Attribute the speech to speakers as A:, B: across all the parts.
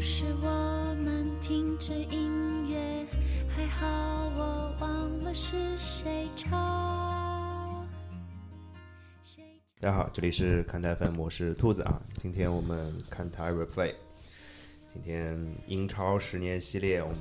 A: 时我们听着音乐，还好我忘了是谁唱。谁
B: 大家好，这里是看台 FM，我是兔子啊。今天我们看台 replay，今天英超十年系列我们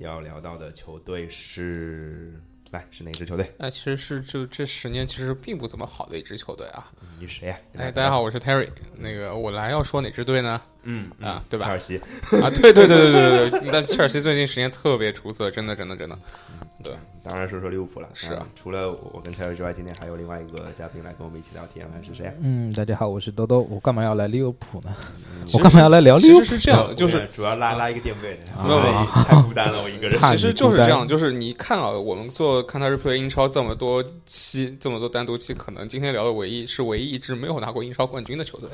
B: 要聊到的球队是，来是哪支球队？
C: 哎，其实是这这十年其实并不怎么好的一支球队啊。
B: 你是谁呀、
C: 哎，大家好，我是 Terry。那个我来要说哪支队呢？
B: 嗯，嗯
C: 啊对吧
B: 切尔西，
C: 啊，对对对对对对对。 但切尔西最近十年特别出色，真的真的真的。对，
B: 当然说说利物浦了。
C: 是
B: 当
C: 啊
B: 然除了我跟 Terry 之外，今天还有另外一个嘉宾来跟我们一起聊天，来是谁呀、啊
D: 嗯，大家好，我是兜兜。我干嘛要来利物浦呢？
C: 其 实
D: 我干嘛要来聊利
C: 其
D: 物
C: 实
D: 浦？
C: 是这样的，就是啊
B: 主要拉拉一个垫背的，
C: 没有没有
B: 太孤单了，我一 个人。
D: 怕
C: 其实就是
D: 你孤单
C: 这样，就是你看啊，我们做看他 replay 英超这么多期，这么多单独期，可能今天聊的唯一是唯一一支没有拿过英超冠军的球队，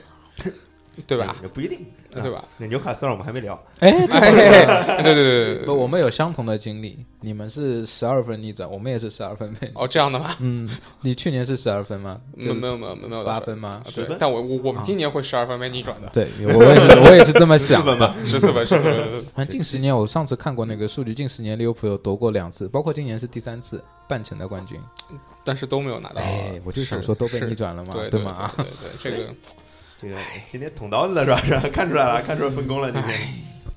C: 对吧？
B: 也不一定，啊
C: 对吧？
B: 那纽卡斯尔我们还没聊，
D: 哎，这
C: 哎，对对对对对
D: 不，
C: 对，
D: 我们有相同的经历。你们是十二分逆转，我们也是十二分 被。
C: 哦，这样的吗？
D: 嗯，你去年是十二分吗？
C: 没有没有没有没有
D: 八分吗
C: 啊？
B: 十
C: 对
B: 分，
C: 但我我我们今年会十二分被逆转的，
D: 对，我也是，我也是这么
B: 日
D: 想。
B: 本吧，
C: 十四分十四分，
D: 反正近十年，我上次看过那个数据，近十年利物浦有夺过两次，包括今年是第三次半程的冠军。
C: 但哦是都没有拿到。啊
D: 哎，我就想说都被逆转了嘛
C: 是，对
D: 对
C: 对
D: 吗？啊，
C: 对对，这 个
B: 这个今天捅刀子了是吧？ 是吧看出来了，看出来分工了。今天，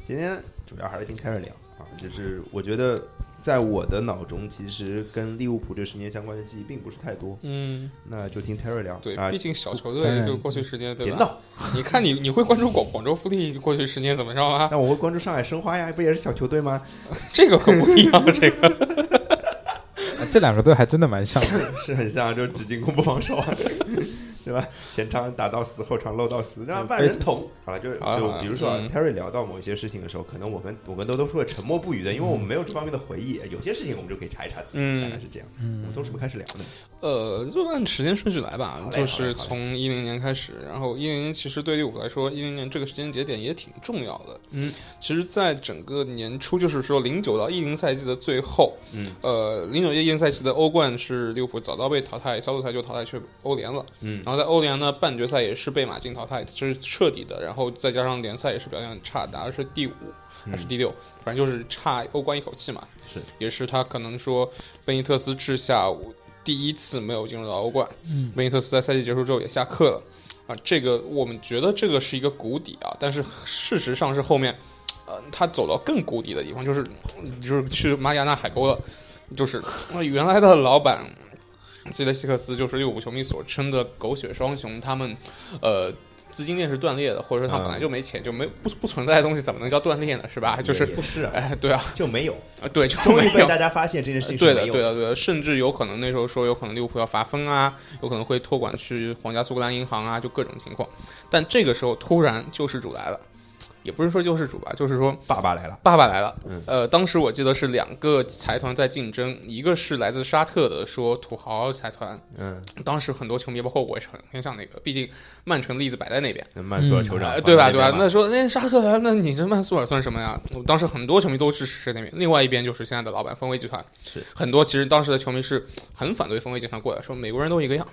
B: 今天主要还是听凯尔聊啊，就是我觉得在我的脑中，其实跟利物浦这十年相关的记忆并不是太多，
C: 嗯，
B: 那就听 Terry 聊
C: 对，
B: 啊
C: 毕，竟小球
D: 当
C: 队
D: 然
C: 就过去十年对
B: 别
C: 吧？
B: 闹！
C: 你看你你会关注广广州富力过去十年怎么着吗？
B: 那我会关注上海申花呀，不也是小球队吗？
C: 这个可不一样，这 个
D: 这两个队还真的蛮像 的。
B: 是很像，就只进攻不防守啊，对吧？前场打到死，后场漏到死，让万人捅。好了，就是
C: 好了
B: 就
C: 好了
B: 比如说啊
C: 嗯
B: Terry 聊到某一些事情的时候，可能我跟我跟兜兜是会沉默不语的，因为我们没有这方面的回忆。有些事情我们就可以查一查资料，
C: 嗯
B: 大概是这样。我们从什么开始聊呢？
C: 呃，就按时间顺序来吧
B: 好，嘞
C: 就是从一零年开始，然后一零年其实对利物浦来说，一零年这个时间节点也挺重要的。
B: 嗯，
C: 其实，在整个年初，就是说零九到一零赛季的最后，
B: 嗯，
C: 呃，零九一零赛季的欧冠是利物浦早早被淘汰，小组赛就淘汰去欧联了。
B: 嗯
C: 然后在欧联呢，半决赛也是被马竞淘汰，这是彻底的。然后再加上联赛也是表现很差，打的是第五还是第六，反正就是差欧冠一口气嘛。
B: 嗯是，
C: 也是他可能说贝尼特斯治下第一次没有进入到欧冠，
D: 嗯，
C: 贝尼特斯在赛季结束之后也下课了，啊，这个我们觉得这个是一个谷底啊，但是事实上是后面，呃，他走到更谷底的地方，就是就是去马里亚纳海沟了，就是呃原来的老板。基雷西克斯就是利物浦球迷所称的“狗血双雄”，他们，呃，资金链是断裂的，或者说他们
B: 嗯
C: 本来就没钱，就没不不存在的东西，怎么能叫断裂呢？是吧？就是，
B: 也是啊，
C: 哎，对啊，
B: 就没 有，
C: 啊，对，就
B: 终
C: 没
B: 于被
C: 有
B: 大家发现这件事情是
C: 对
B: 没
C: 的，
B: 有
C: 对的，对的，甚至有可能那时候说有可能利物浦要罚分啊，有可能会托管去皇家苏格兰银行啊，就各种情况。但这个时候突然救世主来了，也不是说救世主吧，就是说
B: 爸爸来了，
C: 爸爸来了。
B: 嗯
C: 呃，当时我记得是两个财团在竞争，一个是来自沙特的说土豪财团，
B: 嗯，
C: 当时很多球迷包括我也是很偏向那个，毕竟曼城的例子摆在那边。
B: 曼索尔酋
C: 啊，
B: 长，
C: 对吧？对
B: 放在那
C: 吧？那
B: 边嘛
C: 说那沙特啊，那你这曼苏尔算什么呀？我当时很多球迷都支持那边，另外一边就是现在的老板丰威集团，
B: 是
C: 很多其实当时的球迷是很反对丰威集团过来，说美国人都一个样，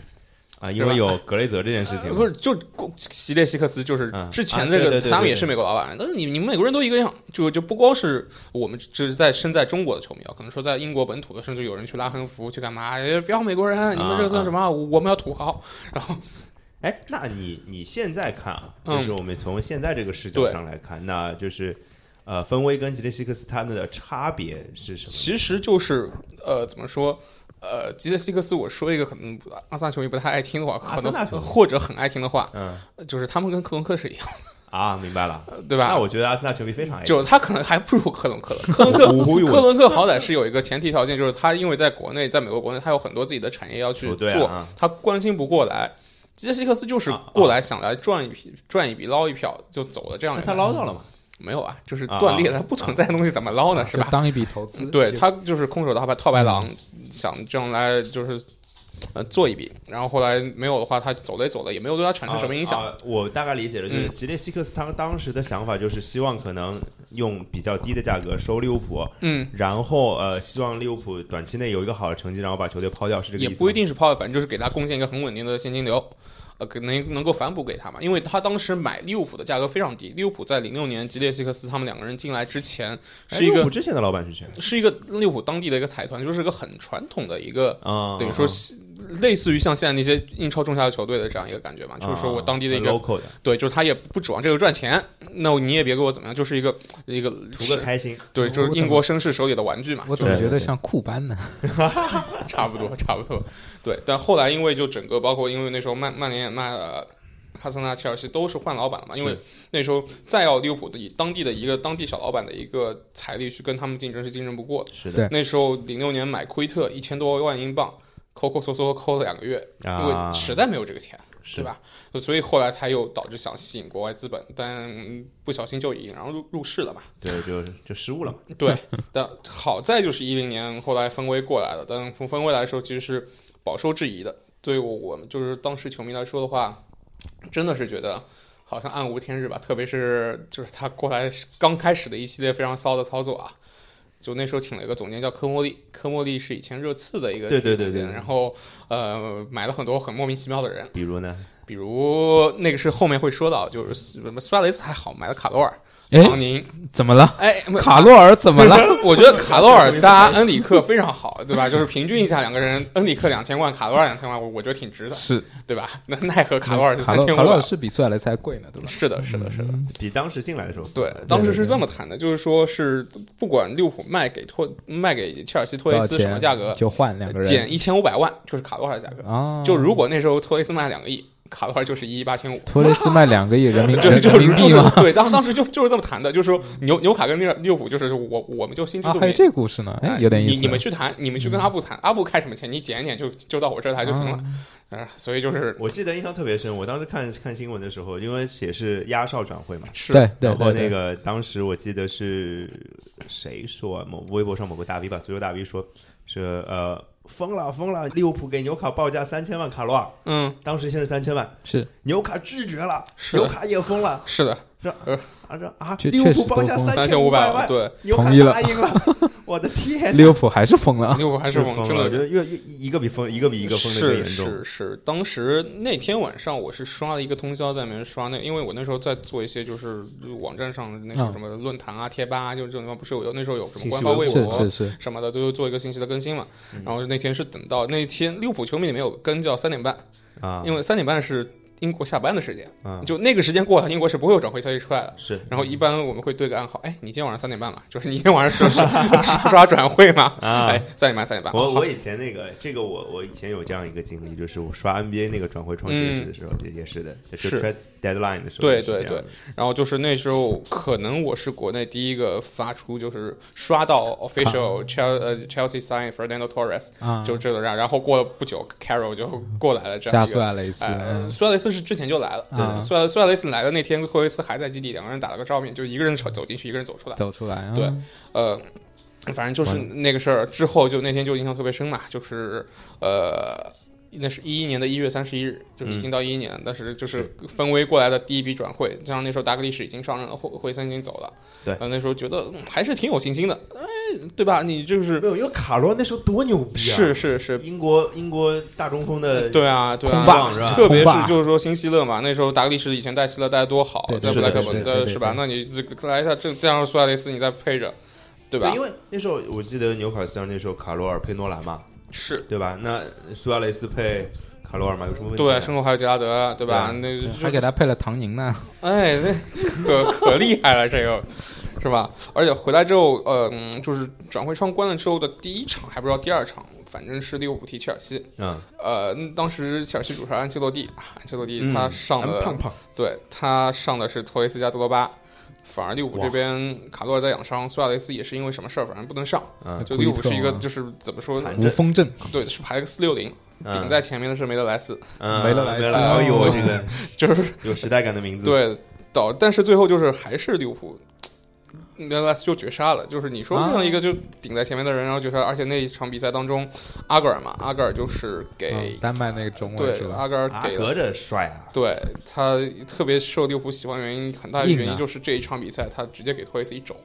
B: 啊，因为有格雷泽这件事情
C: 呃
B: 嘛，
C: 不是就席列希克斯就是
B: 嗯
C: 之
B: 啊
C: 前这个、
B: 对对对对
C: 他们也是美国老板，但是你你们美国人都一个样，就就不光是我们只是在身在中国的球迷啊，可能说在英国本土的，甚至有人去拉横幅去干嘛？哎，不要美国人，
B: 啊
C: 你们这算什么？我们要土豪，然后
B: 哎，那你你现在看啊，
C: 嗯
B: 就是我们从现在这个视角
C: 对
B: 上来看，那就是呃，芬威跟吉列西克斯他们的差别是什么？
C: 其实就是呃，怎么说？呃，吉德西克斯，我说一个可能阿森纳球迷不太爱听的话，可
B: 阿森纳球迷
C: 能或者很爱听的话，呃
B: 嗯
C: 就是他们跟克隆克是一样
B: 啊，明白了。
C: 的，对
B: 那
C: 吧？
B: 我觉得阿森纳球迷非常爱
C: 就他可能还不如克隆克了。克隆 克，
B: 我我以为
C: 克隆克好歹是有一个前提条件，就是他因为在国内，在美国国内，他有很多自己的产业要去
B: 球队
C: 做，
B: 啊，
C: 他关心不过来。吉德西克斯就是
B: 啊啊
C: 过来想来赚一笔、赚一笔、捞一票就走了这样
B: 那
C: 一
B: 他
C: 个。
B: 捞到了嘛？
C: 没有啊，就是
B: 啊啊啊
C: 断裂的，它不存在的东西怎么捞呢？是吧？
D: 就当一笔投资，
C: 对他就是空手套白套白狼，
B: 嗯
C: 想这样来就是呃做一笔，然后后来没有的话，他走了也走了，也没有对他产生什么影响。
B: 啊啊我大概理解了，就是
C: 嗯
B: 吉列西克斯他当时的想法就是希望可能用比较低的价格收利物浦，
C: 嗯，
B: 然后呃，希望利物浦短期内有一个好的成绩，然后把球队抛掉，是这个意思
C: 也
B: 吗？
C: 不一定是抛，反正就是给他贡献一个很稳定的现金流。呃，可能能够反哺给他嘛，因为他当时买利物浦的价格非常低，利物浦在零六年吉列西克斯他们两个人进来之前是
B: 哎
C: 一
B: 利物
C: 个嗯
B: 浦之前的老板是谁
C: 是一个利物浦当地的一个财团，就是一个很传统的一个
B: 啊？
C: 等于说
B: 啊
C: 是类似于像现在那些英超中下游球队的这样一个感觉嘛，就是说我当地的一
B: 啊
C: 个
B: 很 local 的，
C: 对，就是他也不指望这个赚钱，那你也别给我怎么样，就是一个一个
B: 图个开心。
C: 对，就是英国绅士手里的玩具嘛，
D: 我
C: 就
D: 怎么
B: 对对
D: 觉得像库班呢？
C: 差不多差不多。对，但后来因为就整个包括因为那时候曼曼联也卖了。哈森纳、切尔西都是换老板了嘛？因为那时候再要利物浦的以当地的一个当地小老板的一个财力去跟他们竞争是竞争不过的。
B: 是
D: 对
B: 的，
C: 那时候零六年买奎特一千多万英镑，抠抠搜搜抠了两个月，因
B: 啊，
C: 为实在没有这个钱，
B: 是
C: 对？吧？呃所以后来才有导致想吸引国外资本，但嗯不小心就引狼入入室了吧？
B: 对，就就失误了嘛。
C: 对，但好在就是一零年后来分归过来了，但从分归来的时候其实是饱受质疑的。对我我们就是当时球迷来说的话，真的是觉得好像暗无天日吧。特别是就是他过来刚开始的一系列非常骚的操作啊，就那时候请了一个总监叫科莫利，科莫利是以前热刺的一个
B: 对对
C: 体育
B: 对
C: 总
B: 对
C: 监
B: 对
C: 然后呃买了很多很莫名其妙的人，
B: 比如呢，
C: 比如那个是后面会说到，就是什么苏亚雷斯还好，买了卡洛尔、
D: 哎，
C: 唐宁，
D: 怎么了？
C: 哎，没有
D: 卡洛尔怎么了？
C: 我觉得卡洛尔搭恩里克非常好，对吧？就是平均一下，两个人恩里克两千万，卡洛尔两千万，我我觉得挺值的，
D: 是
C: 对吧？ 那奈何卡洛尔是
D: 卡
C: 三
D: 洛
C: 千
D: 卡洛尔
C: 万。
D: 是比嗯苏亚雷斯还贵呢，对吧？
C: 是的，是的，是的，
B: 比当时进来的时候，
C: 对，当时是这么谈的，就是说是不管利物浦卖给托卖给切尔西托
D: 多
C: 雷
D: 少
C: 斯什么
D: 钱
C: 价格，
D: 就换两个人
C: 减一千五百万就是卡洛尔的价格。
D: 啊？
C: 就如果那时候托雷斯卖两个亿，卡洛尔就是一亿八千五。
D: 托雷斯卖两个亿人民
C: 就
D: 人
C: 就是
D: 民
C: 就
D: 呃币
C: 是
D: 吗？
C: 对，当当时就就是这么谈的，就是说纽纽卡跟利利物浦就是我我们就心知
D: 啊
C: 肚，
D: 还有
C: 明。
D: 这故事呢，哎，有点意
C: 你
D: 思。
C: 你们去谈，你们去跟阿布谈，阿布开什么钱，你减一减就就到我这儿来就行了。
D: 啊
C: 嗯、所以就是
B: 我记得印象特别深。我当时看看新闻的时候，因为也是压哨转会嘛，
C: 是
D: 对对
B: 然后
D: 对
B: 那
D: 对，
B: 个当时我记得是谁说啊？某微博上某个大 V 吧，足球大 V 说，是呃疯了疯了，利物浦给纽卡报价三千万卡罗尔，
C: 嗯
B: 当时先是三千万，
D: 是
B: 纽卡拒绝了，
C: 是
B: 纽
C: 的，
B: 卡也疯了，
C: 是的，
B: 啊这啊，
D: 确
B: 利物浦报价
D: 确实都疯
C: 三
B: 千
C: 五
B: 百
C: 万，，对，
B: 纽卡
D: 同意了
B: 答应了， 我的
C: 哎
B: 天，
D: 利物浦还是疯了。
C: 利物浦还
B: 是
C: 是往
B: 疯
C: 真
B: 了，我觉
C: 的。
B: 得越越一个比疯一个比一个疯的更
C: 是
B: 严重，
C: 是是，当时那天晚上我是刷了一个通宵在里面刷那个，因为我那时候在做一些就是网站上那种
D: 嗯
C: 什么论坛啊、贴吧啊，就这种地方不是有有那时候有什么
B: 信息
C: 官方
B: 流
C: 微
B: 对
C: 博
D: 是是是，
C: 什么的都做一个信息的更新嘛。
B: 嗯
C: 然后那天是等到那天利物浦球迷里面有跟叫三点半，
B: 啊，
C: 因为三点半是英国下班的时间，
B: 啊嗯
C: 就那个时间过了，英国是不会有转会消息出来的。
B: 是
C: 然后一般我们会对个暗号，哎，你今天晚上三点半嘛，就是你今天晚上是 刷刷转会嘛？
B: 啊
C: 哎，三点半，三点 半。
B: 我
C: 好
B: 我以前那个这个我我以前有这样一个经历，就是我刷 NBA 那个转会窗截止的时候，也也是的，就是
C: 是
B: trade deadline 的时候，
C: 嗯对
B: 也是
C: 对
B: 这样的，
C: 然后就是那时候，可能我是国内第一个发出就是刷到
B: 啊
C: official Chel 呃 Chelsea sign Fernando Torres，
D: 啊，
C: 就这个然然后过了不久，Carol 就过来了，这样
D: 加
C: 一
D: 苏
C: 个。
D: 亚雷斯，
C: 呃，
D: 嗯
C: 苏亚雷斯是之前就来了，
D: 啊
C: 苏亚苏亚雷斯来的那天，科维斯还在基地，两个人打了个照面，就一个人走走进去，一个人走出来。
D: 走出来啊。
C: 对呃，反正就是那个事儿之后，就那天就印象特别深嘛，就是呃，那是一一年的一月三十一日，就是已经到一一年，但是就是分威过来的第一笔转会，加上那时候达格利什已经上任了，霍霍伊森已经走了，
B: 对
C: 然后那时候觉得、嗯还是挺有信心的，哎，对吧？你就是
B: 没有，因为卡罗那时候多牛逼啊！呃
C: 是是是。
B: 英国英国大中锋的
C: 对啊，对
B: 空
C: 啊，
B: 棒是吧？
C: 特别
D: 红霸
C: 是就是说新希勒嘛，那时候达格利什以前带希勒带的多好
D: 对，
C: 在
B: 是
C: 布
B: 的
C: 莱克
B: 是的
C: 本
D: 对对
C: 的
D: 对
C: 是吧？那你这个来一下，这加上苏亚雷斯，你再配着，对吧
B: 因？为那时候我记得纽卡斯尔那时候卡罗尔配诺兰嘛，
C: 是，
B: 对吧？那苏亚雷斯配卡罗尔嘛，有什么问题啊？
C: 对，身后还有杰拉德，对吧？那
D: 对
C: 就
D: 还给他配了唐宁呢，
C: 哎，那可可厉害了，这个是吧？而且回来之后，呃，嗯就是转会窗关了之后的第一场，还不知道第二场，反正是利物浦踢切尔西。
B: 嗯，
C: 呃，当时切尔西主帅安切洛蒂，啊安切洛蒂
B: 嗯
C: 他上的，
B: 胖胖，
C: 对他上的是托雷斯加德罗巴。反而利物浦这边卡洛尔在养伤，苏亚雷斯也是因为什么事儿，反正不能上。
B: 嗯
C: 就利物浦是一个
D: 库里特啊
C: 就是怎么说，
B: 残
D: 无风阵，
C: 对，是排了个四六零，
B: 嗯
C: 顶在前面的是梅德莱斯，
B: 嗯
D: 梅勒莱斯
B: 梅勒哎呦，
C: 哦
B: 这个
C: 就是
B: 有时代感的名字，
C: 对，导但是最后就是还是利物浦，嗯原来就绝杀了。就是你说
D: 啊
C: 这样一个就顶在前面的人，然后绝杀，而且那一场比赛当中，阿戈尔嘛，阿戈尔就是
D: 嗯
C: 给、
D: 丹麦那个中卫是
C: 对
D: 吧？
C: 阿戈尔
B: 啊，
C: 给了。
B: 隔着帅啊，
C: 对他特别受利物浦喜欢的原因，很大的
D: 硬啊
C: 原因就是这一场比赛他直接给托雷斯一肘，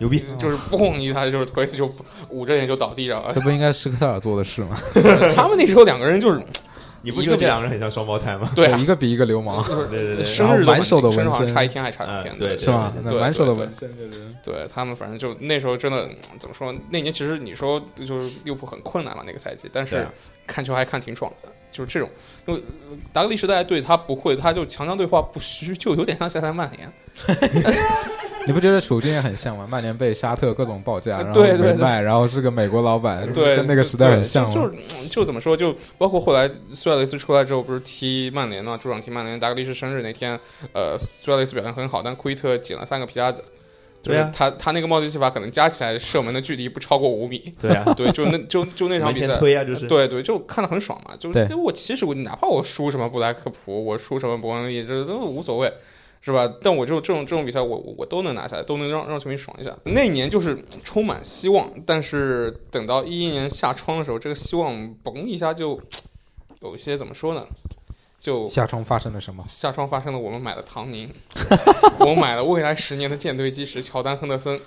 B: 牛逼，
C: 就是嘣一下，就是托雷斯就捂着脸就倒地上了
D: 这。不应该是科特尔做的事吗？
C: 他们那时候两个人就是
B: 你不觉得这两个人很像双胞胎吗？
C: 对啊
D: 一，个比一个流氓，
C: 就是
B: 对对对，
D: 然
C: 生
D: 后
C: 日
D: 满手的
C: 生日
D: 纹
C: 好像
D: 身
C: 差一天还差两
B: 嗯
C: 天，
B: 对
D: 是吧？
B: 对
D: 那
C: 对
D: 满手的
C: 对
D: 纹身就是
C: 对他们，反正就那时候真的嗯怎么说？那年其实你说就是利物浦很困难嘛，那个赛季，但
B: 对
C: 是
B: 啊
C: 看球还看挺爽的，就是这种。因为呃达格利时代队他不会，他就强强对话不虚，就有点像塞三曼联。
D: 你不觉得处境也很像吗？曼联被沙特各种报价，
C: 呃
D: 然后
C: 对对
D: 没
C: 对
D: 卖，然后是个美国老 板，
C: 对，
D: 跟那个时代
C: 对
D: 很像
C: 就
D: 吗？
C: 就是嗯就怎么说，就包括后来苏亚雷斯出来之后，不是踢曼联嘛，主场踢曼联，达格利什生日那天，呃，苏亚雷斯表现很好，但库伊特捡了三个皮夹子。就
B: 对
C: 是
B: 啊
C: 他，他那个帽子戏法可能加起来射门的距离不超过五米，
B: 对啊，
C: 对，就那就就那场
B: 每
C: 比
B: 天
C: 赛，
B: 推啊，就是
C: 对对，就看得很爽嘛。就
D: 对
C: 是我其实我哪怕我输什么布莱克普，我输什么伯恩利，这都无所谓，是吧？但我就这种这种比赛我，我我都能拿下来，都能让让球迷爽一下。那一年就是充满希望，但是等到一一年下窗的时候，这个希望嘣一下就有一些怎么说呢？就
D: 下窗发生了什么？
C: 下窗发生了，我们买了唐宁， 我买了未来十年的舰队基石乔丹亨德森，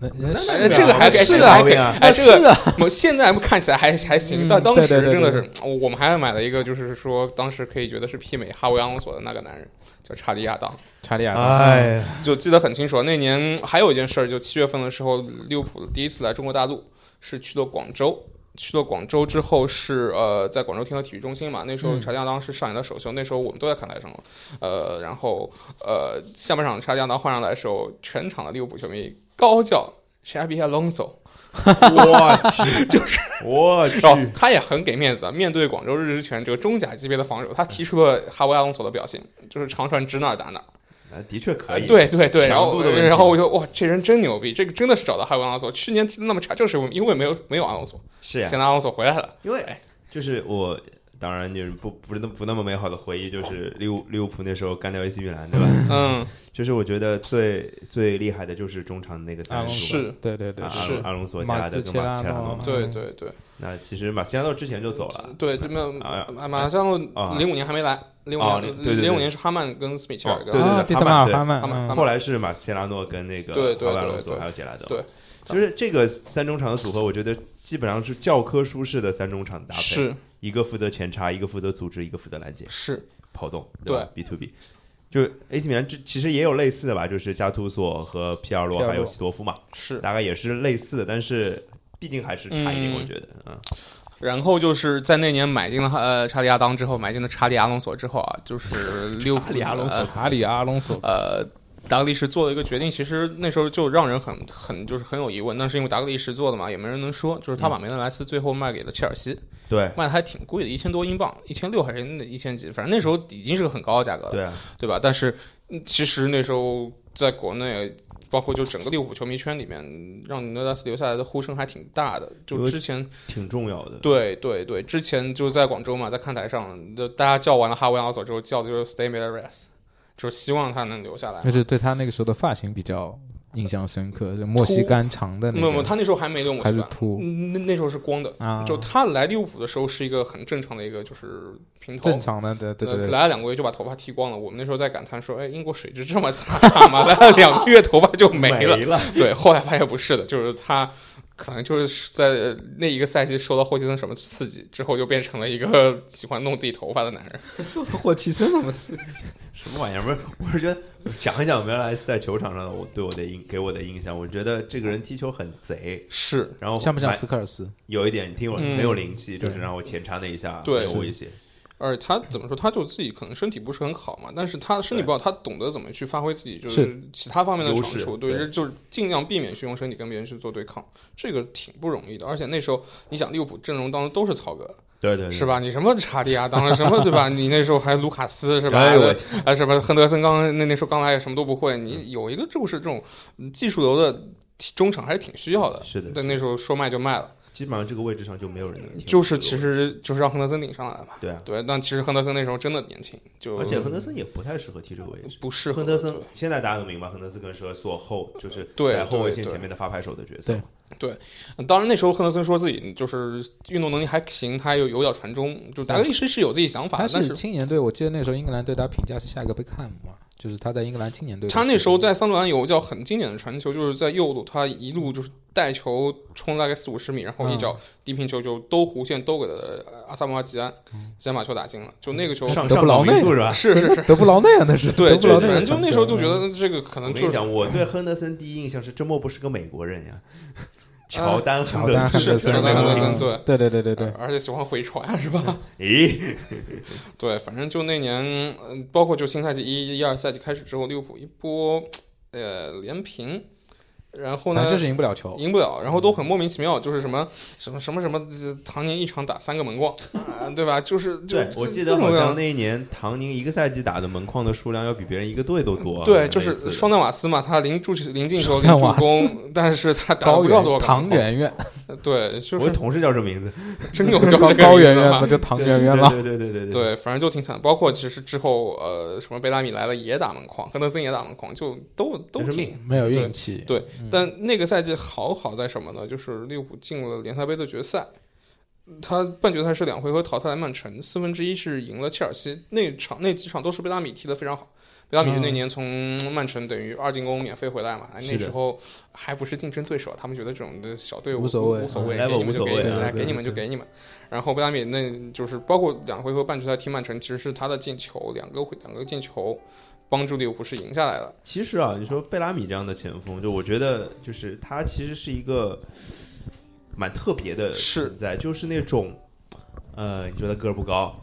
D: 那
C: 哎这个还可以
D: 是
C: 这
B: 是
C: 个
D: 啊
C: 还
B: 啊
C: 可以，
B: 啊
C: 哎，这个
D: 是啊，
C: 我现在看起来还还行，
D: 嗯
C: 但当时
D: 对对对
C: 真的
D: 对
C: 是，哦我我们还买了一个，就是说当时可以觉得是媲美哈维·阿隆索的那个男人，叫查理亚当，
D: 查理亚当，
B: 哎呀，
C: 就记得很清楚。那年还有一件事儿，就七月份的时候，利物浦第一次来中国大陆是去了广州。去了广州之后是呃，在广州天河体育中心嘛，那时候
D: 嗯
C: 查理亚当是上演的首秀，那时候我们都在看台上了，呃，然后呃下半场查理亚当换上来的时候，全场的利物浦球迷高叫 Shabby Alonso，
B: 我去， 就是我去，
C: 然后哦他也很给面子啊，面对广州日之泉这个中甲级别的防守，他提出了哈维·阿隆索的表现，就是长传指哪儿打哪儿。
B: 啊的确可
C: 呃
B: 以，
C: 对对对，然
B: 强
C: 后
B: 度的问题
C: 然后我就哇，这人真牛逼，这个真的是找到哈维·阿隆索。去年踢的那么差，就是因为没有没有阿隆索，
B: 是呀
C: 现，在阿隆索回 来了。
B: 因为就是我。当然，就是不不是那不那么美好的回忆，就是利物利物浦那时候干掉 AC 米兰，对吧？
C: 嗯，
B: 就是我觉得最最厉害的就是中场那个三人组吧，
C: 是，
D: 对对对
B: 啊，
C: 是
B: 阿隆阿隆索
D: 马
B: 加
D: 斯
B: 的跟马斯切拉诺嘛
D: 切拉诺。
C: 对对对
B: 那其实马斯切拉诺之前就走了，
C: 对，对没有
B: 啊
C: 马马上
B: 啊
C: 零五年还没来，零五
B: 哦对对
C: 年
B: 对
C: 零五年是哈曼跟斯米切尔
B: 哦
C: 跟
B: 对对
D: 啊
B: 对
D: 蒂
B: 哈
D: 特马
B: 曼
D: 尔
B: 对
D: 哈曼，
C: 哈曼
D: 嗯
C: 他们
B: 后来是马斯切拉诺跟那个
C: 啊对对
B: 阿巴
C: 对
B: 隆索
C: 对
B: 还有杰拉德，
C: 对，
B: 就是这个三中场的组合，我觉得基本上是教科书式的三中场搭配，
C: 是
B: 一个负责前插，一个负责组织，一个负责拦截、
C: 是，
B: 跑动，吧？B to B，就是 AC 米兰这其实也有类似的吧，就是加图索和皮尔
D: 皮
B: 洛
D: 尔洛
B: 还有西多夫嘛，
C: 是，
B: 大概也是类似的，但是毕竟还是差一点，
C: 嗯
B: 我觉得，嗯，
C: 然后就是在那年买进了呃查理亚当之后，买进了查理阿隆索之后啊， 就是利物浦
B: 查理阿隆索
C: 呃
D: 查理阿隆索，
C: 呃，达格利什做了一个决定，其实那时候就让人很很就是很有疑问。那是因为达格利什做的嘛，也没人能说。就是
D: 嗯
C: 他把梅德莱斯最后卖给了切尔西，
B: 对
C: 卖的还挺贵的，一千多英镑，一千六还是一千几，反正那时候已经是个很高的价格了，
B: 对啊，
C: 对吧？但是嗯其实那时候在国内。包括就整个利物浦球迷圈里面，让梅德莱斯留下来的呼声还挺大的。
B: 因
C: 就
B: 为
C: 之前
D: 嗯
B: 挺重要的，
C: 对对对，之前就在广州嘛，在看台上，就大家叫完了哈维·阿索之后，叫的就是 “Stay m a d r e s 就是希望他能留下来
D: 就。是对他那个时候的发型比较印象深刻，就莫西干长的
C: 没
D: 那
C: 有没有，
D: 个，
C: 他那时候还没留母
D: 还
C: 鸡
D: 是
C: 吧？
D: 秃
C: 嗯那那时候是光的。
D: 啊，
C: 嗯就他来利物浦的时候是一个很正常的一个就是平头，
D: 正常的，对对
C: 呃
D: 对对，
C: 来了两个月就把头发剃光了。我们那时候在感叹说，哎，英国水质这么差吗？来 了两个月头发就没
B: 没
C: 了。对，后来发现不是的，就是他可能就是在那一个赛季受到霍奇森什么刺激之后，就变成了一个喜欢弄自己头发的男人。
D: 霍奇森怎么
B: 什么玩意儿？不是，我是觉得 讲一讲梅莱斯在球场上的我对我的印给我的印象，我觉得这个人踢球很贼，
C: 是，
B: 然后
D: 像不像
B: 蛮
D: 斯科尔斯？
B: 有一点挺有
C: 嗯
B: 没有灵气，
D: 对
B: 就是让我前插那一下
C: 对
B: 没有威胁。
C: 而且他怎么说，他就自己可能身体不是很好嘛，但是他身体不好，他懂得怎么去发挥自己就是其他方面的长
B: 优
C: 处，
B: 势
C: 对，
B: 对
C: 就是尽量避免去用身体跟别人去做对抗，这个挺不容易的。而且那时候你想，利物浦阵容当中都是曹格，
B: 对对对，
C: 是？吧？你什么查理亚当，什么对吧？你那时候还卢卡斯是吧？
B: 哎呦我
C: 啊，什么亨德森刚那那时候刚来也什么都不会，你有一个就是这种技术流的中场还是挺需要的。
B: 是的
C: 但那时候说卖就卖了，
B: 基本上这个位置上就没有人能踢。
C: 就是其实就是让亨德森顶上来嘛。
B: 对啊，
C: 对，但其实亨德森那时候真的年轻，就
B: 而且亨德森也不太适合踢这个位置。
C: 不适合
B: 亨德森
C: 对
B: 现在大家都明白，亨德森更适合做后，就是
C: 对
B: 在后卫线
C: 对对
B: 前面的发牌手的角色
D: 对。
C: 当然，那时候亨德森说自己就是运动能力还行，他有有脚传中，就达格利什是有自己想法
D: 他
C: 的，但
D: 是
C: 是
D: 青年队，我记得那时候英格兰对他评价是下一个贝克汉姆嘛，就是他在英格兰青年队的
C: 他那时
D: 时
C: 候在桑德兰有一脚很经典的传球，就是在右路，他一路就是带球冲大概四五十米，然后一脚
B: 嗯
C: 低平球就兜弧线兜给了呃阿萨姆阿吉安，吉安把球打进了。就那个球
B: 嗯上
D: 德
B: 上
D: 布劳
B: 岛民
D: 内
B: 宿是吧？
C: 是是是，
D: 德布劳内啊，那是
C: 对，
D: 德布
C: 就
D: 劳内嗯
C: 反正就
D: 的传
C: 那
D: 球
C: 时候就觉得这个可
B: 我
C: 能
B: 跟你
C: 就是
B: 讲，我对亨德森第一印象是，这莫不是个美国人 呀？乔丹亨
D: 啊乔
B: 德
D: 丹
B: 森，
C: 是
D: 森
C: 乔丹
D: 那
C: 亨德
D: 个
C: 森
D: 名字
C: 对
D: 对对对对对
C: 呃，而且喜欢回传是吧？
B: 咦，
C: 对，反正就那年，嗯，包括就新赛季一、一二赛季开始之后，利物浦一波呃连平，然后
D: 反
C: 呢
D: 正就是赢不了球，
C: 赢不了，然后都很莫名其妙，就是什么什么什么什么，这唐宁一场打三个门框，啊，对吧？就是就
B: 对，我记得好像那一年唐宁一个赛季打的门框的数量要比别人一个队都多啊。
C: 对，就
B: 类似
C: 是
B: 的
C: 双。蛋瓦斯嘛，他零助零进球零
D: 双
C: 助
D: 蛋瓦斯
C: 攻，但是他打了
D: 高
C: 不知道多
D: 圆
C: 少个
D: 唐
C: 门框，
D: 圆圆，
C: 对，就
B: 我有
C: 是
B: 同事叫这名字，
C: 真 有叫
D: 高
C: 这个
D: 高
C: 名
D: 圆
C: 字
D: 圆
C: 嘛
D: 不就唐圆圆吗？
B: 对对对对对
C: 对，反正就挺惨。包括其实之后，呃，什么贝拉米来了也打门框，亨德森也打门框，就都都
B: 真是
C: 挺。
D: 没有运气，
C: 对，
B: 嗯
C: 但那个赛季好好在什么呢？就是利物浦进了联赛杯的决赛，他半决赛是两回合淘汰了曼城，四分之一是赢了切尔西。那场那几场都是贝拉米踢得非常好。贝拉米那年从曼城等于二进攻免费回来嘛，哎
B: 嗯是
C: 那
B: 的
C: 时候还不是竞争对手，他们觉得这种的小队伍
D: 无所谓
C: 无所谓，
B: 嗯
C: 给你们就给你
B: level 无所
C: 们，
B: 谓
C: 来
B: 对
C: 给你们就
D: 对
C: 给你们。然后贝拉米那就是包括两回合半决赛踢曼城，其实是他的进球，两个回两个进球帮助利物浦是赢下来了。
B: 其实啊，你说贝拉米这样的前锋，就我觉得就是他其实是一个蛮特别的
C: 是
B: 存在，就是那种呃，你说他个儿不高，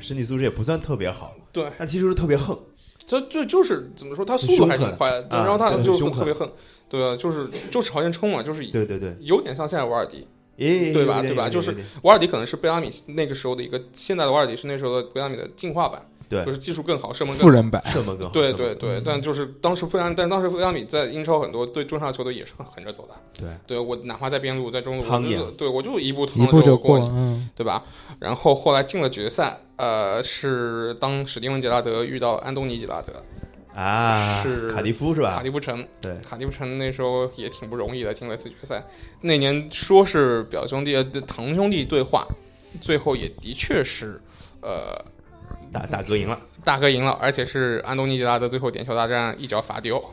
B: 身体素质也不算特别好，
C: 对，
B: 但踢球是特别横，
C: 这这就是怎么说，他速度还挺快的，
B: 啊
C: 然后他
B: 对
C: 就
B: 很凶狠
C: 特别横，对啊，就是就是朝前冲嘛，就是
B: 对对对，
C: 有点像现在瓦尔迪，
B: 诶，
C: 对吧
B: 哎有点
C: 对吧
B: 有点
C: 就是
B: 有点
C: 瓦尔迪可能是贝拉米那个时候的一个现在的瓦尔迪是那时候的贝拉米的进化版，
B: 对
C: 就是技术更好，射门
D: 富
C: 更好。
D: 人版，
B: 射门更好，
C: 对
B: 射门
C: 对对，但就是当时贝拉，但当时贝拉米在英超很多对中下游球队也是很横着走的。
B: 对，
C: 对我哪怕在边路，在中路，我
B: 趟
C: 就是
B: 眼
C: 对我就一步趟
D: 一步就
C: 过
D: 过，
C: 你，
D: 嗯，
C: 对吧？然后后来进了决赛，呃，是当史蒂文杰拉德遇到安东尼杰拉德，
B: 啊，
C: 是
B: 卡迪夫是
C: 卡
B: 吧？
C: 迪夫城，
B: 对
C: 卡迪夫城那时候也挺不容易的，进了四决赛。那年说是表兄弟、呃堂兄弟对话，最后也的确是，呃，
B: 大大哥赢 了，
C: 大哥赢了，而且是安东尼·杰拉德最后点球大战一脚罚丢。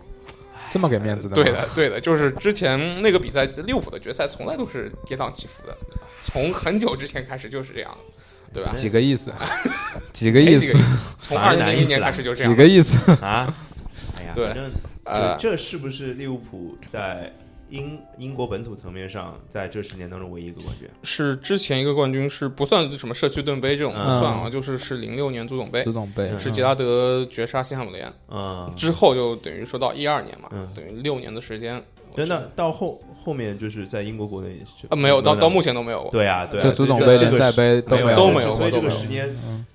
D: 这么给面子的，
C: 对，的，对的，就是之前那个比赛，利物浦的决赛从来都是跌宕起伏的，从很久之前开始就是这样，对吧？
D: 几个意思，几个
C: 没
D: 意
C: 哎几
D: 思
C: 个，从
B: 哪
C: 二
B: 有
C: 零
B: 哪
C: 零
B: 意
C: 一
B: 思
C: 年
B: 啦
C: 开始就这
D: 几
C: 样
D: 个，意思，
B: 啊，哎呀，
C: 对
B: 反正
C: 呃，
B: 这是不是利物浦在英英国本土层面上，在这十年当中唯一一个冠军？
C: 是之前一个冠军是不算什么社区盾杯这种不
B: 嗯
C: 算啊，就是是零六年足总杯，
D: 足总杯
B: 嗯
C: 是杰拉德绝杀西汉姆联，
B: 嗯，
C: 之后就等于说到一二年嘛，
B: 嗯
C: 等于六年的时间。
B: 真的到后后面就是在英国国内是
C: 啊，没有，到到目
B: 前
C: 前都没有，
B: 对啊，对啊，
D: 就足总
C: 这
D: 杯、
C: 这
D: 联
C: 个
D: 赛杯
B: 没
D: 有
C: 都
D: 嗯
B: 都
C: 没有
B: 所以
C: 都
B: 这
C: 没
B: 个
C: 有
B: 十年嗯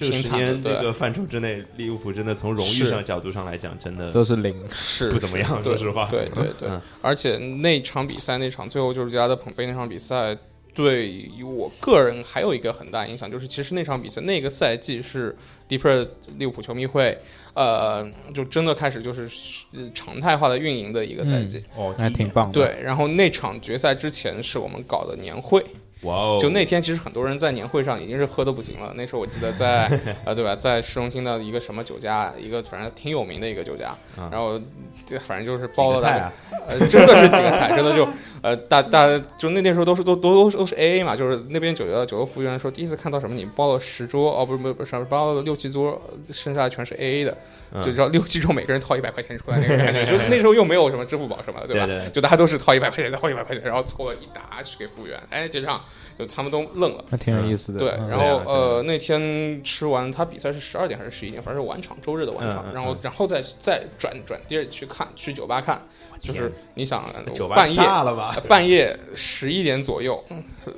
B: 这十
C: 挺惨
B: 年
C: 的
B: 这
C: 对，
B: 个范畴之内，利物浦真的从荣誉
C: 是
B: 上角度上来讲，真的
D: 都是零，
C: 是
B: 不怎么
C: 是
B: 样，
C: 对
B: 说实话，
C: 对对对
B: 嗯，
C: 而且那场比赛，那场最后就是加德捧杯那场比赛，对于我个人还有一个很大影响，就是其实那场比赛那个赛季是 d e e p e r 利物浦球迷会，呃，就真的开始就是呃常态化的运营的一个赛季。
B: 哦，
D: 还
B: 第一
D: 挺
B: 年，
D: 棒的，，
C: 对，然后那场决赛之前是我们搞的年会，
B: 哇哦，
C: 就那天，其实很多人在年会上已经是喝的不行了。那时候我记得 在呃，对吧，在市中心的一个什么酒家，一个反正挺有名的一个酒家，
B: 嗯
C: 然后这反正就是
B: 几
C: 包
B: 个
C: 了大
B: 菜
C: 概、
B: 啊，
C: 呃，真的是几个菜，真的就呃大大就那那时候都是都都都都是 A A 嘛，就是那边酒家酒楼服务员说第一次看到什么你包了十桌哦不是不是不是包了六七桌，剩下全是 A A 的，
B: 嗯
C: 就知道六七桌每个人掏一百块钱出来那个感觉，就是那时候又没有什么支付宝什么的，吧？
B: 对对
C: 就大家都是掏一百块钱，掏一百块钱，然后凑了一沓去给服务员，哎，结账，就他们都愣了。
D: 那挺有意思的，
C: 对，
D: 嗯
C: 然后
B: 对啊
C: 呃那天吃完，他比赛是十二点还是十一点，反正是晚场，周日的晚
B: 嗯嗯
C: 场，
B: 嗯
C: 然后然后再再转转地儿去看，去酒吧看，就是
B: 天
C: 你想
B: 酒吧
C: 半夜
B: 炸了吧
C: 呃？半夜十一点左右，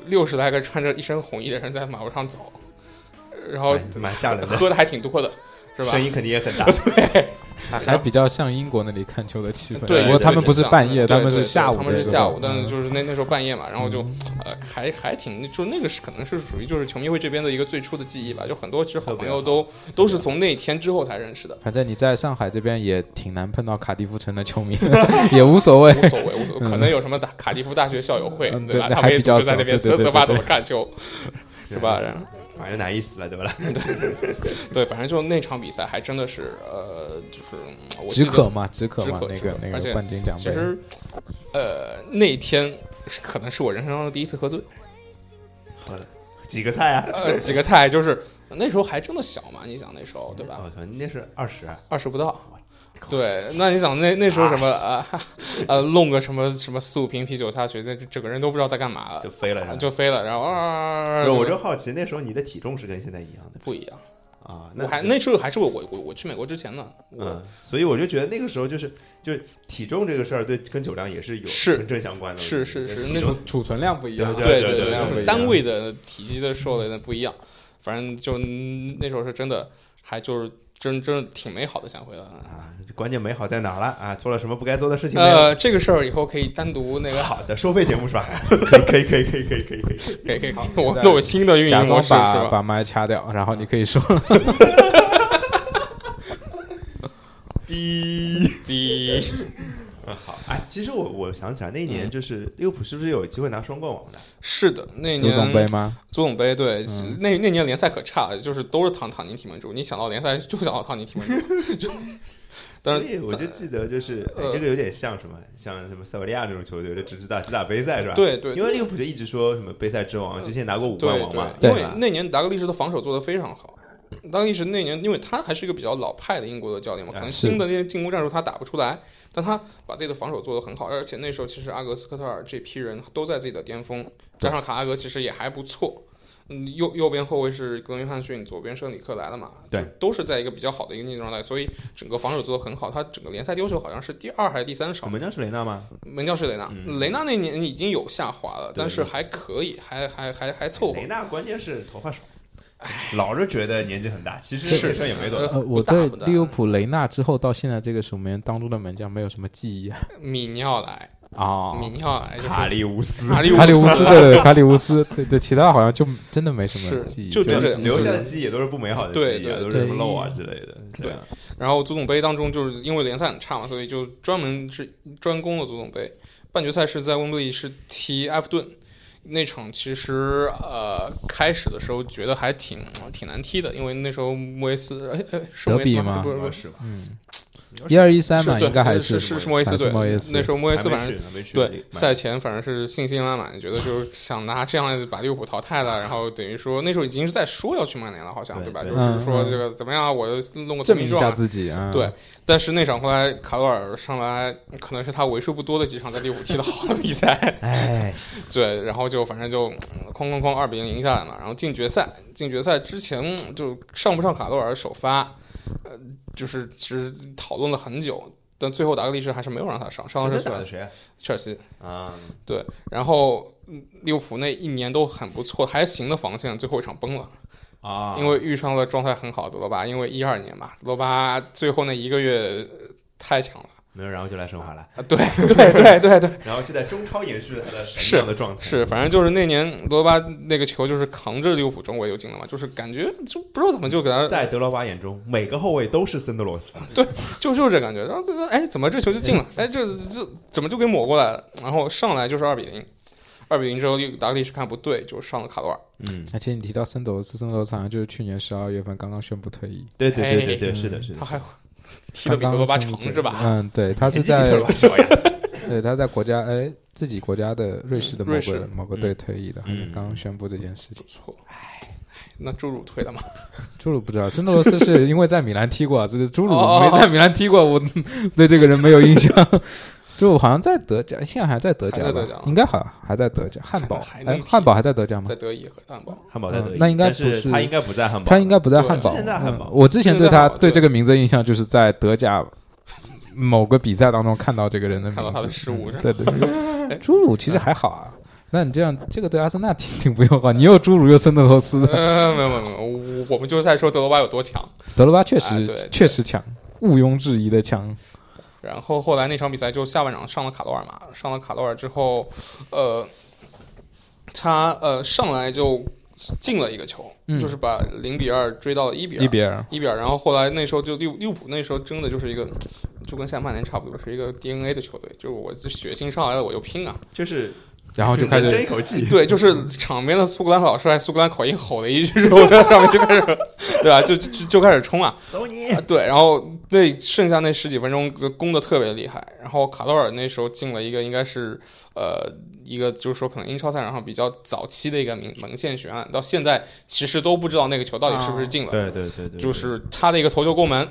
C: 六十来个穿着一身红衣的人在马路上走，然后
B: 蛮蛮吓人的
C: 喝的还挺多的， 是吧
B: 声？音肯定也很大，
D: 还比较像英国那里看球的气氛，
C: 对
D: 不过他们不是半夜，
C: 对
D: 他们是
C: 对
D: 下午
C: 他
D: 的时候，
C: 们是下午，但
D: 嗯
C: 是就是那那时候半夜嘛，然后就呃还还挺，就那个是可能是属于就是球迷会这边的一个最初的记忆吧，就很多其实好朋友都都是从那天之后才认识 的，
D: 反正你在上海这边也挺难碰到卡迪夫城的球迷的， 也无所谓。
C: 无所谓，无 所谓，可能有什么大卡迪夫大学校友会
D: 嗯
C: 对吧？
D: 对
C: 他们
D: 还
C: 也
D: 比
C: 组
D: 较
C: 织在
D: 少
C: 那边
D: 对
C: 瑟
D: 对
C: 瑟
D: 对
C: 发抖
D: 对
C: 的看球，
B: 是
C: 是吧？然后
B: 马约南伊死了，对不啦？
C: 对，反正就那场比赛还真的是呃，就是嗯我记
D: 止
C: 得
D: 渴嘛，止渴
C: 止
D: 嘛
C: 渴，
D: 那
C: 止
D: 个
C: 渴
D: 那
C: 而且
D: 个冠军奖
C: 其
D: 杯，
C: 实呃那天是可能是我人生当中第一次喝醉，
B: 好的， 几个菜啊？
C: 呃几个菜就是那时候还真的小嘛，你想那时候对吧？
B: 我操，哦那是二十，啊
C: 二十不到。对，那你想那那时候什么啊呃弄个什么什么四五瓶啤酒下去，那就整个人都不知道在干嘛了
B: 就，飞了是吧。
C: 就飞了，然后
B: 不
C: 啊，
B: 是我就好奇，那时候你的体重是跟现在一样的
C: 不一样。
B: 啊？
C: 我
B: 那
C: 还那时候还是我我我我去美国之前呢，我、
B: 嗯，所以我就觉得那个时候就是就体重这个事儿，对跟酒量也是有
C: 是
B: 纯正相关的。
C: 是是是
B: 体
C: 那
B: 重
C: 种
D: 储存量不一样，啊
B: 对对
C: 对对
B: 对
C: 就是
D: 对
C: 单位的体积的受的那不一样，反正就那时候是真的，还就是真真的挺美好的想回来。
B: 啊，关键美好在哪儿了啊？做了什么不该做的事情没有？
C: 呃，这个事儿以后可以单独那个，
B: 好的，收费节目是 吧？可以可以可以可以可以可以可以。
C: 可以可以，我那我新的运
D: 假
C: 营模
D: 装
C: 式是
D: 把
C: 吧？
D: 把麦掐掉，然后你可以说
B: 逼，
C: 逼，
B: 嗯好，哎，其实我我想起来那一
C: 嗯
B: 年就是利物浦是不是有机会拿双冠王的？
C: 是的， 那
D: 足
C: 年
D: 总杯吗？
C: 足总杯对，
D: 嗯
C: 那那年联赛可差了，就是都是躺躺进体门柱，你想到联赛就想到躺进体门 柱，就，但
B: 所
C: 是
B: 以我就记得就是哎
C: 呃
B: 这个有点像什么，像什么塞维利亚这种球队的只知道只打杯赛是吧？，
C: 对对
B: 因为利物浦就一直说什么杯赛之王，之前拿过五冠
C: 对
B: 王嘛，
D: 对
C: 因为
B: 吧？
C: 那年达格利什的防守做得非常好。达格利什那年，因为他还是一个比较老派的英国的教练嘛，
B: 哎
C: 可能
D: 是
C: 新的那些进攻战术他打不出来，但他把自己的防守做得很好，而且那时候其实阿格斯科特尔这批人都在自己的巅峰，加上卡拉格其实也还不错。嗯，右右边后卫是格林汉逊，左边圣里克莱了嘛，
B: 对，
C: 都是在一个比较好的一个竞技状态，所以整个防守做得很好。他整个联赛丢球好像是第二还是第三少
B: 我，们将是雷纳吗？
C: 门将是雷纳，
B: 嗯
C: 雷纳那年已经有下滑了，
B: 对
C: 但是还可以，还还还还凑合
B: 雷。纳关键是头发少，老是觉得年纪很大，其实
C: 是
B: 本身也没多大。
C: 呃
D: 呃，
C: 不
D: 我
C: 大
D: 对
C: 不大
D: 利物浦雷纳之后到现在这个守门员当中的门将没有什么记忆啊。
C: 米尼奥莱，
D: 哦，
C: 米尼奥莱就是
B: 卡利乌斯，
C: 卡利
D: 卡里乌
C: 乌
D: 斯，对对对，卡里乌斯，对对，其他好像就真的没什么
C: 是
D: 记忆，
C: 就这
B: 就
C: 对
B: 是
C: 对
B: 留下的记忆也都是不美好的
C: 对
B: 记忆啊，
C: 对
B: 都是什么
D: 对
B: 漏啊之类的。
C: 对
B: 啊，
C: 然后足总杯当中就是因为联赛很差嘛，所以就专门是专攻了足总杯。半决赛是在温布利是踢埃弗顿那场，其实呃开始的时候觉得还挺挺难踢的，因为那时候莫耶斯哎哎是莫耶斯
D: 德比吗
C: 不是不是
B: 是吧？
D: 嗯，
B: 应该是
D: 一二一三
C: 是
D: 嘛，
C: 对
D: 应该还
C: 是
B: 是
C: 是莫耶斯
D: 还是
C: 对
D: 莫耶斯
C: 那时候莫耶斯反
B: 还
C: 正
B: 没去，还没去。
C: 对，
B: 买
C: 赛前反正是信心满满，觉得就是 想拿这样把利物浦淘汰了，然后等于说那时候已经是在说要去曼联了，好像
B: 对
C: 吧？
B: 对
C: 就是说
D: 嗯嗯
C: 这个怎么样啊，我弄个成
D: 证明
C: 绩
D: 一下
C: 状啊。
D: 自己啊。
C: 对，但是那场后来卡罗尔上来，可能是他为数不多的几场在利物浦踢的好的比赛，
B: 哎，
C: 对，然后就反正就嗯哐哐哐二比零赢下来嘛，然后进决赛，进决赛之前嗯就上不上卡罗尔首发，呃，就是其实讨论了很久，但最后达格利什还是没有让他上，上的
B: 这
C: 是
B: 打的
C: 谁
B: 谁啊
C: 切尔西，
B: 啊？
C: 对，然后嗯利物浦那一年都很不错，还行的防线，最后一场崩了，
B: 啊，
C: 因为遇上了状态很好的罗巴，因为一二年嘛，罗巴最后那一个月呃太强了
B: 没有，然后就来申花了，
C: 啊！对 对对对对，
B: 然后就在中超延续了他的
C: 是
B: 神一样的状态。
C: 是，反正就是那年罗巴那个球就是扛着利物浦中国就进了嘛，就是感觉就不知道怎么就给他
B: 在德罗巴眼中，每个后卫都是森德罗斯，
C: 就就是这感觉，然后这个哎怎么这球就进了，哎这这怎么就给抹过来了，然后上来就是二比零。二比零之后，利达格利什看不对，就上了卡罗尔。
B: 嗯，
D: 而且你提到森斗斯，森斗斯好像就是去年十二月份刚刚宣布退役，
B: 对对对对
D: 哎
B: 对，是的，是
C: 他
B: 的，
C: 还踢得比
D: 刚
C: 德
D: 刚
C: 罗巴
D: 宣布退
C: 长
D: 役
C: 是吧？
D: 嗯，对，他是
B: 年纪比
D: 在
B: 德罗巴小呀，
D: 对他在国家哎自己国家的瑞士的某
C: 瑞士
D: 个某个队退役的，好像
B: 嗯
D: 刚刚宣布这件事
C: 不。
D: 情
C: 错。哎，那侏儒退了吗？
D: 朱鲁不知道，森斗斯是因为在米兰踢过啊，就是朱鲁
C: 哦哦
D: 没
C: 哦
D: 在米兰踢过，我对这个人没有印象。 就好像在德甲，现在还在德甲
C: 还在
D: 吧
C: 德甲啊
D: 应该好像还在德甲。汉堡
C: 还，能
D: 哎，
C: 踢
D: 汉堡还在德甲吗
C: 在？德乙和汉堡。
B: 汉堡在德
D: 嗯
B: 乙，
D: 那应该
B: 但
D: 不
B: 是
D: 是
B: 他应该不在汉堡，
D: 他应该不在
C: 对啊
D: 汉堡，
B: 之前在汉堡
D: 嗯我之前对
C: 之前
D: 他
C: 在汉堡
D: 对
C: 对
D: 这个名字的印象就是在德甲某个比赛当中看到这个人的名字，
C: 看到他的失误哎
D: 嗯对对 对，朱鲁其实还好啊。那你这样，这个对阿森纳挺挺不友好。你又朱鲁又森德罗斯，
C: 呃，没有没有没有，我我们就是在说德罗巴有多强。
D: 德罗巴确
C: 哎
D: 实
C: 对对
D: 确实强，毋庸置疑的强。
C: 然后后来那场比赛就下半场上了卡罗尔嘛，上了卡罗尔之后，呃，他呃上来就进了一个球，
D: 嗯
C: 就是把零比二追到了一比二
D: 伊。比尔
C: 一比二，然后后来那时候就利物利物浦那时候真的就是一个，就跟现在曼联差不多，是一个 DNA 的球队，就是我这血性上来了我就拼啊，
B: 就是
D: 然后就 开
B: 争
D: 始
B: 一口气，
C: 对，就是场边的苏格兰老帅苏格兰口音吼了一句之后，在上面就开始，对吧？就就就开始冲啊！
B: 走你！
C: 啊对，然后那剩下那十几分钟呃攻的特别厉害。然后卡罗尔那时候进了一个应该是呃一个就是说可能英超赛场上比较早期的一个门门线悬案，到现在其实都不知道那个球到底是不是进了。
B: 对对啊对对，
C: 就是他的一个头球攻门，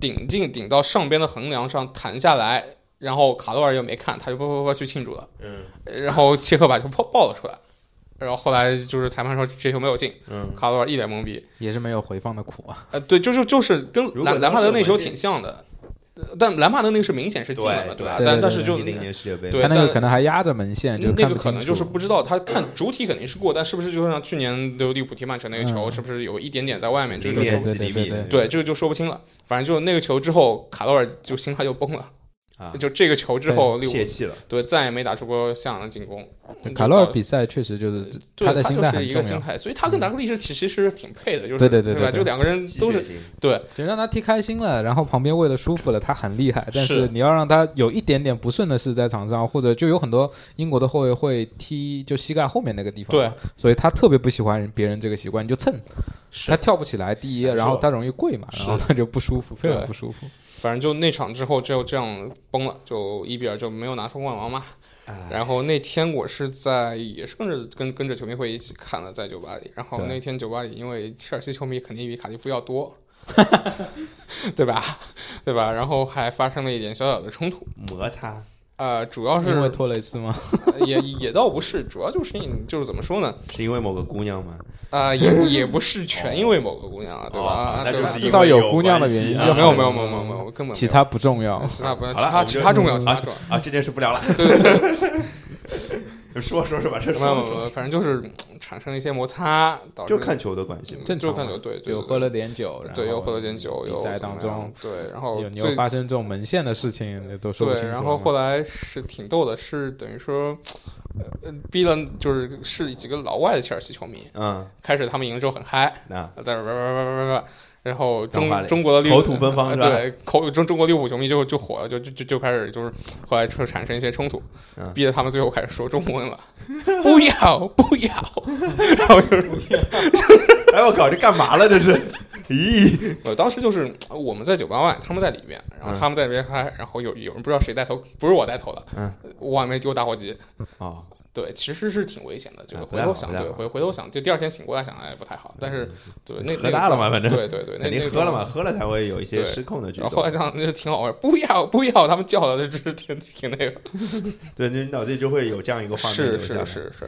C: 顶进顶到上边的横梁上弹下来，然后卡罗尔又没看，他就啪啪啪去庆祝了，
B: 嗯
C: 然后切克把球爆爆了出来，然后后来就是裁判说这球没有进，
B: 嗯，
C: 卡罗尔一脸懵逼，
D: 也是没有回放的苦啊。
C: 呃，对，就是就是跟
B: 如果
C: 兰
B: 当
C: 兰
B: 时
C: 帕德那
B: 有
C: 球
B: 门
C: 挺
B: 进
C: 像的，呃但兰帕德那个是明显是进了的，
B: 对
C: 吧？
D: 对
C: 啊但但
D: 对对
C: 是就
B: 一零年世界杯，
C: 对
D: 他那个
C: 但
D: 可能还压着门线，就
C: 那
D: 看
C: 个
D: 不
C: 可
D: 清
C: 能
D: 楚
C: 就是不知道，他看主体肯定是过，但是不是就像去年的利物浦踢曼城那个球，
D: 嗯
C: 是不是有一点点在外面？这
B: 零
C: 个就说
B: 点
C: 不
B: 几厘米，
C: 对，这个就说不清了。反正就那个球之后，卡罗尔就心态就崩了。
B: 啊，
C: 就这个球之后，利物
B: 泄
C: 浦
B: 气了，
C: 对再也没打出过像样的进攻。
D: 卡
C: 就
D: 洛
C: 到
D: 尔比赛确实就是
C: 对
D: 的
C: 他
D: 心
C: 就
D: 态
C: 是
D: 很
C: 一个
D: 重
C: 心
D: 要，
C: 态，所以他跟达克利是其实是挺配的，就是
D: 对对对
C: 吧？
D: 对对
C: 就两个人都是对
D: 就让他踢开心了，然后旁边为了舒服了，他很厉害。但
C: 是
D: 是你要让他有一点点不顺的事在场上，或者就有很多英国的后卫会踢就膝盖后面那个地方
C: 对
D: 嘛，所以他特别不喜欢别人这个习惯，你就蹭，
C: 是
D: 他跳不起来，第一，
B: 难受
D: 然后他容易跪嘛，
C: 是
D: 然后他就不舒服，非常
C: 对
D: 不舒服。
C: 反正就那场之后，就这样崩了，就伊比尔就没有拿出冠王嘛。
B: 哎
C: 然后那天我是在也是跟着跟跟着球迷会一起看了，在酒吧里。然后
D: 对
C: 那天酒吧里，因为切尔西球迷肯定比卡迪夫要 多，对吧？对吧？然后还发生了一点小小的冲突，
B: 摩擦，
C: 呃，主要
D: 因为
C: 是
D: 托雷斯吗？
C: 也也倒不是，主要就是因就是怎么说呢？
B: 是因为某个姑娘吗？
C: 啊、也也不是全因为某个姑娘啊，对
B: 哦
C: 吧？啊
B: 那
C: 对吧
B: 就？是
D: 至
B: 因
D: 少
B: 为有
D: 姑娘的
B: 关系
D: 原因
B: 啊
D: 就好了，
C: 没有没有没有没有没有，根本没有
D: 其他不重要。
C: 其他不要，
B: 好
C: 其
B: 了我
C: 他
B: 们
C: 其
B: 就
C: 他重要，其他
B: 啊
C: 重要。
B: 啊，这件事不聊了，
C: 对对对，
B: 说说说吧，这
C: 没有
B: 说
C: 没有没
B: 说
C: 有，反正就是嗯产生了一些摩擦，导致
B: 就看球的关系嘛，
D: 正
C: 就
D: 常
C: 看
D: 嘛
C: 球，对对，
D: 有
C: 对
D: 喝了点酒，然
C: 对，
D: 后
C: 又喝了点酒，
D: 比
C: 又
D: 赛
C: 怎么
D: 当中
C: 样对，然后
D: 有你又
C: 哦最
D: 发生这种门线的事情，都说不
C: 对，
D: 清楚了嘛。
C: 然后后来是挺逗的，是等于说，呃，逼了就是是几个老外的切尔西球迷，
B: 嗯，
C: 开始他们赢了之后很嗨，
B: 那
C: 在那叭叭叭叭叭叭，然后
B: 脏话
C: 中
B: 里
C: 中国的利物
B: 口吐芬芳
C: 呃
B: 是吧
C: 对，口中中国利物浦球迷就就火了，就就就就开始就是后来就产生一些冲突
B: 嗯，
C: 逼得他们最后开始说中文了， 不要不要， 然后就是
B: 哎我靠，这干嘛了这是？咦，
C: 呃，当时就是呃我们在酒吧外，他们在里边，然
B: 嗯
C: 后他们在里边嗨，然后有有人不知道谁带头，不是我带头的，
B: 嗯，
C: 我还没丢打火机，
B: 哦，
C: 对，其实是挺危险的，就是
B: 啊不
C: 回
B: 太
C: 头
B: 好
C: 想，
B: 不太
C: 对，
B: 好嗯
C: 回回头想，就第二天醒过来想，哎，不太好，但是对那
B: 喝
C: 那个
B: 大了嘛
C: 状
B: 反正
C: 对对对，那
B: 肯
C: 那
B: 定
C: 个
B: 喝了
C: 状
B: 嘛，
C: 态。
B: 喝了才会有一些
C: 对
B: 失控的举
C: 然后后来
B: 动，
C: 想就挺好玩，不要不要，他们叫的就是 挺挺那个，
B: 对，就你脑子里就会有这样一个画面
C: 是
B: 留下来
C: 是是是，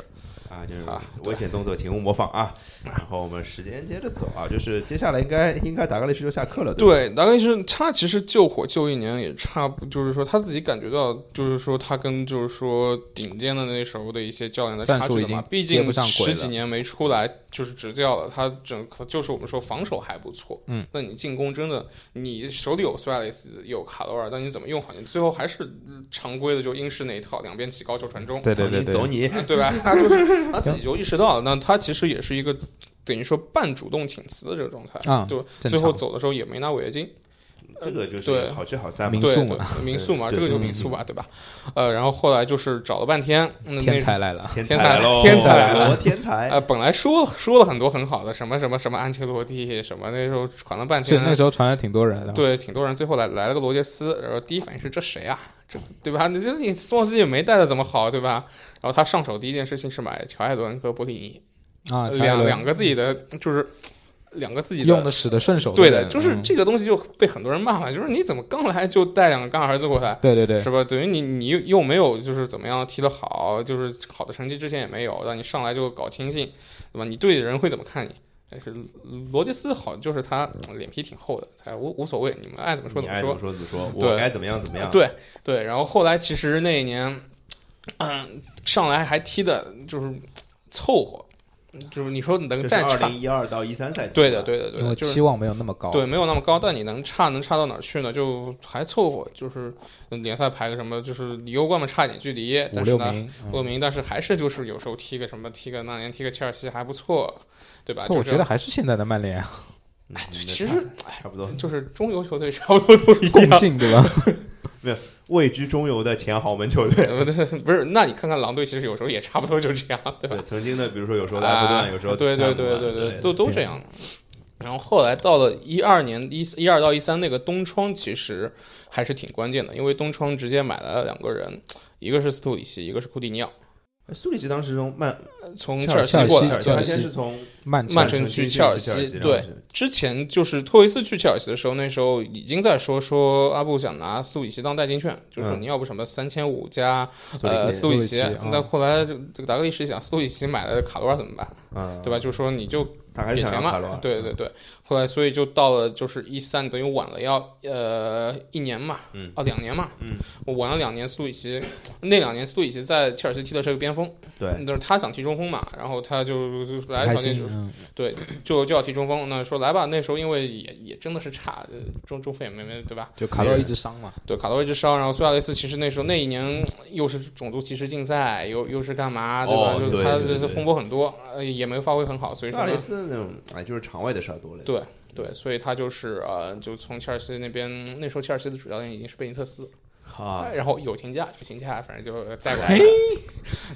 B: 啊，就是
C: 啊
B: 危险动作请勿模仿啊。然后我们时间接着走啊，就是接下来应该应该达格利什就下课了，吧
C: 对，达概是他其实救火救一年也差不，就是说他自己感觉到，就是说他跟就是说顶尖的那时候的一些教练的
D: 战
C: 差
D: 术
C: 距
D: 已
C: 了嘛，
D: 经
C: 毕
D: 接
C: 竟
D: 不上轨
C: 十
D: 了
C: 几年没出来就是执教了，他整个就是我们说防守还不错，
D: 嗯，
C: 那你进攻真的你手里有苏亚雷斯有卡罗尔，但你怎么用好？你最后还是呃常规的就英式那一套，两边起高球传中，
D: 对对对
B: 你
D: 对，
B: 走你，
C: 啊对吧？他就是他自己就意识到了，那他其实也是一个等于说半主动请辞的这个状态
D: 啊
C: 对，
D: 正
C: 最后
D: 常
C: 走的时候也没拿违约金。
B: 这个就是
C: 对
B: 好聚好散嘛
D: 民。
C: 对
D: 宿
C: 对
D: 嘛，
C: 民宿嘛，
B: 对
C: 这个就
D: 嗯
C: 民宿吧，对吧？呃，然后后来就是找了半天，嗯、
D: 天
C: 那。
D: 才来了，
B: 天
C: 天
B: 才
C: 才
B: 喽，
C: 天才
B: 来
C: 了
B: 了，天才
C: 呃，！本来说说了很多很好的，什么什么什么安切洛蒂，什么那时候传了半
D: 是
C: 天，
D: 那时候传了挺多人的，
C: 对，挺多人最后来来了个罗杰斯，然后第一反应是这谁啊？这对吧？你这你斯旺西也没带的怎么好，对吧？然后他上手第一件事情是买乔艾伦和博里尼，
D: 啊，查理
C: 两
D: 伦
C: 两个自己的就是两个自己
D: 用的使得顺手的
C: 对
D: 人，
C: 的，就是
D: 嗯
C: 这个东西就被很多人骂嘛，就是你怎么刚来就带两个干儿子过来？
D: 对对对
C: 是吧？等于你你又又没有就是怎么样踢得好，就是好的成绩之前也没有，让你上来就搞轻信，对吧？你对的人会怎么看你？但是罗杰斯好，就是他嗯脸皮挺厚的，才无无所谓，你们爱怎么说
B: 你
C: 怎么
B: 爱怎么。说
C: 说
B: 怎么说，
C: 对
B: 我该怎么样怎么样。
C: 对对，然后后来其实那一年，嗯、上来还踢的就是凑合，就是你说你
B: 这
C: 能
B: 是
C: 再
B: 二
C: 差，
B: 零一二到一三赛季，
C: 对的，对的对
D: 因
C: 的，
D: 为
C: 就是
D: 期望没有那么高，
C: 对，没有那么高，但你能差能差到哪儿去呢？就还凑合，就是嗯联赛排个什么，就是离欧冠嘛差一点距离，
D: 五
C: 但是
D: 六
C: 呢，
D: 名。嗯
C: 五六名，但是还是就是有时候踢个什么，踢个曼联，踢个切尔西还不错，对吧？
D: 但
C: 就
D: 我
C: 这
D: 觉得
C: 样
D: 还是现在的曼联 啊
B: 嗯，
C: 哎其实
B: 差不多。
C: 就是中游球队差不多都一
D: 共
C: 样，
D: 性对吧？
B: 位居中游的前豪门球队。
C: 不是，那你看看狼队，其实有时候也差不多就这样，对吧
B: 对，？曾经的，比如说有时候莱弗
C: 啊
B: 顿，有时候
C: 对对
B: 塞
C: 对
B: 姆
C: 对
B: 之类的
C: 都都这样。然后后来到了一二年一一二到一三那个东窗，其实还是挺关键的，因为东窗直接买来了两个人，一个是斯图里希，一个是库蒂尼奥，
B: 哎苏里奇当时从曼，
C: 从切尔
D: 呃切尔切
C: 西
D: 尔
C: 过
D: 西
C: 来。
B: 他
D: 切尔
C: 对
D: 西
B: 先是从
D: 曼
C: 曼
D: 城
C: 城去
B: 切
C: 切尔
B: 西
C: 西，
B: 然后
C: 对
B: 是
C: 之前就是托雷斯去切尔西的时候，那时候已经在说说阿布想拿苏里奇当代金券，就是说
B: 嗯
C: 你要不什么三千五加
B: 苏
C: 呃
B: 里奇
C: 苏里
D: 苏里
C: 奇
D: 奇啊，
C: 但后来这这个达格利什想苏里奇买了卡罗尔怎么办，
B: 嗯，
C: 对吧？就说你就
B: 他还是
C: 给
B: 想
C: 钱
B: 让嗯卡罗
C: 嘛
B: 尔，，
C: 对对对。后来所以就到了就是一三，等于晚了要呃一年嘛，
B: 嗯
C: 啊两年嘛，
B: 嗯，
C: 我晚了两年。苏里奇那两年苏里奇在切尔西踢的是个边锋，
B: 对，
C: 就是他想踢中锋嘛，然后他就就来
D: 开
C: 条件
D: 心
C: 就，
D: 嗯
C: 对就就要踢中锋，那说来吧，那时候因为也也真的是差，呃中中锋也没没对吧？
D: 就卡洛一直伤嘛，
C: 对，卡多一直伤，然后苏亚雷斯其实那时候那一年又是种族歧视竞赛，又又是干嘛，对吧？
B: 哦
C: 就是
B: 对
C: 他
B: 对
C: 这次
B: 对
C: 风波很多，呃，也没发挥很好，所以说
B: 萨雷
C: 呢
B: 斯那种哎，就是场外的事儿多了。
C: 对对，所以他就是呃，就从切尔西那边，那时候切尔西的主教练已经是贝尼特斯，
B: 啊，
C: 然后友情价，友情价，反正就带过来了，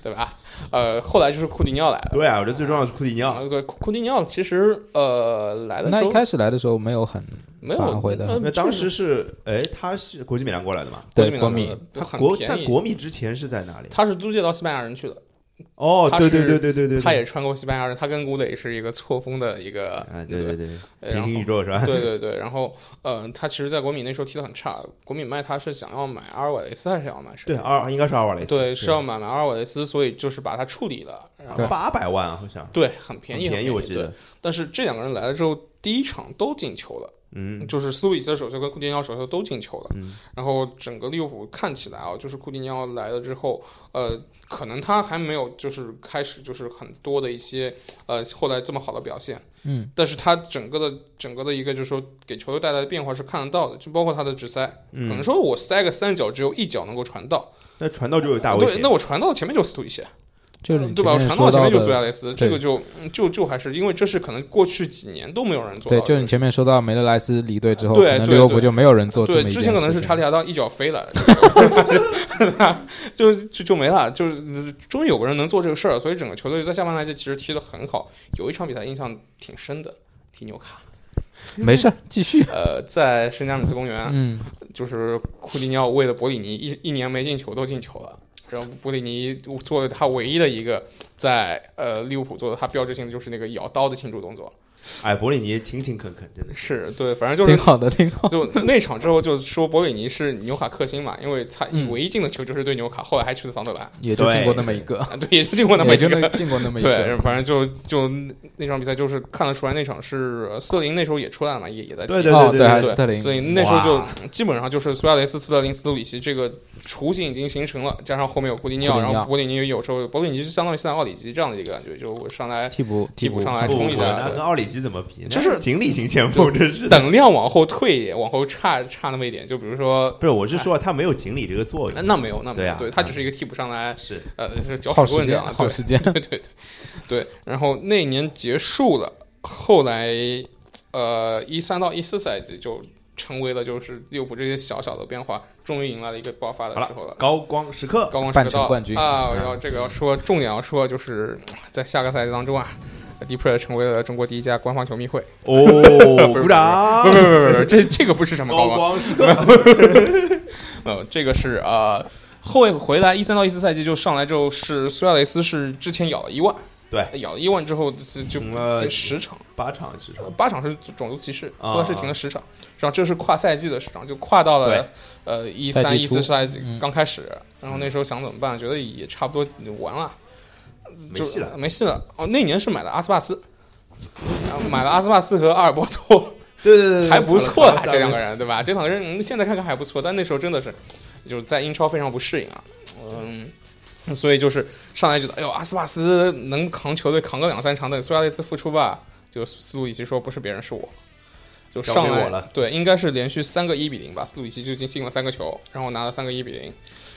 C: 对吧？呃，后来就是库蒂尼奥来了，
B: 对啊，我觉得最重要的是库蒂尼奥，
C: 啊，对，库库蒂尼奥其实呃来的
D: 那
C: 时
D: 一
C: 候
D: 开始来的时候没有很
C: 没
D: 返
C: 有
D: 回的
C: 呃
D: 那
B: 那当时是哎，他是国际米兰过来的嘛？
C: 就是
D: 对
C: 国
D: 国
C: 米
D: 米
C: 来的
B: 他
C: 很
B: 国在
C: 便宜，
B: 国米之前是在哪里？
C: 他是租借到西班牙人去的，
B: 哦，
C: 他
B: 对
C: 是
B: 对对对对对，
C: 他也穿过西班牙人，他跟古磊是一个错峰的一个
B: 啊，
C: 那
B: 对
C: 个
B: 对对，
C: 呃
B: 平
C: 然后
B: 行宇宙是吧？
C: 对对对，然后，呃，他其实，在国米那时候踢得很差。国米卖他是想要买阿尔瓦雷斯，还是想要买谁？
B: 对，
C: 啊
B: 二应该是阿尔瓦雷斯，
C: 对，是要买买阿尔瓦雷斯，所以就是把他处理了。然后
B: 八百万啊，好像
C: 对，很便
B: 很
C: 宜，很
B: 便宜，我记
C: 对
B: 得，
C: 但是这两个人来了之后，第一场都进球了，
B: 嗯，
C: 就是苏里奇的手球跟库蒂尼奥手球都进球了。
B: 嗯
C: 然后整个利物浦看起来啊，就是库蒂尼奥来了之后，呃，可能他还没有就是开始就是很多的一些呃后来这么好的表现，
D: 嗯，
C: 但是他整个的整个的一个就是说给球队带来的变化是看得到的，就包括他的直塞，可能
B: 嗯，
C: 说我塞个三脚只有一脚能够传到，
B: 那传到就有大威
C: 对，
B: 胁
C: 那，我传到前面就是图一些，
D: 就是你
C: 对吧？我
D: 前面
C: 传到
D: 说
C: 前
D: 到
C: 面就苏亚
D: 的，
C: 雷斯，
D: 对
C: 这个就嗯就就还是因为这是可能过去几年都没有人做
D: 对，
C: 到的，
D: 就是你前面说到梅德莱斯离队之后，
C: 对
D: 可能
C: 对
D: 利物
C: 对
D: 浦就没有人做这么
C: 对，
D: 一
C: 之
D: 件
C: 前可能
D: 事
C: 是
D: 情
C: 查理亚当一脚飞了，就 就就没了，就是终于有个人能做这个事儿，所以整个球队在下半赛季其实踢得很好。有一场比赛印象挺深的，踢纽卡，
D: 没事儿，继续。
C: 呃，在圣詹姆斯公园，
D: 嗯，
C: 就是库蒂尼奥为了博里尼一一年没进球都进球了。然后博里尼做了他唯一的一个在呃利物浦做的，他标志性的就是那个咬刀的庆祝动作，
B: 哎，博里尼勤勤恳恳，真的是，
C: 是对，反正就
D: 挺
C: 是
D: 好的，挺好。
C: 就那场之后就说博里尼是纽卡克星嘛，因为他
D: 嗯
C: 唯一进的球就是对纽卡，后来还去了桑德兰，
D: 也就
B: 对
D: 进过那么一个，
C: 啊，对，也就进过那么
D: 也
C: 一
D: 就
C: 个，
D: 那进过那 么一
C: 对，
D: 个。
C: 反正就就那场比赛就是看得出来，那场是呃斯特林那时候也出来了嘛，也也在踢
B: 对对
D: 哦，
B: 对
D: 还
B: 对
D: 斯特
C: 所以
D: 林，
C: 那时候
B: 哇
C: 就基本上就是苏亚雷斯、斯特林、斯图里奇这个雏形已经形成了，加上后面有库蒂尼奥，
D: 库蒂尼
C: 然
D: 奥
C: 后博里尼有时候博里尼就相当于现在奥里吉这样的一个感觉，就我上来
D: 替补
C: 替补上来
B: 不
C: 冲
B: 不
C: 一
B: 不
C: 下
B: 那
C: 对
B: 跟奥里吉怎么比？
C: 就是
B: 那锦鲤型前锋，真是的。
C: 等量往后退一点，往后差差那么一点，就比如说。
B: 不是，我是说他没有锦鲤这个作
C: 哎那
B: 用，
C: 那没有，那没
B: 对
C: 有，
B: 啊
C: 对他只是一个替补上来，
B: 是
C: 呃，搅
D: 耗
C: 屎
D: 时
C: 棍这
D: 间，
C: 样，
D: 耗 时间。
C: 对对对对对。然后那一年结束了，后来呃一三到一四赛季就成为了就是利物浦这些小小的变化，终于迎来了一个爆发的
B: 好了
C: 时候了。
B: 高光时刻。
C: 高光时
D: 半
C: 刻
D: 程
C: 到
D: 冠军嗯
C: 啊！然后这个要说重点要说，就是在下个赛季当中啊，DeepRed 成为了中国第一家官方球迷会。
B: 哦，鼓掌
C: 不！不不不不，这这个不是什么高
B: 高
C: 光，
B: 光时刻，
C: 呃，这个是呃后卫回来一三到一四赛季就上来之后是苏亚雷斯是之前咬了一万，
B: 对，
C: 咬了一万之后就就
B: 嗯呃
C: 就十场，
B: 八场其实
C: 呃八场是种族歧视，
B: 啊
C: 后来是停了十场，然后这是跨赛季的十场，就跨到了呃一
D: 赛
C: 三
D: 季
C: 一
D: 初
C: 四赛季
D: 嗯
C: 刚开始，然后那时候想怎么办，觉得也差不多完了。
B: 没
C: 就
B: 戏了。
C: 没戏了。哦，那年是买了阿斯帕斯，然后买了阿斯帕斯和阿尔伯托，
B: 对对对对，
C: 还不错啦
B: 看，了
C: 这两个。人对吧？这两个人嗯现在看看还不错，但那时候真的是就是在英超非常不适应啊，嗯。所以就是上来觉得，哎呦，阿斯帕斯能扛球队扛个两三场，等苏亚雷斯复出吧。就斯图里奇说，不是别人，是我。就
B: 交
C: 上
B: 给
C: 来
B: 我了
C: 对，应该是连续三个一比零吧。斯图里奇就进进了三个球，然后拿了三个一比零。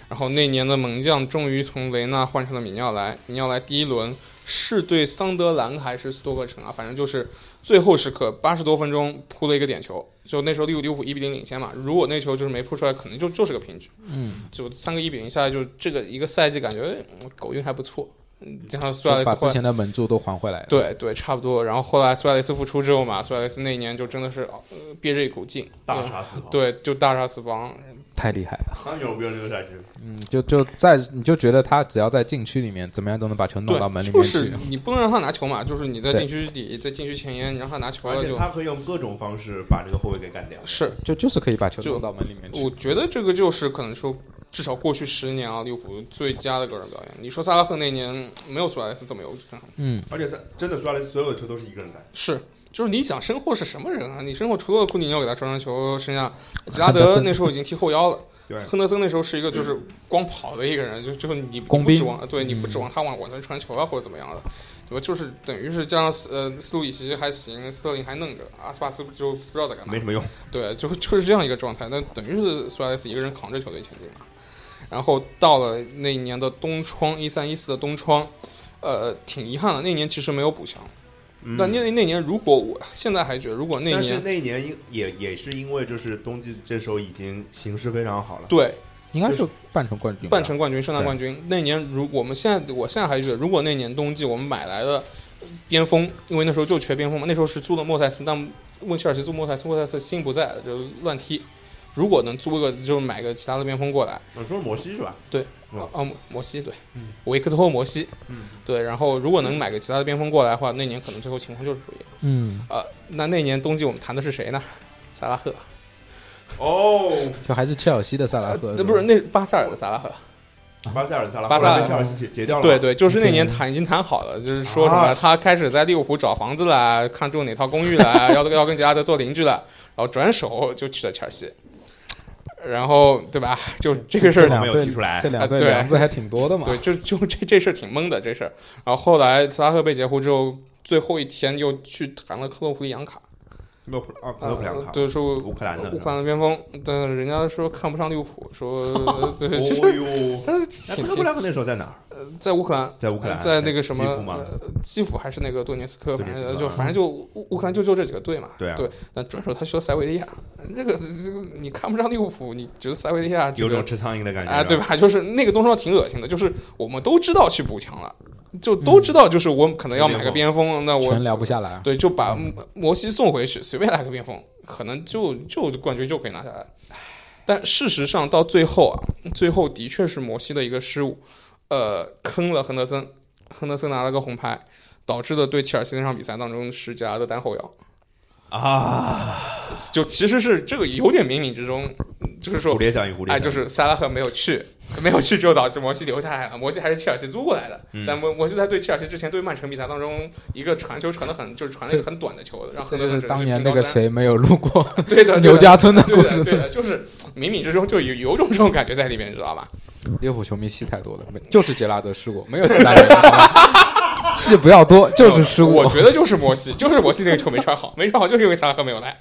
C: 然后那年的猛将终于从雷纳换成了米尼奥莱，米尼奥莱第一轮是对桑德兰还是斯托克城啊？反正就是最后时刻八十多分钟扑了一个点球，就那时候利物利物浦一比零领先嘛，如果那球就是没扑出来，可能就就是个平局。嗯，就三个一比零下来，就这个一个赛季感觉哎狗运还不错，嗯加上苏亚雷
D: 就
C: 斯后
D: 把之
C: 来
D: 前的门柱都还回来了。
C: 对对差不多，然后后来苏亚雷斯复出之后嘛，苏亚雷斯那一年就真的是、呃憋着一股劲，
B: 大杀四方，，
C: 对，就大杀四方，
D: 太厉害了。
B: 那牛逼了，这个赛制，
D: 嗯，就就在你就觉得他只要在禁区里面，怎么样都能把球弄到门里
C: 对，
D: 面
C: 就
D: 去。
C: 是你不能让他拿球嘛，就是你在
D: 对
C: 禁区里，在禁区前沿，你让他拿球
B: 而
C: 了
B: 且
C: 就
B: 他可以用各种方式把这个后卫给干掉。
C: 是。
D: 就就是可以把球
C: 就
D: 弄到门里面去
C: 我。觉得这个就是可能说，至少过去十年啊，利物浦最佳的个人表演。你说萨拉赫那年没有苏亚雷斯这么有震撼，
D: 嗯，
B: 而且是真的，苏亚雷斯所有的球都是一个人干。
C: 是。就是你想身后是什么人啊？你身后除了库尼奥给他传传球，剩下吉拉
D: 啊亨德
C: 德
D: 森
C: 那时候已经踢后腰了，
B: 对，
C: 亨德森那时候是一个就是光跑的一个人，就就你不
D: 工
C: 不
D: 兵嗯
C: 指望对你不指望他往往前传球啊或者怎么样的，对吧？就是等于是加上斯呃斯路里奇还行，斯特林还弄着，阿斯帕斯就不知道在干嘛
B: 没，什么用。
C: 对，就就是这样一个状态。那等于是苏亚雷斯一个人扛着球队前进嘛。然后到了那一年的冬窗，一三一四的冬窗，呃，挺遗憾的。那年其实没有补强。
B: 嗯
C: 但那那年如果我现在还觉得，如果那
B: 但是
C: 年
B: 那一年因也也是因为就是冬季这时候已经形势非常好了，
C: 对
D: 应该是半程冠军吧。
C: 半程冠军、圣诞冠军，那年如我们现在我现在还觉得，如果那年冬季我们买来的边锋，因为那时候就缺边锋嘛，那时候是租的莫塞斯，但问切尔西租莫塞斯，莫塞斯心不在了，就乱踢。如果能租一个，就是买个其他的边锋过来。
B: 嗯，说是摩西是吧？嗯
C: 啊，啊摩摩西对
B: 嗯，
C: 维克托摩西
B: 嗯，
C: 对，然后如果能买个其他的边锋过来的话，那年可能最后情况就是不一样。
D: 嗯，
C: 呃，那那年冬季我们谈的是谁呢？萨拉赫，
B: 哦，
D: 就还是切尔西的萨拉
B: 呃
D: 赫。
C: 呃那不是那巴塞尔的萨拉赫，
B: 巴塞尔萨拉，
C: 巴塞尔
B: 后来被切尔西解截掉了，
C: 对，对，就是那
D: 嗯
C: 年谈已经谈好了，就是说什
B: 啊
C: 么他开始在利物浦找房子了，看住哪套公寓 了，要要跟杰拉德做邻居了，然后转手就去了切尔西，然后对吧？就这个事
D: 这
C: 儿
D: 两
B: 没有
D: 队
B: 踢出来
D: 这两
C: 啊
D: 队
C: 对
D: 梁子还挺多的嘛。
C: 对，就就这这事儿挺懵的，这事儿。然后后来萨拉赫被截胡之后，最后一天又去谈了克洛普里扬卡，
B: 勒普啊，勒
C: 呃
B: 普两卡，，
C: 对，说
B: 乌克兰的，
C: 乌克兰的边锋，但是人家说看不上利物浦， 说对，其
B: 哦
C: 实
B: 呦，
C: 但是
B: 哎
C: 挺
B: 勒普两卡那时候在哪儿？
C: 在乌克兰，
B: 在乌克兰，
C: 在那个什么
B: 基辅吗？
C: 呃基辅还是那个顿涅斯克，
B: 顿涅
C: 反
B: 斯克啊
C: 正就反正就乌乌克兰就就这几个队嘛，
B: 对啊
C: 对。但转手他去了塞维利亚，这个这个你看不上利物浦，你觉得塞维利亚这
B: 有
C: 个
B: 种吃苍蝇的感觉啊
C: 哎，对？吧？就是那个东窗挺恶心的，就是我们都知道去补强了，就都知道，就是我可能要买个边锋，那我
D: 全聊不下来。啊
C: 对就把摩摩西送回去，随便来个边锋，可能就就冠军就可以拿下来。但事实上到最后啊，最后的确是摩西的一个失误，呃，坑了亨德森，亨德森拿了个红牌，导致的对切尔西那场比赛当中是加的单后腰，
B: 啊，
C: 就其实是这个有点冥冥之中，就是说
B: 蝴蝶效应，蝴蝶效
C: 哎，
B: 应，
C: 就是萨拉赫没有去，没有去之后导致摩西留下来了。摩西还是切尔西租过来的，
B: 嗯
C: 但摩摩西在对切尔西之前对曼城比赛当中，一个传球传的很，就是传了一个很短的球，让
D: 这
C: 亨德
D: 就
C: 森
D: 是
C: 只
D: 当
C: 是
D: 年
C: 平
D: 那
C: 高
D: 个
C: 端，
D: 谁没有路过
C: 对的，对 的
D: 牛家村的故
C: 对的，对
D: 事。
C: 的，就是冥冥之中就有有种这种感觉在里面，你知道吧？
D: 利物浦球迷戏太多了，没就是杰拉德失误，没有其他人好吧。戏不要多，就是失误
C: 我。觉得就是摩西，就是摩西那个球没传好，没传好就是因为萨拉赫没有来。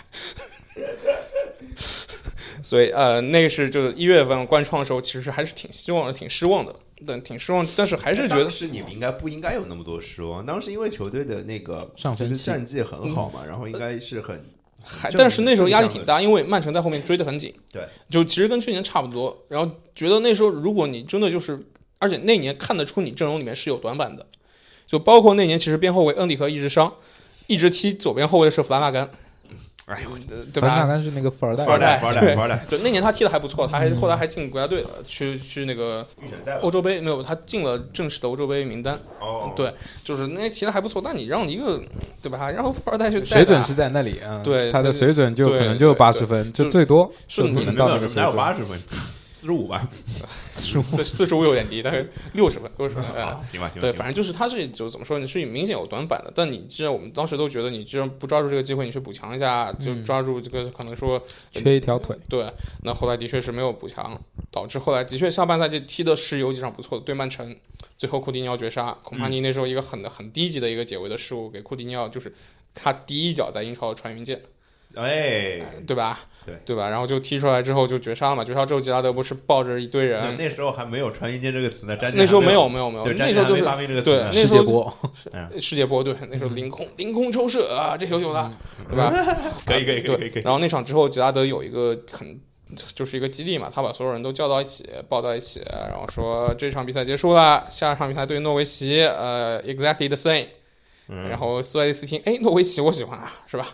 C: 所以呃，那个是就是一月份冠创的时候，其实还是挺希望的，挺失望的，但挺失望，但是还是觉得
B: 是你们应该不应该有那么多失望。当时因为球队的那个
D: 上升
B: 就是
D: 期嗯
B: 战绩很好嘛，然后应该是很
C: 还，
B: 正
C: 但是那时候
B: 正
C: 压力
B: 向
C: 挺
B: 的
C: 大，因为曼城在后面追得很紧。
B: 对，
C: 就其实跟去年差不多。然后觉得那时候如果你真的就是，而且那年看得出你阵容里面是有短板的，就包括那年其实边后卫恩里克一直伤，一直踢左边后卫的是弗拉纳甘，
B: 哎呦，
C: 呃对
D: 纳
C: 吧？
D: 甘是那个富二代
B: 富，二代，
C: 哎对
B: 富二代，富二代，
C: 对，那年他踢的还不错，他还后来还进国家队了，去去那个
B: 预选赛吧
C: 欧洲杯没有，他进了正式的欧洲杯名单。
B: 哦，
C: 对，就是那踢的还不错，但你让一个对吧？然后富二代去带
D: 水准
C: 他
D: 是在那里啊。
C: 对
D: 他的
C: 他就
D: 水准就
C: 对
D: 可能就
C: 对
D: 八十分，
C: 就嗯
D: 就最多
C: 是
D: 就
C: 你
D: 只
B: 没
D: 能到那
B: 有
D: 个
B: 哪
D: 水
B: 有
D: 准。
B: 八十分，四十五吧，
C: 四四十五有点低，但是六十分六十分。 哎
B: 啊行吧，行吧，
C: 对，
B: 行吧
C: 反正就是他这就怎么说，你是明显有短板的，但你既然我们当时都觉得你既然不抓住这个机会，你去补强一下，就抓住这个可能说
D: 嗯
C: 呃
D: 缺一条腿。
C: 对，那后来的确是没有补强，导致后来的确下半赛季踢的是有几场不错的，对曼城，最后库蒂尼奥绝杀，孔帕
B: 嗯
C: 尼那时候一个很很低级的一个解围的失误，给库蒂尼奥就是他第一脚在英超的穿云箭，
B: 哎，
C: 对吧？
B: 对
C: 对吧？然后就踢出来之后就绝杀了嘛，绝杀之后杰拉德不是抱着一堆
B: 那
C: 人，
B: 那时候还没有“穿云箭”这个词呢，詹
C: 那时候没有
B: 有，
C: 没有没有，
B: 对，詹姆
C: 那时候就
B: 还
C: 是
B: 没发明这个
C: 对
B: 词呢。
C: 那
D: 世
C: 时候
D: 界波，
C: 世界波，对，那
B: 嗯
C: 时候凌空凌空抽射啊，这球有了，对吧？
B: 可以可以可以可
C: 对
B: 以 可以，
C: 然后那场之后，杰拉德有一个很就是一个激励嘛，他把所有人都叫到一起，抱到一起，然后说这场比赛结束了，下一场比赛对诺维奇，呃，exactly the same。
B: 嗯
C: 然后苏亚雷斯听，哎，诺维奇我喜欢啊，是吧？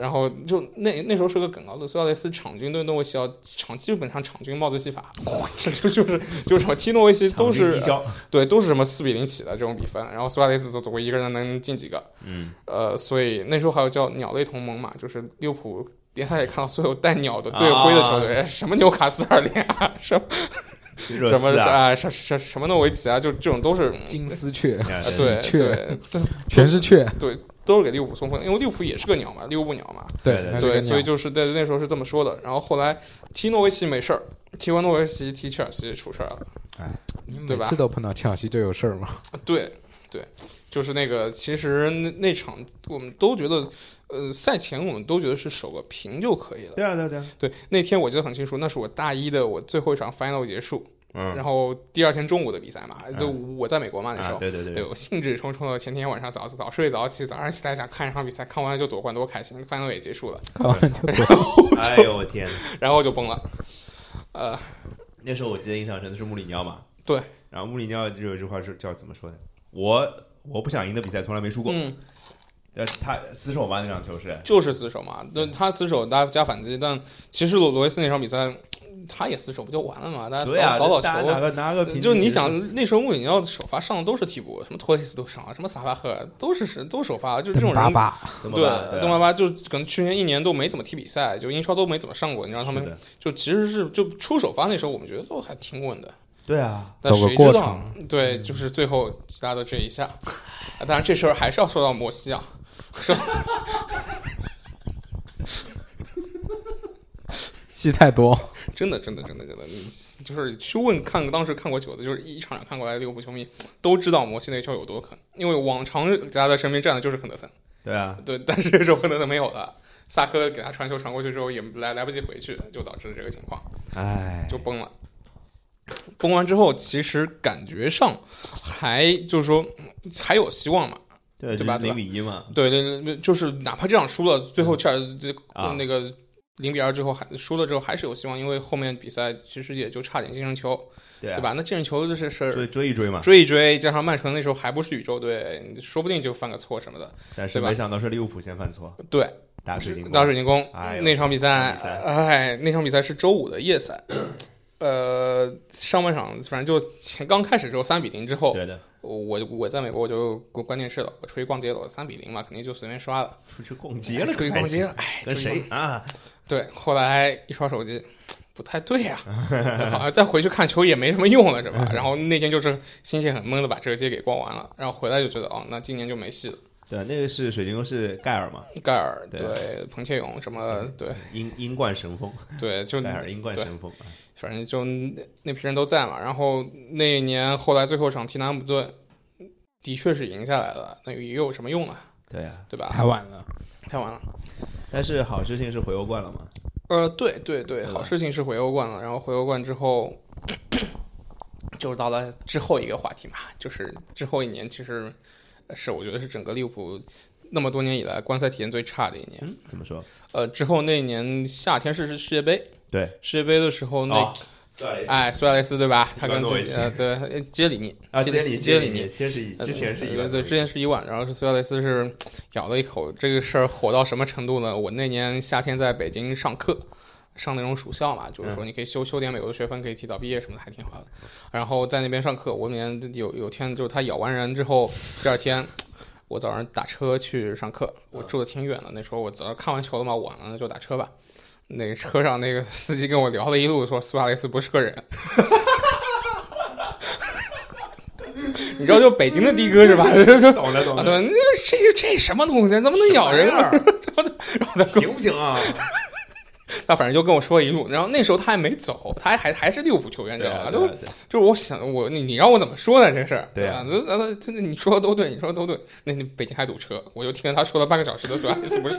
C: 然后就那那时候是个梗啊，苏亚雷斯场均对诺维奇要场基本上场均帽子戏法， 就就是就是什么踢诺维奇
B: 场
C: 都是
B: 均 低消，
C: 对都是什么四比零起的这种比分，然后苏亚雷斯走走过一个人能进几个，
B: 嗯，
C: 呃，所以那时候还有叫鸟类同盟嘛，就是利物浦联赛也看到所有带鸟的队徽的球队，哎什么纽卡斯尔联啊，什么
B: 什
C: 什么啊，什什什么诺维奇啊，就这种都是，嗯
D: 金丝雀，
B: 啊
C: 啊对
D: 喜鹊
C: 对对
D: 全是雀，
C: 对，都是给利物浦送分，因为利物浦也是个鸟嘛，利物浦鸟嘛，
B: 对
D: 那
C: 对，
D: 个
C: 所以
D: 鸟
C: 就是在那时候是这么说的。然后后来踢诺维奇没事儿，踢完诺维奇踢切尔西出事儿了，
D: 你
C: 对
D: 每
C: 吧
D: 次都碰到切尔西就有事儿嘛。
C: 对对，就是那个，其实那那场我们都觉得，呃，赛前我们都觉得是守个平就可以了。
B: 对啊对啊对啊，
C: 对，那天我记得很清楚，那是我大一的我最后一场 final 结束，
B: 嗯，
C: 然后第二天中午的比赛嘛，就我在美国嘛那时
B: 啊
C: 候，
B: 对对
C: 对，我兴致冲冲的前天晚上早早睡早起，早上起来想看一场比赛，看完了就夺冠多开心，final 也结束了，
D: 看 完 就
B: 哎呦我天，
C: 然后就崩了，呃，
B: 那时候我记得印象深的是穆里尼奥嘛，
C: 对，
B: 然后穆里尼奥就有一句话是叫怎么说的？我我不想赢的比赛从来没输过，
C: 嗯，啊
B: 呃，他死守吧那场球是，
C: 就是死守嘛，那他死守加加反击，但其实罗罗维斯那场比赛他也死守不就完了嘛，大家
B: 对啊，
C: 倒倒
B: 大家
C: 倒球
B: 拿。个拿个平局，
C: 就是你想那时候穆里尼奥首发上的都是替补，什么托雷斯都上，什么萨拉赫都是是都首发，就这种人
D: 巴巴，
B: 怎么办啊
C: 对，东巴巴就可能去年一年都没怎么踢比赛，就英超都没怎么上过，你让他
B: 是
C: 们
B: 的
C: 就其实是就初首发那时候，我们觉得都还挺稳的，
B: 对啊，
C: 但
D: 走个
C: 谁
D: 过
C: 知道
D: 程？嗯
C: 对，就是最后吉拉德这一下，啊当然这事儿还是要说到摩西啊，
D: 戏太多，
C: 真的真的真的真的，你就是去问看当时看过球的，就是一场场看过来的利物浦球迷都知道摩西那球有多狠，因为往常吉拉德身边站的就是亨德森，
B: 对啊，
C: 对，但是这时候亨德森没有了。萨科给他传球传过去之后，也来来不及回去，就导致了这个情况。
B: 哎，
C: 就崩了。崩完之后，其实感觉上还就是说嗯还有希望嘛，
B: 对啊
C: 对吧对
B: 零
C: 吧
B: 比一嘛，
C: 对对对，就是哪怕这场输了，最后切尔这
B: 啊
C: 那个零比二之后还输了之后还是有希望，因为后面比赛其实也就差点净胜球，
B: 对啊
C: 对吧？？那净胜球这事儿
B: 追追一追嘛，
C: 追一追，加上曼城那时候还不是宇宙队，说不定就犯个错什么的。
B: 但是
C: 对吧
B: 没想到是利物浦先犯错，
C: 对，
B: 打水晶宫，
C: 大水晶宫、
B: 哎呦
C: 那场比
B: 那场
C: 赛，
B: 比赛
C: 哎，那场比赛是周五的夜赛，呃，上半场反正就前刚开始之后三比零之后，
B: 对的，
C: 我我在美国我就关关电视了，我出去逛街了，三比零嘛，肯定就随便刷了，
B: 出去逛街了，
C: 出去逛街了，哎，
B: 跟
C: 出去逛
B: 谁啊？
C: 对，后来一刷手机，不太对呀、 好像再回去看球也没什么用了，是吧？然后那天就是心情很闷的把这个街给逛完了，然后回来就觉得哦，那今年就没戏了。
B: 对，啊那个是水晶宫是盖尔嘛，
C: 盖尔
B: 对
C: 对彭切勇什么对
B: 英英冠神锋，
C: 对，就
B: 盖尔英冠
C: 嗯对
B: 神锋，啊
C: 反正就那那批人都在嘛。然后那一年后来最后一场踢南安普顿，的确是赢下来了，那又有什么用啊？
B: 对啊，
C: 对吧？
D: 太晚了。
C: 太晚了。
B: 但是好事情是回欧冠了嘛，
C: 呃，对对对，
B: 吧
C: 好事情是回欧冠了。然后回欧冠之后， 就是到了之后一个话题嘛，就是之后一年其实是我觉得是整个利物浦那么多年以来观赛体验最差的一年。
B: 嗯，怎么说？
C: 呃，之后那一年夏天是是世界杯，
B: 对，
C: 世界杯的时候那、
B: 哦对
C: 哎苏亚雷斯对吧？他跟自
B: 诺维
C: 己
B: 奇
C: 呃对呃杰里尼
B: 啊，
C: 杰
B: 接你
C: 杰
B: 接
C: 里尼
B: 你，。先是以之前是一
C: 呃
B: 个
C: 对，之前是一万，然后是苏亚雷斯是咬了一口，这个事儿火到什么程度呢？我那年夏天在北京上课，上那种暑校嘛，就是
B: 嗯
C: 说你可以修修点美国的学分，可以提早毕业什么的，还挺好的。然后在那边上课，我每天有有天就是他咬完人之后，第二天。我早上打车去上课，我
B: 嗯
C: 住的挺远的。那时候我早上看完球了嘛，晚了就打车吧。那个车上那个 司机跟我聊了一路，说苏亚雷斯不是个人。 你知道，就北京的的哥是吧？ 就就
B: 懂了懂
C: 啊，
B: 了，
C: 对，那个这这什么东西？怎么能咬人啊？
B: 啊？行不行啊？
C: 他反正就跟我说一路，然后那时候他还没走，他还还还是利物浦球员，知
B: 对
C: 道
B: 啊，
C: 吧？
B: 对
C: 都
B: 啊对啊
C: 就是我想我你你让我怎么说呢？这事儿
B: 对啊
C: 啊，那那那那你说的都对，你说的都对。那那北京还堵车，我就听了他说了半个小时的索亚雷斯不是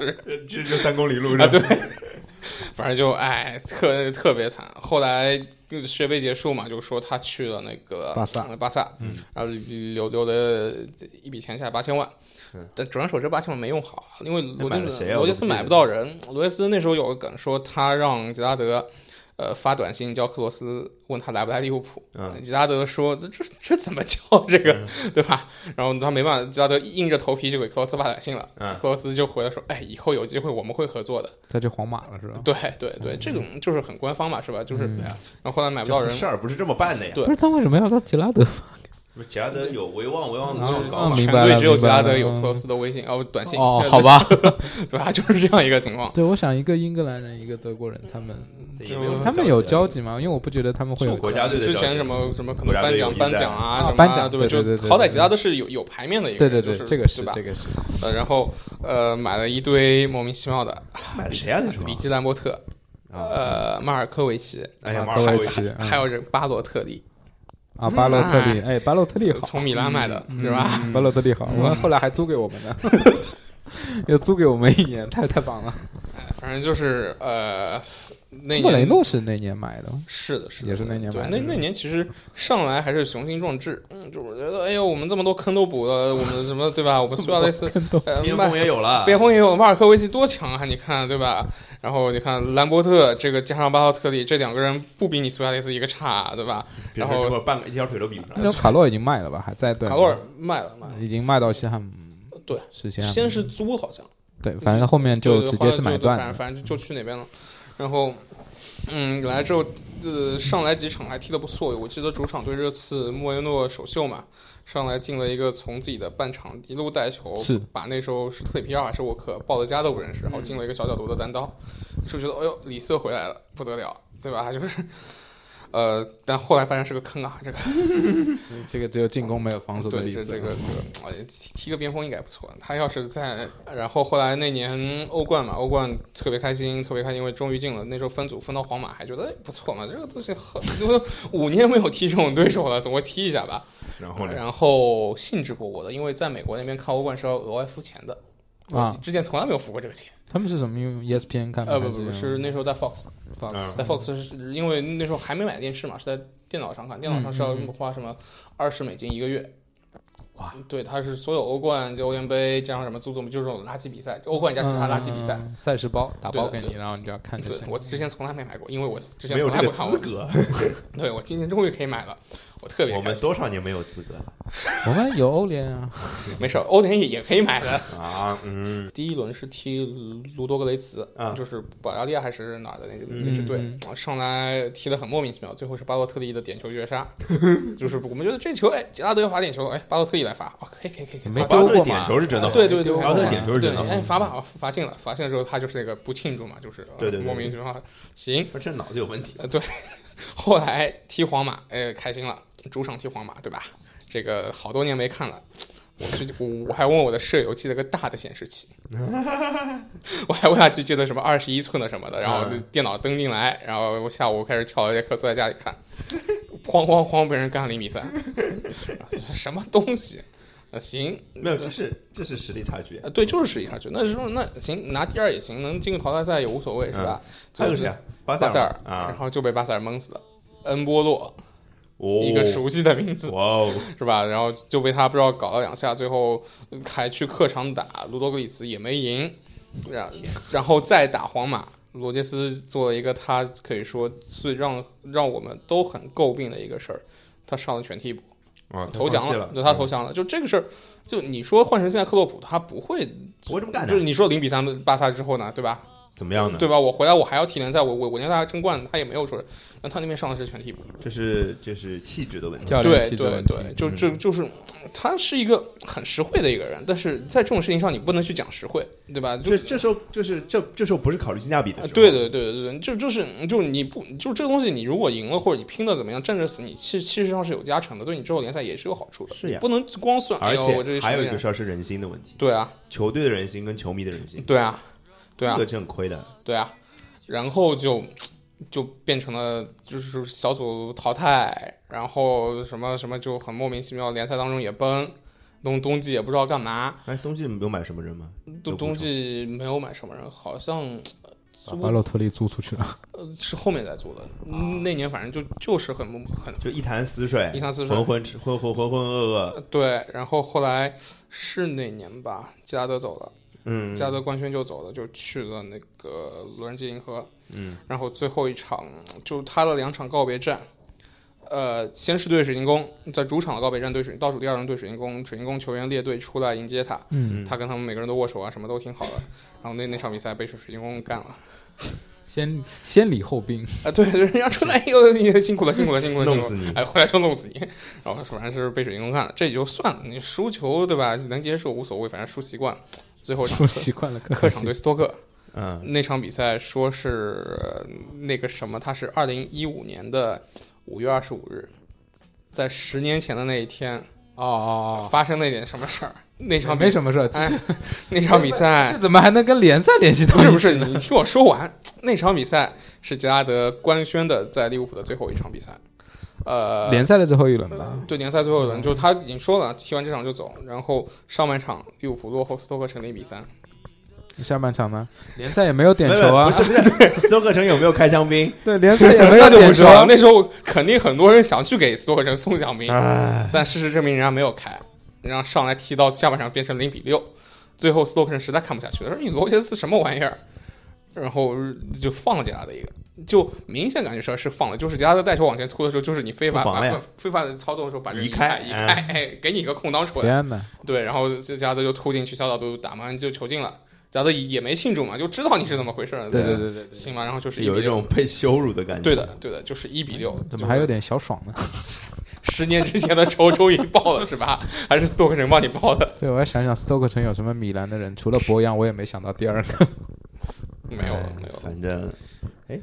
B: 这就三公里路
C: 啊，
B: 上
C: 对， 反正就哎特特别惨。后来就是世界杯结束嘛，就说他去了那个呃
D: 巴萨
C: 巴萨，
B: 嗯，
C: 然后留留了一笔钱下来八千万
B: 嗯。
C: 但转手这八千万没用好，因为罗
B: 买
C: 杰
B: 了
C: 斯
B: 谁啊我
C: 罗杰
B: 都不
C: 斯
B: 记得
C: 买不到人。罗杰斯那时候有个梗说，他让杰拉德，呃，发短信叫克罗斯问他来不来利物浦。
B: 嗯，
C: 吉拉德说：“这这这怎么叫这个，对吧？”然后他没办法，吉拉德硬着头皮就给克罗斯发短信了。
B: 嗯
C: 克罗斯就回来说：“哎，以后有机会我们会合作的。
D: 他去皇马了是吧？
C: 对”对对这个就是很官方嘛，是吧？就是，
D: 嗯
C: 然后后来买不到人
B: 这，事儿不是这么办的呀。
C: 对
D: 不是他为什么要到杰拉德？
B: 不是其他的有维望，维望
D: 啊
B: 更高
D: 啊
B: 嘛。
D: 明
C: 全
D: 白了
C: 队只有吉拉
D: 明白
C: 德
D: 了
C: 有克罗斯的微信哦，短信
D: 哦，好，吧，
C: 对吧？就是这样一个情况。
D: 对，我想一个英格兰人，一个德国人，他们
B: 对
C: 就
B: 也没
D: 他们
B: 集
D: 有交集吗？因为我不觉得他们会有
B: 是国家队的
C: 之
B: 交
C: 前
B: 集
C: 什么什么可能
B: 国家
C: 颁
B: 队有
C: 奖
B: 比赛
C: 颁奖啊
D: 啊
C: 什么
D: 颁奖
C: 对吧？
D: 对
C: 就
D: 对对对
C: 好歹
D: 对
C: 吉拉德是有有排面的一个
D: 对
C: 人，
D: 对
C: 就
D: 对，
C: 是
D: 这个是
C: 对吧？
D: 这个是，
C: 呃，然后呃买了一堆莫名其妙的
B: 买了谁啊？那时候
C: 里基兰波特，
B: 啊，
C: 呃马尔科维奇，
B: 哎呀，
D: 啊
B: 马
D: 科
B: 尔
D: 维
B: 维
D: 奇
B: 奇，
D: 嗯
C: 还有这个巴洛特利，
D: 啊，巴洛特利，
C: 嗯
D: 哎，巴洛特利好，
C: 从米兰买的是吧？
D: 嗯巴洛特利好，我后来还租给我们呢， 又租给我们一年，太太棒了。
C: 哎反正就是呃，那
D: 莫雷
C: 年
D: 诺是那年买的，
C: 是的，是的，
D: 也是那年
C: 对
D: 买，的
C: 那那年其实上来还是雄心壮志，嗯，就是我觉得，哎呦，我们这么多坑都补了，我们什么对吧？我们苏亚雷斯，呃，
B: 边
C: 麦
B: 锋也有了，
C: 边锋也有马尔科维奇多强啊！你看对吧？然后你看兰伯特这个加上巴洛特利，这两个人不比你苏亚雷斯一个差，啊对吧？
B: 别
C: 然
B: 说
C: 后
B: 这么半个一条腿都比不上
C: 嗯
D: 那。时候卡洛已经卖了吧？还在对吗
C: 啊卡洛尔卖了卖了，
D: 已经卖到嗯西汉姆，
C: 对，
D: 是西汉姆。
C: 先是租好像。
D: 对，反正后面就
C: 对对
D: 直
C: 后
D: 接
C: 来
D: 是买
C: 对对
D: 断
C: 反正
D: 的。
C: 反正就去那边了。然后，嗯，来之后，呃，上来几场还踢得不错。我记得主场对热刺，莫耶诺首秀嘛，上来进了一个从自己的半场一路带球，
D: 是
C: 把那时候是特里皮尔还是沃克鲍德加都不认识，然后进了一个小角度的单刀，就觉得哎呦，里瑟回来了，不得了，对吧？就是。呃，但后来发现是个坑啊，这个
D: 这个只有进攻没有防守的
C: 对
D: 例
C: 这
D: 子。啊
C: 这个这个，哎踢踢个边锋应该不错。他要是在，然后后来那年欧冠嘛，欧冠特别开心，特别开心，因为终于进了。那时候分组分到皇马，还觉得哎不错嘛，这个东西很，就是五年没有踢这种对手了，总会踢一下吧。
B: 然后呢，
C: 然后兴致勃勃的，因为在美国那边看欧冠是要额外付钱的。
D: 啊
C: 我之前从来没有付过这个钱，
D: 他们是什么用 E ESPN 看吗？
C: 呃，不
D: 还
C: 不不，是那时候啊在 Fox，
D: Fox
B: 嗯
C: 在 Fox 是因为那时候还没买电视嘛，是在电脑上看，电脑
B: 嗯
C: 上是要花什么二十美金一个月。嗯
D: 哇！
C: 对，它是所有欧冠、就欧联杯加上什么足总，就是这种垃圾比赛，欧冠加其他垃圾比赛。
D: 嗯赛事包打包
C: 对
D: 给
C: 的
D: 你，然后你就要看就
C: 对
D: 行，。
C: 我之前从来没买过，因为我之前
B: 没
C: 从
B: 有
C: 来
B: 这
C: 不
B: 个
C: 看
B: 资
C: 我。
B: 格，
C: 对，我今年终于可以买了，我特别
B: 我
C: 开
B: 们
C: 心。
B: 多少年没有资格了
D: 我们有欧联啊，
C: 没事儿，欧联也也可以买的。
B: 啊？嗯，
C: 第一轮是踢卢多格雷茨，
B: 啊
C: 就是保加利亚还是哪儿的那支那支队
D: 嗯，
C: 啊上来踢得很莫名其妙，最后是巴洛特利的点球 绝杀，就是我们觉得这球，哎，杰拉德要罚点球了，哎，巴洛特利来罚，哦，可以可以可以可以，
D: 没
C: 罚吧
B: 巴
D: 丢
B: 特
D: 过
B: 啊点
D: 嘛
B: 球是真的好，
C: 啊对对对，
B: 巴特
D: 对
B: 点球是真的
C: 对，哎，
B: 好。
C: 罚吧，罚进了，罚进了之后，他就是那个不庆祝嘛，就是呃
B: 对对对
C: 莫名其妙。行，
B: 说这脑子有问题，
C: 呃，对，后来踢皇马，哎，开心了，主场踢皇马，对吧？这个好多年没看了。我去，我我还问我的舍友借了个大的显示器， 我还问他去借的什么二十一寸的什么的，然后
B: 嗯
C: 电脑登进来，然后我下午开始翘了节课，坐在家里看，哐哐哐被人干了一比三， 什么东西？呃行，
B: 没有，这是这是实力差距。
C: 呃，对，就是实力差距。那时候那行，拿第二也行，能进个淘汰赛也无所谓，是吧？
B: 还有
C: 就是
B: 谁啊？巴
C: 巴塞
B: 尔
C: 尔，然
B: 啊，
C: 后就被巴塞尔蒙死了。恩波洛，
B: 哦，
C: 一个熟悉的名字、
B: 哇 哦，
C: 是吧？然后就被他不知道搞了两下，最后还去客场打卢多格里茨也没赢，然然后再打皇马，罗杰斯做了一个他可以说最让让我们都很诟病的一个事儿，他上了全替补。
B: 啊，
C: 投降
B: 了，
C: 对他投降了。就这个事儿，就你说换成现在克洛普，他不会
B: 不会这么干的啊
C: 就是你说零比三巴萨之后呢，对吧？
B: 怎么样呢？
C: 对吧？我回来我还要踢联赛，我我我联赛争冠，他也没有说，那他那边上的是全替补。
B: 这是这是气质的问题。
D: 教练
C: 对
D: 气质
C: 对
D: 问题
C: 对，就这
D: 嗯
C: 就是他是一个很实惠的一个人，但是在这种事情上你不能去讲实惠，对吧？就
B: 这这时候就是哦这这时候不是考虑性价比的
C: 啊
B: 时候，
C: 对对对对对，就就是就你不就这个东西，你如果赢了或者你拼的怎么样，站着死，你其其实上是有加成的，对你之后联赛也是有好处的。
B: 是呀
C: 你不能光算，哎
B: 而
C: 呦，我这
B: 且还有一
C: 什么
B: 个
C: 人
B: 事儿是人心的问题，
C: 对啊，
B: 球队的人心跟球迷的人心，
C: 嗯对啊，对啊
B: 这个，是很亏的。
C: 对啊，然后就就变成了就是小组淘汰，然后什么什么就很莫名其妙，联赛当中也崩，冬冬季也不知道干嘛，
B: 哎，冬季你们有买什么人吗？
C: 冬冬季没有买什么人，好像
B: 啊
C: 呃租
D: 把洛特利租出去了，
C: 呃是后面再租的，
B: 啊
C: 那年反正就就是很很
B: 就一潭死水，
C: 一潭死水
B: 浑浑吃浑浑浑浑噩噩。
C: 对，然后后来是那年吧，加拉德走了。
B: 嗯，
C: 加德官宣就走了，就去了那个洛杉矶银河。
B: 嗯，
C: 然后最后一场就他的两场告别战，呃，先是对水晶宫，在主场的告别战对水倒数第二轮对水晶宫，水晶宫球员列队出来迎接他，
D: 嗯，
C: 他跟他们每个人都握手啊，什么都挺好的。然后那那场比赛被水水晶宫干了，啊、
D: 先先礼后 兵，
C: 啊对对，人家出来以后你 辛苦了，辛苦了，辛苦了，辛苦了
B: 弄死你
C: 哎，回来就弄死你，然后反正是被水晶宫干了，这也就算了，你输球对吧，能接受无所谓，反正输习惯了。最后一场
D: 我习惯了
C: 客场对斯托克，
B: 嗯，
C: 那场比赛说是呃那个什么，他是二零一五年的五月二十五日，在十年前的那一天、
D: 哦哦
C: 发生了一点什么事儿。那
D: 哦，
C: 场
D: 没
C: 么，
D: 什么事儿，
C: 哎，那场比赛
D: 这怎么还能跟联赛联系到
C: 不
D: 一起
C: 是
D: 呢？
C: 不是？你听我说完，那场比赛是杰拉德官宣的在利物浦的最后一场比赛，呃，
D: 联赛的最后一轮吧？
C: 对联赛最后一轮，就是他已经说了，踢完这场就走，然后上半场利物浦落后斯托克城零比三，
D: 下半场吗？联赛也没有点球啊
B: 不，是不 是，斯托克城有没有开枪兵？
D: 对，联哎赛也没有
C: 那就
D: 点
C: 不
D: 球啊
C: 说。了，那时候肯定很多人想去给斯托克城送奖杯。
B: 哎，
C: 但事实证明人家没有开，然后上来踢到下半场变成零比六，最后斯托克人实在看不下去了，说你罗杰斯什么玩意儿，然后就放了杰拉德一个，就明显感觉说是放了，就是杰拉德带球往前突的时候，就是你非法
B: 不防
C: 把
B: 了呀
C: 非法的操作的时候把人
B: 移
C: 移开
B: 开
C: 移
B: 嗯
C: 开，哎，给你一个空当出来，
D: 天呐，
C: 对，然后这加德就突进去，小角度打完就球进了，加德也没庆祝嘛，就知道你是怎么回事儿，
D: 对
B: 对
D: 对对对，
C: 行吧，然后就是
B: 有一
C: 1-6
B: 种。被羞辱的感觉。
C: 对的，，对的，就是一比六。
D: 怎么还有点小爽呢？
C: 十年之前的仇终于报了是吧？ 还是斯托克城帮你报的？
D: 对，我要想想斯托克城有什么米兰的人，除了博扬，我也没想到第二个，
C: 没有了，
B: 哎
C: 没有了。
B: 反正，哎，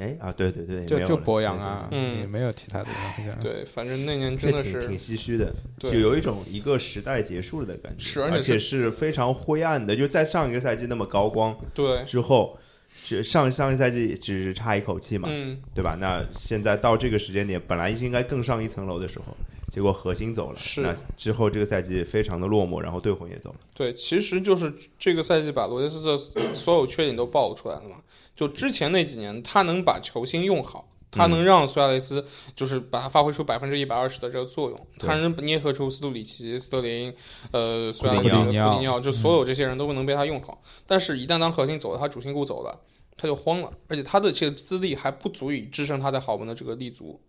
B: 哎啊，对对对，没
D: 就
B: 有
D: 就
B: 了
D: 博扬啊，
B: 对对对
C: 嗯
D: 也没有其他的人好像。
C: 对，反正那年
B: 这
C: 啊真的
B: 挺挺
C: 是
B: 唏嘘的，就
C: 对
B: 有一种一个时代结束了的感觉，
C: 是而
B: 而
C: 且是
B: 是非常灰暗的，就在上一个赛季那么高光
C: 对，
B: 之后，是上上一赛季只是差一口气嘛，
C: 嗯，
B: 对吧？那现在到这个时间点，本来应该更上一层楼的时候，结果核心走了，
C: 是
B: 那之后这个赛季非常的落寞，然后队魂也走了，
C: 对，其实就是这个赛季把罗杰斯的所有缺点都暴露出来了嘛。就之前那几年，他能把球星用好，他
B: 嗯
C: 能让苏亚雷斯就是把他发挥出百分之一百二十的这个作用，
B: 对
C: 他能捏合出斯图里奇、斯特林、呃苏亚雷
B: 库
C: 斯、
B: 蒂
C: 库
B: 尼奥
C: 蒂尼奥，就
B: 嗯
C: 所有这些人都能被他用好。但是，一旦当核心走了，他主心骨走了，他就慌了，而且他的这个资历还不足以支撑他在豪门的这个立足，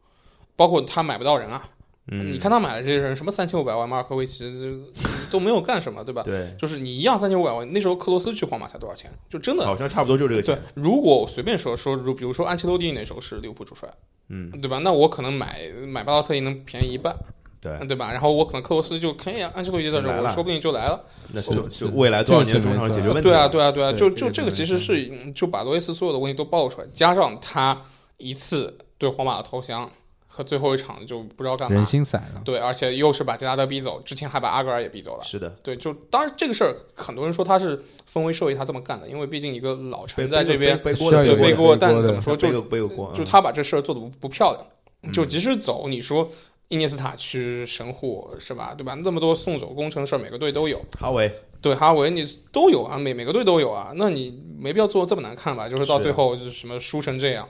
C: 包括他买不到人啊。
B: 嗯，
C: 你看他买的这些人，什么三千五百万马尔科维奇这都没有干什么，对吧？
B: 对，
C: 就是你一样三千五百万，那时候克罗斯去皇马才多少钱？就真的
B: 好像差不多就这个
C: 对
B: 钱，。
C: 如果我随便说说，如比如说安切洛蒂那时候是利物浦主帅，
B: 嗯，
C: 对吧？那我可能买买巴洛特利能便宜一半，
B: 对，
C: 对吧？然后我可能克罗斯就可以啊，安切洛蒂在这
B: 来
C: 儿，
B: 了
C: 我说不定就来了。
B: 那
D: 是
B: 就就未来多少年中场解决问题，
C: 对啊，，对啊，对啊，
D: 对
C: 就
D: 这
C: 就这
D: 个真
C: 个
D: 的
C: 其实
D: 是
C: 是嗯就把罗伊斯所有的问题都暴露出来，加上他一次对皇马的投降和最后一场就不知道干
D: 人
C: 嘛，
D: 心散了，
C: 啊对，而且又是把杰拉德逼走，之前还把阿格尔也逼走了。
B: 是的，
C: 对，就当然这个事儿，很多人说他是分为受益，他这么干的，因为毕竟一个老
B: 背
C: 臣在这边，
B: 背锅
D: 需
B: 的
D: 要有
C: 对
D: 个
C: 背
D: 人
C: 锅，
D: 背
C: 但
D: 锅
C: 怎
D: 的
C: 么说
B: 背个
C: 就
B: 背个锅，
C: 就
B: 嗯
C: 他把这事儿做的不不漂亮，就即使走，你说伊涅斯塔去神户是吧？对吧？那么多送走工程事儿，每个队都有，
B: 哈维
C: 对哈维你都有啊，每每个队都有啊，那你没必要做的这么难看吧？就是到
B: 是
C: 最后就是什么输成这样，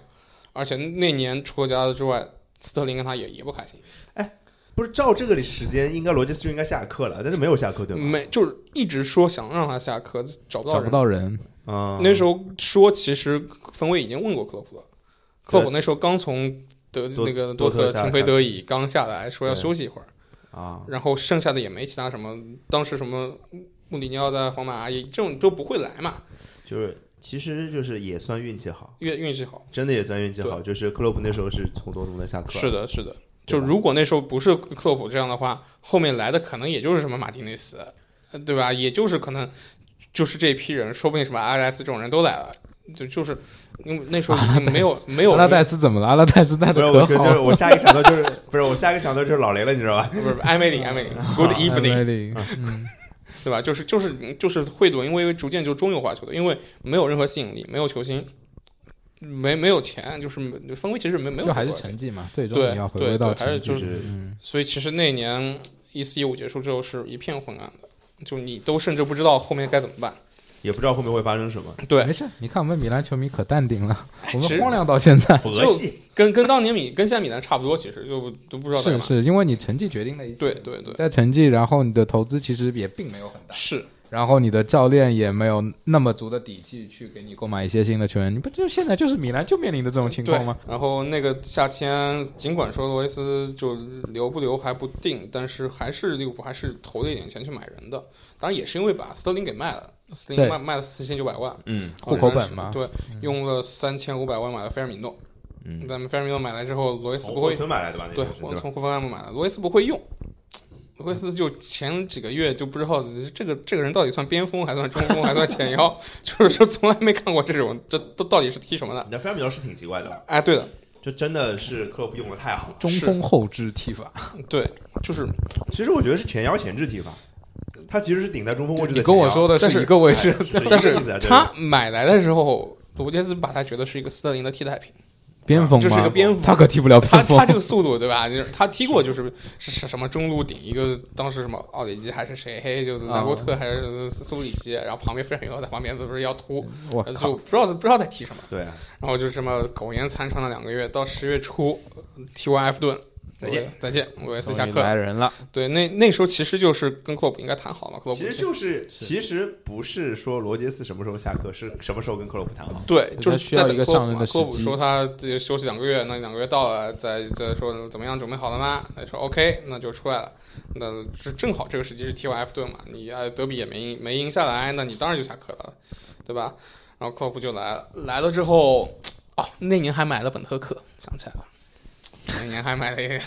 C: 而且那年除了加拉德之外，斯特林跟他也也不开心，
B: 不是照这个时间，应该罗杰斯就应该下课了，但是没有下课，对吗？
C: 没就是一直说想让他下课，找不到
D: 找
C: 人
D: 不。到人，
B: 嗯，
C: 那时候说，其实冯威已经问过克洛普了，克洛普
B: 对
C: 那时候刚从德
B: 多
C: 那个
B: 多特
C: 特
B: 下来
C: 情非得已刚下来，说要
B: 对
C: 休息一会儿，
B: 啊，
C: 然后剩下的也没其他什么，当时什么穆里尼奥在皇马也这种都不会来嘛，
B: 就是其实就是也算运气好，
C: 运运气好。
B: 真的也算运气好，就是克洛普那时候是从多特蒙德下课，
C: 是的，是的。就如果那时候不是克洛普这样的话，后面来的可能也就是什么马丁内斯，呃对吧？也就是可能就是这批人，说不定什么阿莱斯这种人都来了，就就是因为那时候已经 没有没有
D: 阿拉戴斯怎么了？阿拉戴斯带
B: 不是，
D: 的
B: 我
D: 可
B: 觉
D: 好
B: 得
D: 了。
B: 我下一个想到 就是不是我下一个想到就是老雷了，你知道吧？
C: 不是不是艾梅林，艾梅林，Good
D: 艾
C: evening，
D: 梅林嗯，
C: 对吧？就是就是就是会轮，因为逐渐就中游化球队，因为没有任何吸引力，没有球星，没没有钱，就是没锋威其实没没有
D: 就还是
C: 多少钱
D: 成绩嘛，最终
C: 对
D: 你要回
C: 对
D: 归到
C: 对还
D: 成
C: 是
D: 绩。
C: 就是
D: 嗯，
C: 所以其实那年一四一五结束之后是一片昏暗的，就你都甚至不知道后面该怎么办。
B: 也不知道后面会发生什么。
C: 对哎
D: 没，事，你看我们米兰球迷可淡定了，我
C: 其
D: 们
C: 实
D: 荒凉到现在。
B: 佛系，
C: 跟跟当年米跟现在米兰差不多，其实就都不知道在
D: 是
C: 干嘛。
D: 是，因为你成绩决定了一切。
C: 对对对，
D: 在成绩，然后你的投资其实也并没有很大，
C: 是
D: 然后你的教练也没有那么足的底气去给你购买一些新的球员，你不就现在就是米兰就面临的这种情
C: 对
D: 况吗？。
C: 然后那个夏天，尽管说罗维斯就留不留还不定，但是还是利物浦还是投了一点钱去买人的。当然也是因为把斯特林给卖了，斯特林
D: 对
C: 卖卖了四千九百万，
B: 嗯，
D: 户口本嘛
C: 对，用了三千五百万买了菲尔米诺。
B: 嗯，
C: 咱们菲尔米诺买来之后，罗维斯
B: 从
C: 不
B: 霍
D: 哦
C: 会
B: 村买来的吧？那
C: 对
B: 个，是
C: 我
B: 吧
C: 从库哦芬汉姆买的，罗维斯不会用。罗维斯就前几个月就不知道这个这个人到底算边锋还算中锋还算前腰， 就是说从来没看过这种，这都到底是踢什么的？
B: 你的菲尔米诺是挺奇怪的，啊
C: 哎，对的，
B: 就真的是克洛普用的太好了。
D: 中锋后置踢法，
C: 对，就是
B: 其实我觉得是前腰前置踢法，他其实是顶在中锋位置的前腰。
D: 你跟我说的
C: 但是
D: 一个位置，
B: 哎，
C: 但
B: 是
C: 是
B: 这个意思啊
C: 他买来的时候，罗杰斯把他觉得是一个斯特林的替代 品，
D: 边锋
C: 就是
D: 吗
C: 个边锋
D: 他可踢不了
C: 他
D: 边锋
C: 他。这个速度对吧？就是他踢过就是是是什么中路顶一个，当时什么奥里吉还是谁，嘿，就是兰伯特还是苏里西，然后旁边菲尔米诺在旁边不是要突，
D: 我
C: 呃就
D: 靠，
C: 不知道不知道在踢什么。
B: 对啊，
C: 然后就这么苟延残喘了两个月，到十月初，T Y F 顿
B: 再见
C: 再见，我也斯下
D: 终于
C: 课。
D: 来人了，
C: 对，那那时候其实就是跟克洛普应该谈好了，克洛普
B: 其实就是其实不是说罗杰斯什么时候下课，是什么时候跟克洛普谈好。
C: 对，
D: 他
C: 就是
D: 需要
C: 在等
D: 一个
C: 克洛
D: 上
C: 普
D: 任
C: 嘛
D: 的时
C: 克洛普
D: 机
C: 说他自己休息两个月，那两个月到了，再再说怎么样，准备好了吗？他说 OK，那就出来了。那是正好这个时机是 T Y F 顿嘛，你呃德比也没赢没赢下来，那你当然就下课了，对吧？然后克洛普就来了，来了之后，哦，那年还买了本特克，想起来了，那年还买了一个，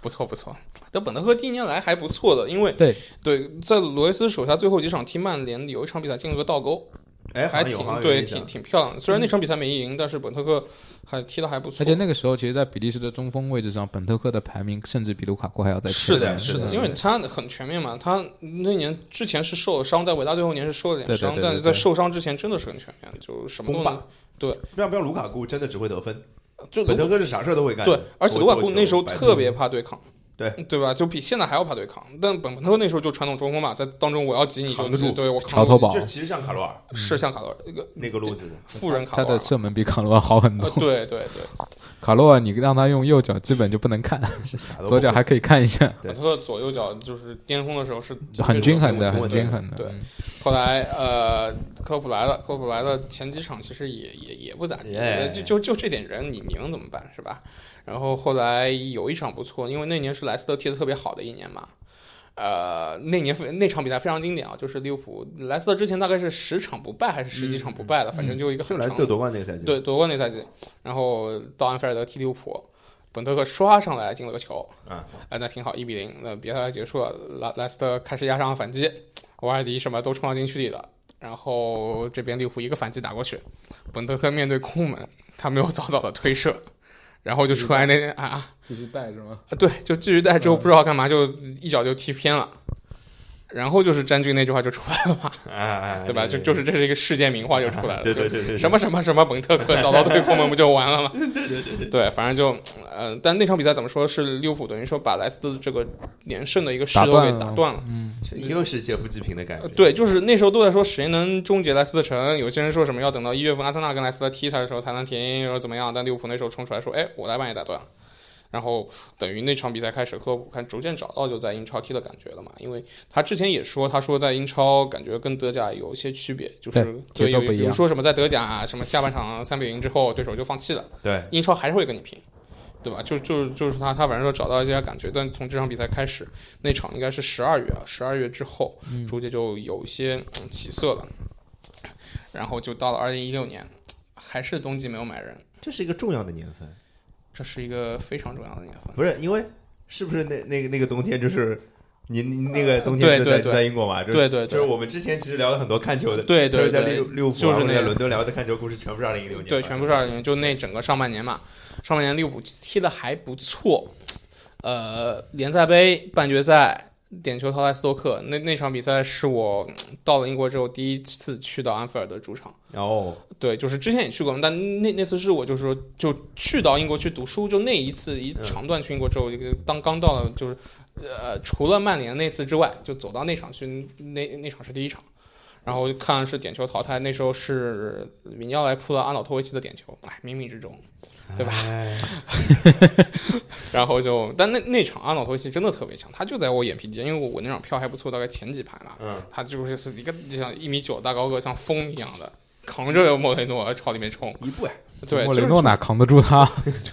C: 不错不错。但本特克第一年来还不错的，因为
D: 对
C: 对，在罗维斯手下最后几场踢曼联有一场比赛进了个倒钩，
B: 哎，好
C: 还
B: 像有，好像有
C: 挺对，
B: 印
C: 挺
B: 象。
C: 挺漂亮的。虽然那场比赛没赢，但是本特克还踢的还不错。
D: 而且那个时候其实，在比利时的中锋位置上，本特克的排名甚至比卢卡库还要在
C: 是
B: 的
C: 的，
B: 是的
C: 因为他很全面嘛。他那年之前是受了伤，在伟大最后一年是受了点
D: 对对
C: 伤，
D: 对对
C: 但是
D: 对
C: 在受伤之前真的是很全面，就什么都
B: 锋
C: 能
B: 霸。
C: 对，
B: 不要不要，卢卡库真的只会得分，
C: 就卢
B: 本特哥是啥事儿都会干。
C: 对，而且卢卡
B: 我
C: 库
B: 我
C: 那时候
B: 我
C: 特别怕对抗，
B: 对
C: 对吧？就比现在还要怕对抗。但本特克那时候就传统中锋嘛，在当中我要挤你就
B: 扛得
C: 挤，
B: 住
C: 对我扛
D: 桥
C: 得
D: 头
C: 住
D: 堡
B: 就其实像卡罗尔
C: 是像卡罗尔一个
B: 那个路子的，
C: 富人卡罗
D: 他
C: 尔
D: 的
C: 嘛。
D: 射门比卡罗尔好很
C: 呃
D: 多。
C: 对对对，
D: 卡罗尔，你让他用右脚基本就不能看，
B: 啥都不
D: 左脚
B: 会
D: 还可以看一下，
B: 对
C: 本特克左右脚就是巅峰的时候是
D: 很均衡的，
B: 对
D: 很均衡的。
C: 对
D: 嗯
C: 后来呃，克洛普来了，克洛普来了，前几场其实也也也不咋地
B: 耶
C: 就就就这点人你，你能怎么办是吧？然后后来有一场不错，因为那年是莱斯特踢的特别好的一年嘛。呃，那年非那场比赛非常经典啊，就是利物浦莱斯特之前大概是十场不败还是十几场不败的，反正就一个
B: 就
C: 很
B: 莱
C: 长
B: 斯
C: 的
B: 特夺冠那个赛季，
C: 对，夺冠那赛季，然后到安菲尔德踢利物浦，本特克刷上来进了个球，
B: 啊
C: 哎，那挺好，一比零，那比赛结束了，莱莱斯特开始压上反击，瓦尔迪什么都冲到禁区里了，然后这边利物浦一个反击打过去，本特克面对空门，他没有早早的推射，然后就出来那啊，
D: 继续带是吗？
C: 对，就继续带之后
B: 嗯
C: 不知道干嘛就一脚就踢偏了。然后就是詹俊那句话就出来了嘛，
B: 啊，
C: 对吧？就就是这是一个世界名画就出来了，
B: 对对对 对，
C: 什么什么什么蒙特克早早退空门不就完了吗？ 对对对对，反正就呃，但那场比赛怎么说是利物浦等于说把莱斯特这个连胜的一个势头给打断了。
D: 嗯，
B: 这又是切夫基平的感觉
C: 呃。对，就是那时候都在说谁能终结莱斯特城，有些人说什么要等到一月份阿森纳跟莱斯特踢才的时候才能停，然后怎么样？但利物浦那时候冲出来说，哎，我来把你打断。然后等于那场比赛开始，克洛普看逐渐找到就在英超踢的感觉了嘛，因为他之前也说，他说在英超感觉跟德甲有一些区别，就是
D: 对节奏
C: 有
D: 不一
C: 比如
D: 样
C: 说什么在德甲、啊什么下半场三比零之后对手就放弃了，
B: 对，
C: 英超还是会跟你拼，对吧？就就就是他他反正说找到一些感觉，但从这场比赛开始，那场应该是十二月啊，十二月之后，逐渐就有一些嗯起色了，然后就到了二零一六年，还是冬季没有买人，
B: 这是一个重要的年份，
C: 这是一个非常重要的年份。
B: 不是因为是不是那那个那个冬天就是您您那个冬
C: 对
B: 天就在
C: 呃对对
B: 就在英国嘛？就
C: 对对
B: 就是
C: 对。
B: 我们之前其实聊了很多看球的，
C: 对
B: 就是
C: 对
B: 在
C: 对
B: 利，利物浦
C: 就
B: 啊或
C: 是
B: 者
C: 那
B: 在
C: 个
B: 伦敦聊的看球故事，全部是二零一六年吧，
C: 对，全部是二零零，就那整个上半年嘛，上半年利物浦踢的还不错，呃，联赛杯、半决赛、点球淘汰斯托克，那那场比赛是我嗯到了英国之后第一次去到安菲尔德主场。
B: 然后
C: 对，就是之前也去过嘛，但那那次是我就是说就去到英国去读书，就那一次一
B: 嗯
C: 长段去英国之后，就当刚到了就是呃，除了曼联那次之外，就走到那场去，那那场是第一场。然后看是点球淘汰，那时候是米尼奥莱扑了阿瑙托维奇的点球，哎，冥冥之中。对吧
B: 哎
C: 然后就，但那那场阿瑙托维奇真的特别强，他就在我眼皮底下，因为我我那场票还不错，大概前几排嘛，
B: 嗯，
C: 他就是是一个像一米九大高个，像风一样的扛着莫雷诺朝里面冲，
B: 一步呀，
C: 对，
D: 莫
C: 就是
D: 雷诺哪扛得住他？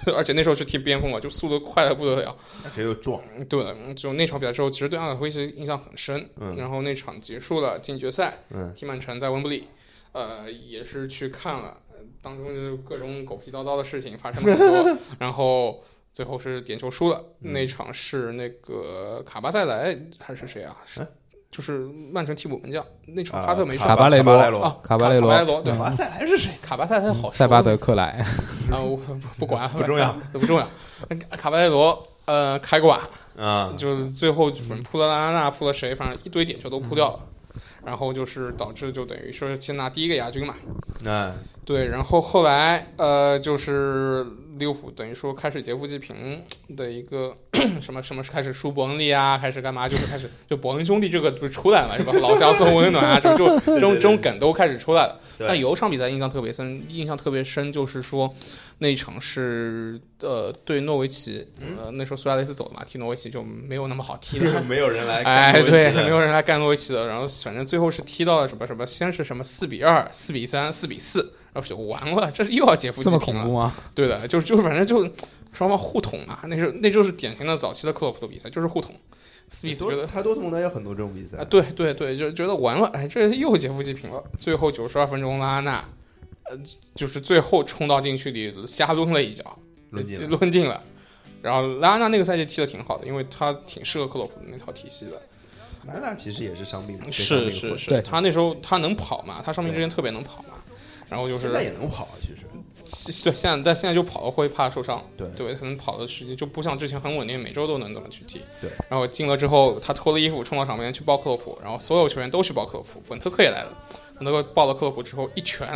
C: 对， 而且那时候是踢边锋嘛，就速度快的不得了。
B: 那谁又撞？
C: 嗯对，嗯就那场比赛之后，其实对阿尔托维奇印象很深。
B: 嗯
C: 然后那场结束了，进决赛，
B: 嗯
C: 踢曼城在温布利，呃，也是去看了，呃当中就是各种狗屁叨叨的事情发生了很 多，然后最后是点球输了。
B: 嗯
C: 那场是那个卡巴塞莱还是谁啊？是
B: 哎
C: 就是曼城替补门将那场，
B: 啊
C: 哈特没上
D: 卡巴雷
B: 卡
D: 罗
B: 巴雷罗
C: 啊，
D: 卡巴雷罗
C: 卡巴雷罗对
D: 嗯
B: 巴塞还是谁？
C: 卡巴塞莱好
D: 塞巴
C: 说
D: 德克莱，
C: 啊，我不管，
B: 不重要，
C: 不重要。卡巴雷罗呃开挂，
B: 啊，
C: 就是最后反正扑了拉拉纳，扑了谁，反正一堆点球都扑掉了。
B: 嗯
C: 然后就是导致就等于说先拿第一个亚军嘛，
B: 那
C: 对，然后后来呃就是利物浦等于说开始劫富济贫的一个什么什么开始输伯恩利啊，开始干嘛就是开始就伯恩兄弟这个就出来了是吧？老乡送温暖啊，什么就这种这种梗都开始出来了。但
B: 对，
C: 有一场比赛印象特别深，印象特别深就是说，那一场是呃对诺维奇，
B: 嗯
C: 呃那时候苏亚雷斯走了嘛，踢诺维奇就没有那么好踢了。
B: 没有人 来干
C: 哎，
B: 诺维奇
C: 对，
B: 的
C: 没有人来干诺维奇的，然后反正最后是踢到了什么什么，先是什么四比二、四比三、四比四，然后就完了，这是又要劫富
D: 这
C: 济
D: 么
C: 贫
D: 恐
C: 了
D: 怖。吗？
C: 对的，就是就是反正就是双方互捅嘛，那是那就是典型的早期的克洛普的比赛，就是互捅，四比四觉得
B: 多他多特蒙德有很多这种比赛
C: 啊，，对对对，就觉得完了，哎，这又劫富济贫了。最后九十二分钟，拉纳，呃，就是最后冲到禁区里瞎抡了一脚，
B: 轮进了，
C: 抡进了。然后拉纳那个赛季踢的挺好的，因为他挺适合克洛普的那套体系的。
B: 莱纳其实也是伤病，被伤病复
C: 是是
B: 出
C: 是，
D: 对
C: 他那时候他能跑嘛，他上面之前特别能跑嘛。然后就
B: 现
C: 是
B: 在也能跑啊，其实
C: 对现在，但现在就跑了会怕受伤，
B: 对
C: 对，可能跑的时间就不像之前很稳定，每周都能这么去踢。
B: 对，
C: 然后进了之后，他脱了衣服冲到场边去抱克洛普，然后所有球员都去抱克洛普，本特克也来了，本特克抱了克洛普之后一拳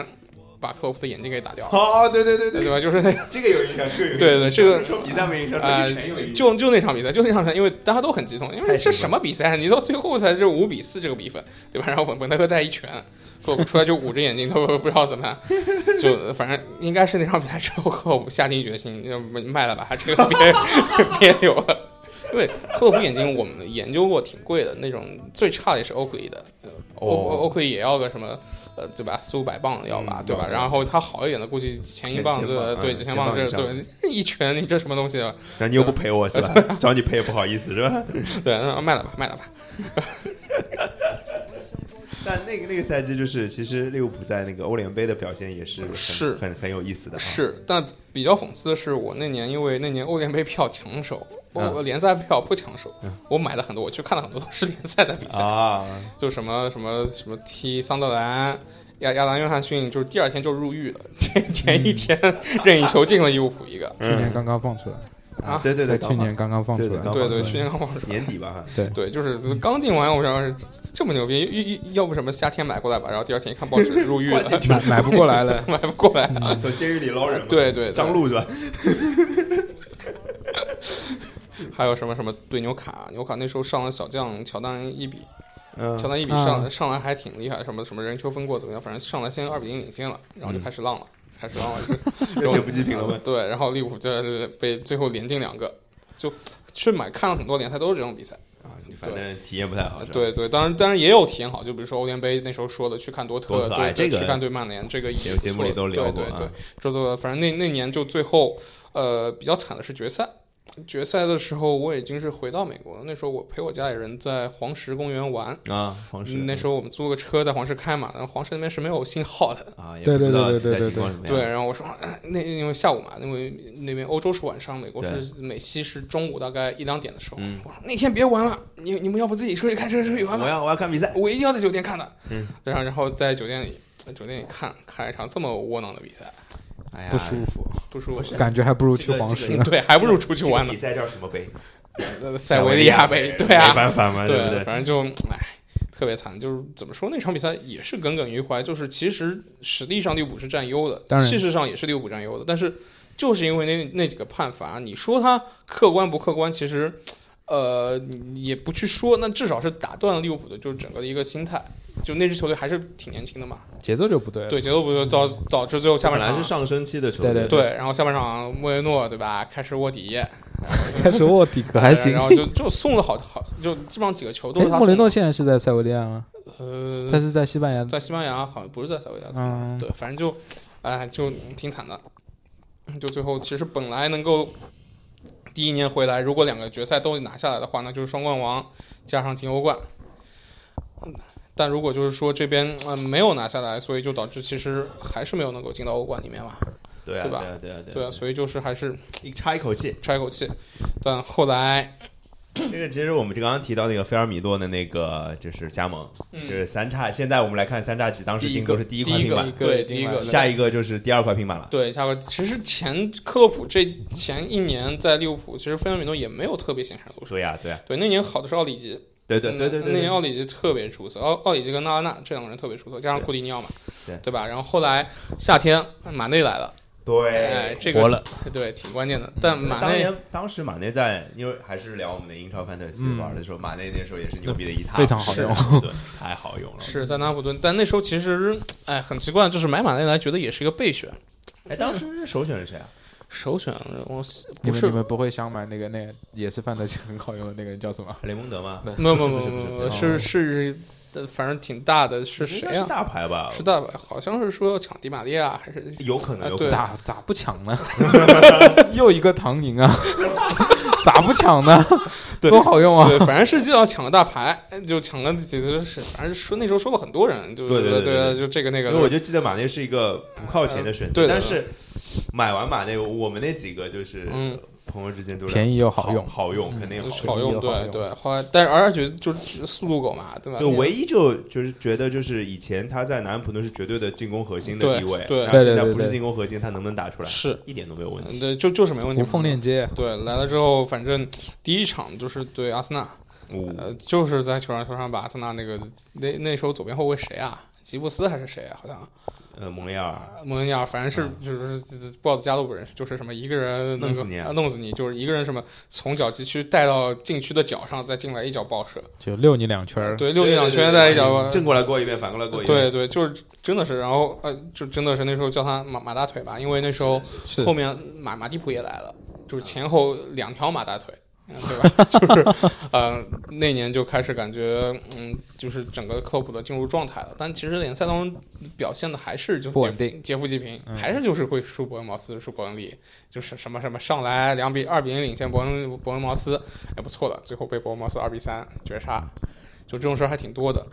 C: 把克洛普的眼睛给打掉了，
B: 哦，对对对
C: 对，吧？就是那个
B: 这个有印象，这个有印象
C: 对对这个
B: 不是说比赛没印象，
C: 啊、
B: 说之前有印象
C: 就就那场比赛，就那场比赛，因为大家都很激动，因
B: 太
C: 为
B: 激动
C: 这
B: 了
C: 什么比赛啊？你到最后才是五比四这个比分，对吧？然后本本特克再一拳，克洛普出来就捂着眼睛，都 不知道怎么办。就反正应该是那场比赛之后，克洛普下定决心，要不卖了吧，这 个别 别有了。因为克洛普眼镜我们研究过，挺贵的，那种最差的也是欧克利的，欧欧
B: 哦，
C: 克利也要个什么。呃，对吧？四五百磅要吧，
B: 嗯
C: 对吧？
B: 要
C: 然后它好一点的，估计几千英镑，
B: 千
C: 对吧
B: 磅
C: 对，
B: 嗯
C: 几千磅
B: 千
C: 这，
B: 磅以
C: 对，一拳你这什么东西啊？
B: 那你又不陪我是吧？
C: 呃
B: 找你陪也不好意思是吧？
C: 对，那卖了吧，卖了
B: 嗯
C: 吧。
B: 但那个那个赛季就是，其实利物浦在那个欧联杯的表现也是很
C: 是
B: 很很有意思的啊，
C: 是，但比较讽刺的是，我那年因为那年欧联杯票抢手，欧、
B: 嗯
C: 联赛票不抢手， 我买了很多，我去看了很多都是联赛的比赛，
B: 啊，
C: 就什么什么什么踢桑德兰。亚亚兰约翰逊就是第二天就入狱了，前前一天 任意球进了利物浦一个，
D: 去年
B: 嗯
D: 刚刚放出来，
B: 啊，对对对，
D: 在去年刚刚放出
B: 对对，
D: 来
B: 刚
C: 对对，
B: 嗯
C: 去年刚放出来，
B: 年底吧，
C: 对，就是刚进完，我想是这么牛逼，要要要不什么夏天买过来吧，然后第二天一看报纸入狱了，
D: 买买不过来了。
C: 买不过来啊，
B: 从监狱里捞人嘛，
C: 对对对
B: 嗯张璐是吧？
C: 还有什么什么对纽卡，纽卡那时候上了小将乔丹一比
B: 嗯
C: 乔丹一比上、
D: 啊
C: 上来还挺厉害，什么什么人球分过怎么样，反正上来先二比零领先了，然后
B: 嗯
C: 就开始浪了，开始浪 了，就
B: 又劫富济贫了吗
C: 对，然后利物浦就被最后连进两个，就去买看了很多联赛都是这种比赛，
B: 啊，你反正体验不太啊好，是吧，
C: 对对，当然当然也有体验好，就比如说欧联杯那时候说的去看多
B: 多
C: 特，
B: 特
C: 对
B: 哎
C: 对
B: 这个
C: 去看对曼联，这个也不错
B: 节目里都聊过
C: 对对对
B: 啊，
C: 这都反正那那年就最后呃比较惨的是决赛。决赛的时候，我已经是回到美国了。那时候我陪我家里人在黄石公园玩，
B: 啊，黄石
C: 嗯那时候我们租个车在黄石开嘛，然后黄石那边是没有信号的。
B: 候啊，也
D: 对
B: 不
D: 对
B: 知道
D: 对对
B: 在
D: 对
B: 情况怎么样
C: 对，，然后我说，哎那因为下午嘛，因为那边欧洲是晚上，美国
B: 对
C: 是美西是中午大概一两点的时候。
B: 嗯
C: 我说那天别玩了，你你们要不自己出去开车出去玩
B: 我
C: 吧，
B: 要我要看比赛，
C: 我一定要在酒店看的。
B: 嗯，
C: 然后然后在酒店里，在酒店里看看一场这么窝囊的比赛，
B: 哎呀，
D: 不舒服，
C: 不舒
B: 不
C: 服
B: 是。
D: 感觉还不如
B: 这
D: 去
B: 个
D: 黄
B: 这
D: 石啊
B: 个
D: 呢。
C: 对，还不如出去
B: 这个
C: 玩呢
B: 比。赛叫什么杯？
C: 呃塞维利亚 杯，对啊
B: 没，办法嘛，
C: 对
B: 不对？
C: 反正就唉，特别惨。就是怎么说，那场比赛也是耿耿于怀。就是其实实力上利物浦是占优的，
D: 当然
C: 气势上也是利物浦占优的，但是就是因为那那几个判罚，你说他客观不客观，其实。呃，你也不去说，那至少是打断了利物浦的，就是整个的一个心态。就那支球队还是挺年轻的嘛，
D: 节奏就不对了。
C: 对节奏不就导导致最后下半
B: 本来
C: 场
B: 是上升期的球队，
D: 对对
C: 对，然后下半场莫耶诺对吧，开始卧底，
D: 开始卧底可还行。
C: 然后就就送了好好，就基本上几个球都
D: 哎
C: 是他
D: 莫雷
C: 送
D: 诺
C: 的。
D: 现在是在塞维利亚吗？
C: 呃，
D: 他是在西班牙
C: 在西班牙好像不是在塞维利亚，
D: 嗯
C: 对，反正就，哎、就挺惨的。就最后其实本来能够第一年回来，如果两个决赛都拿下来的话，那就是双冠王加上进欧冠。但如果就是说这边呃没有拿下来，所以就导致其实还是没有能够进到欧冠里面嘛，
B: 对啊，
C: 对吧
B: 啊，对啊，
C: 对啊，所以就是还是
B: 以差一口气。
C: 差一口气。但后来，
B: 这个其实我们就刚刚提到那个菲尔米诺的那个就是加盟，就
C: 嗯，
B: 是三叉。现在我们来看三叉戟当时进攻是第
C: 第
B: 一块
C: 一
B: 平
C: 个
B: 板，
C: 对第一个
B: 下一个就是第二块平板了。
C: 对，下个其实前克洛普这前一年在利物浦，其实菲尔米诺也没有特别显山露水。
B: 对呀，对啊，
C: 对，那年好的是奥里吉，
B: 对对对对对
C: 嗯那年
B: 对，
C: 奥里吉特别出色，奥奥里吉跟纳拉纳这两个人特别出色，加上库蒂尼奥嘛，
B: 对
C: 对吧？然后后来夏天马内来了，哎，
B: 对。
C: 这
D: 活
C: 个
D: 了，
C: 对挺关键的。但马
B: 当
C: 内
B: 年当时马内在，因为还是聊我们的英超范特西
D: 嗯
B: 玩的时候，马内那时候也是牛逼的一塌，
D: 非常好
B: 是
C: 用，
B: 对， 太好用了。
C: 是在南普顿，但那时候其实哎很奇怪，就是买马内来觉得也是一个备选，
B: 哎，当时首选是谁啊？
C: 首选我
D: 你
C: 不
D: 们
C: 是
D: 你们不会想买那个那个也是范德西很好用的那个人叫什么？
B: 雷蒙德吗？
C: 没有没有
B: 不
C: 没
B: 是
C: 有
B: 不是
C: 没
B: 不
C: 有
D: 是
C: 是是，呃反正挺大的，是
B: 应
C: 谁
B: 该
C: 呀
B: 是？大牌吧？
C: 是大吧？好像是说要抢迪玛利亚，还是
B: 有可能
C: 啊
B: 有可
C: 对
B: 能。
D: 咋咋不抢 呢？又一个唐宁啊，咋不抢呢？
C: 对
D: 多好用啊！
C: 对，反正是就要抢个大牌，就抢个几次是，反正说那时候说了很多人，就
B: 对对
C: 对啊
B: 对对
C: 就这个那个
B: 因为，我就记得马内是一个不靠前的选择，
C: 呃对的
B: 但是买完马内，我们那几个就是
C: 嗯
B: 朋友之间都是
D: 便宜又
B: 好
D: 好用，
B: 好用
D: 嗯
B: 肯定
C: 就是
B: 用。
C: 好用，
D: 好
C: 对
D: 用
C: 对。后来，但是而且就是速度狗嘛，对吧？
B: 对，唯一就就是觉得就是以前他在南安普顿是绝对的进攻核心的
C: 对
B: 地位，
C: 对
B: 然后
D: 对
B: 现在
D: 对对
B: 不是
D: 对
B: 进攻核心，他能不能打出来，
C: 是，
B: 一点都没有问题。
C: 嗯对，就就是没问题。
D: 无缝链接，
C: 对，来了之后，反正第一场就是对阿森纳，
B: 哦
C: 呃，就是在球场球上把阿森纳那个那那时候左边后卫谁啊？吉布斯还是谁啊？好像
B: 呃，蒙雷尔
C: 啊，蒙尼尔，反正是就是布奥德加都不认识，就是什么一个人
B: 嗯弄
C: 能
B: 死
C: 够
B: 你啊
C: 啊弄死你，就是一个人什么从小禁区带到禁区的脚上，再进来一脚爆射，
D: 就溜你两圈儿。
C: 对，溜进两
B: 对对
C: 圈
B: 对
C: 再一脚
B: 对
C: 爆，
B: 正过来过一遍，反过来过一遍。
C: 对对，就是真的是，然后呃，就真的是那时候叫他马马大腿吧，因为那时候
D: 是
C: 后面马马蒂普也来了，就是前后两条马大腿。嗯对吧？就是，呃，那年就开始感觉，嗯，就是整个克洛普的进入状态了。但其实联赛当中表现的还是就
D: 不
C: 劫
D: 稳定
C: 劫富济贫，
D: 嗯
C: 还是就是会输伯恩茅斯、输伯恩利，就是什么什么上来两比二比零领先伯恩伯恩茅斯，也不错了，最后被伯恩茅斯二比三绝杀，就这种事儿还挺多的。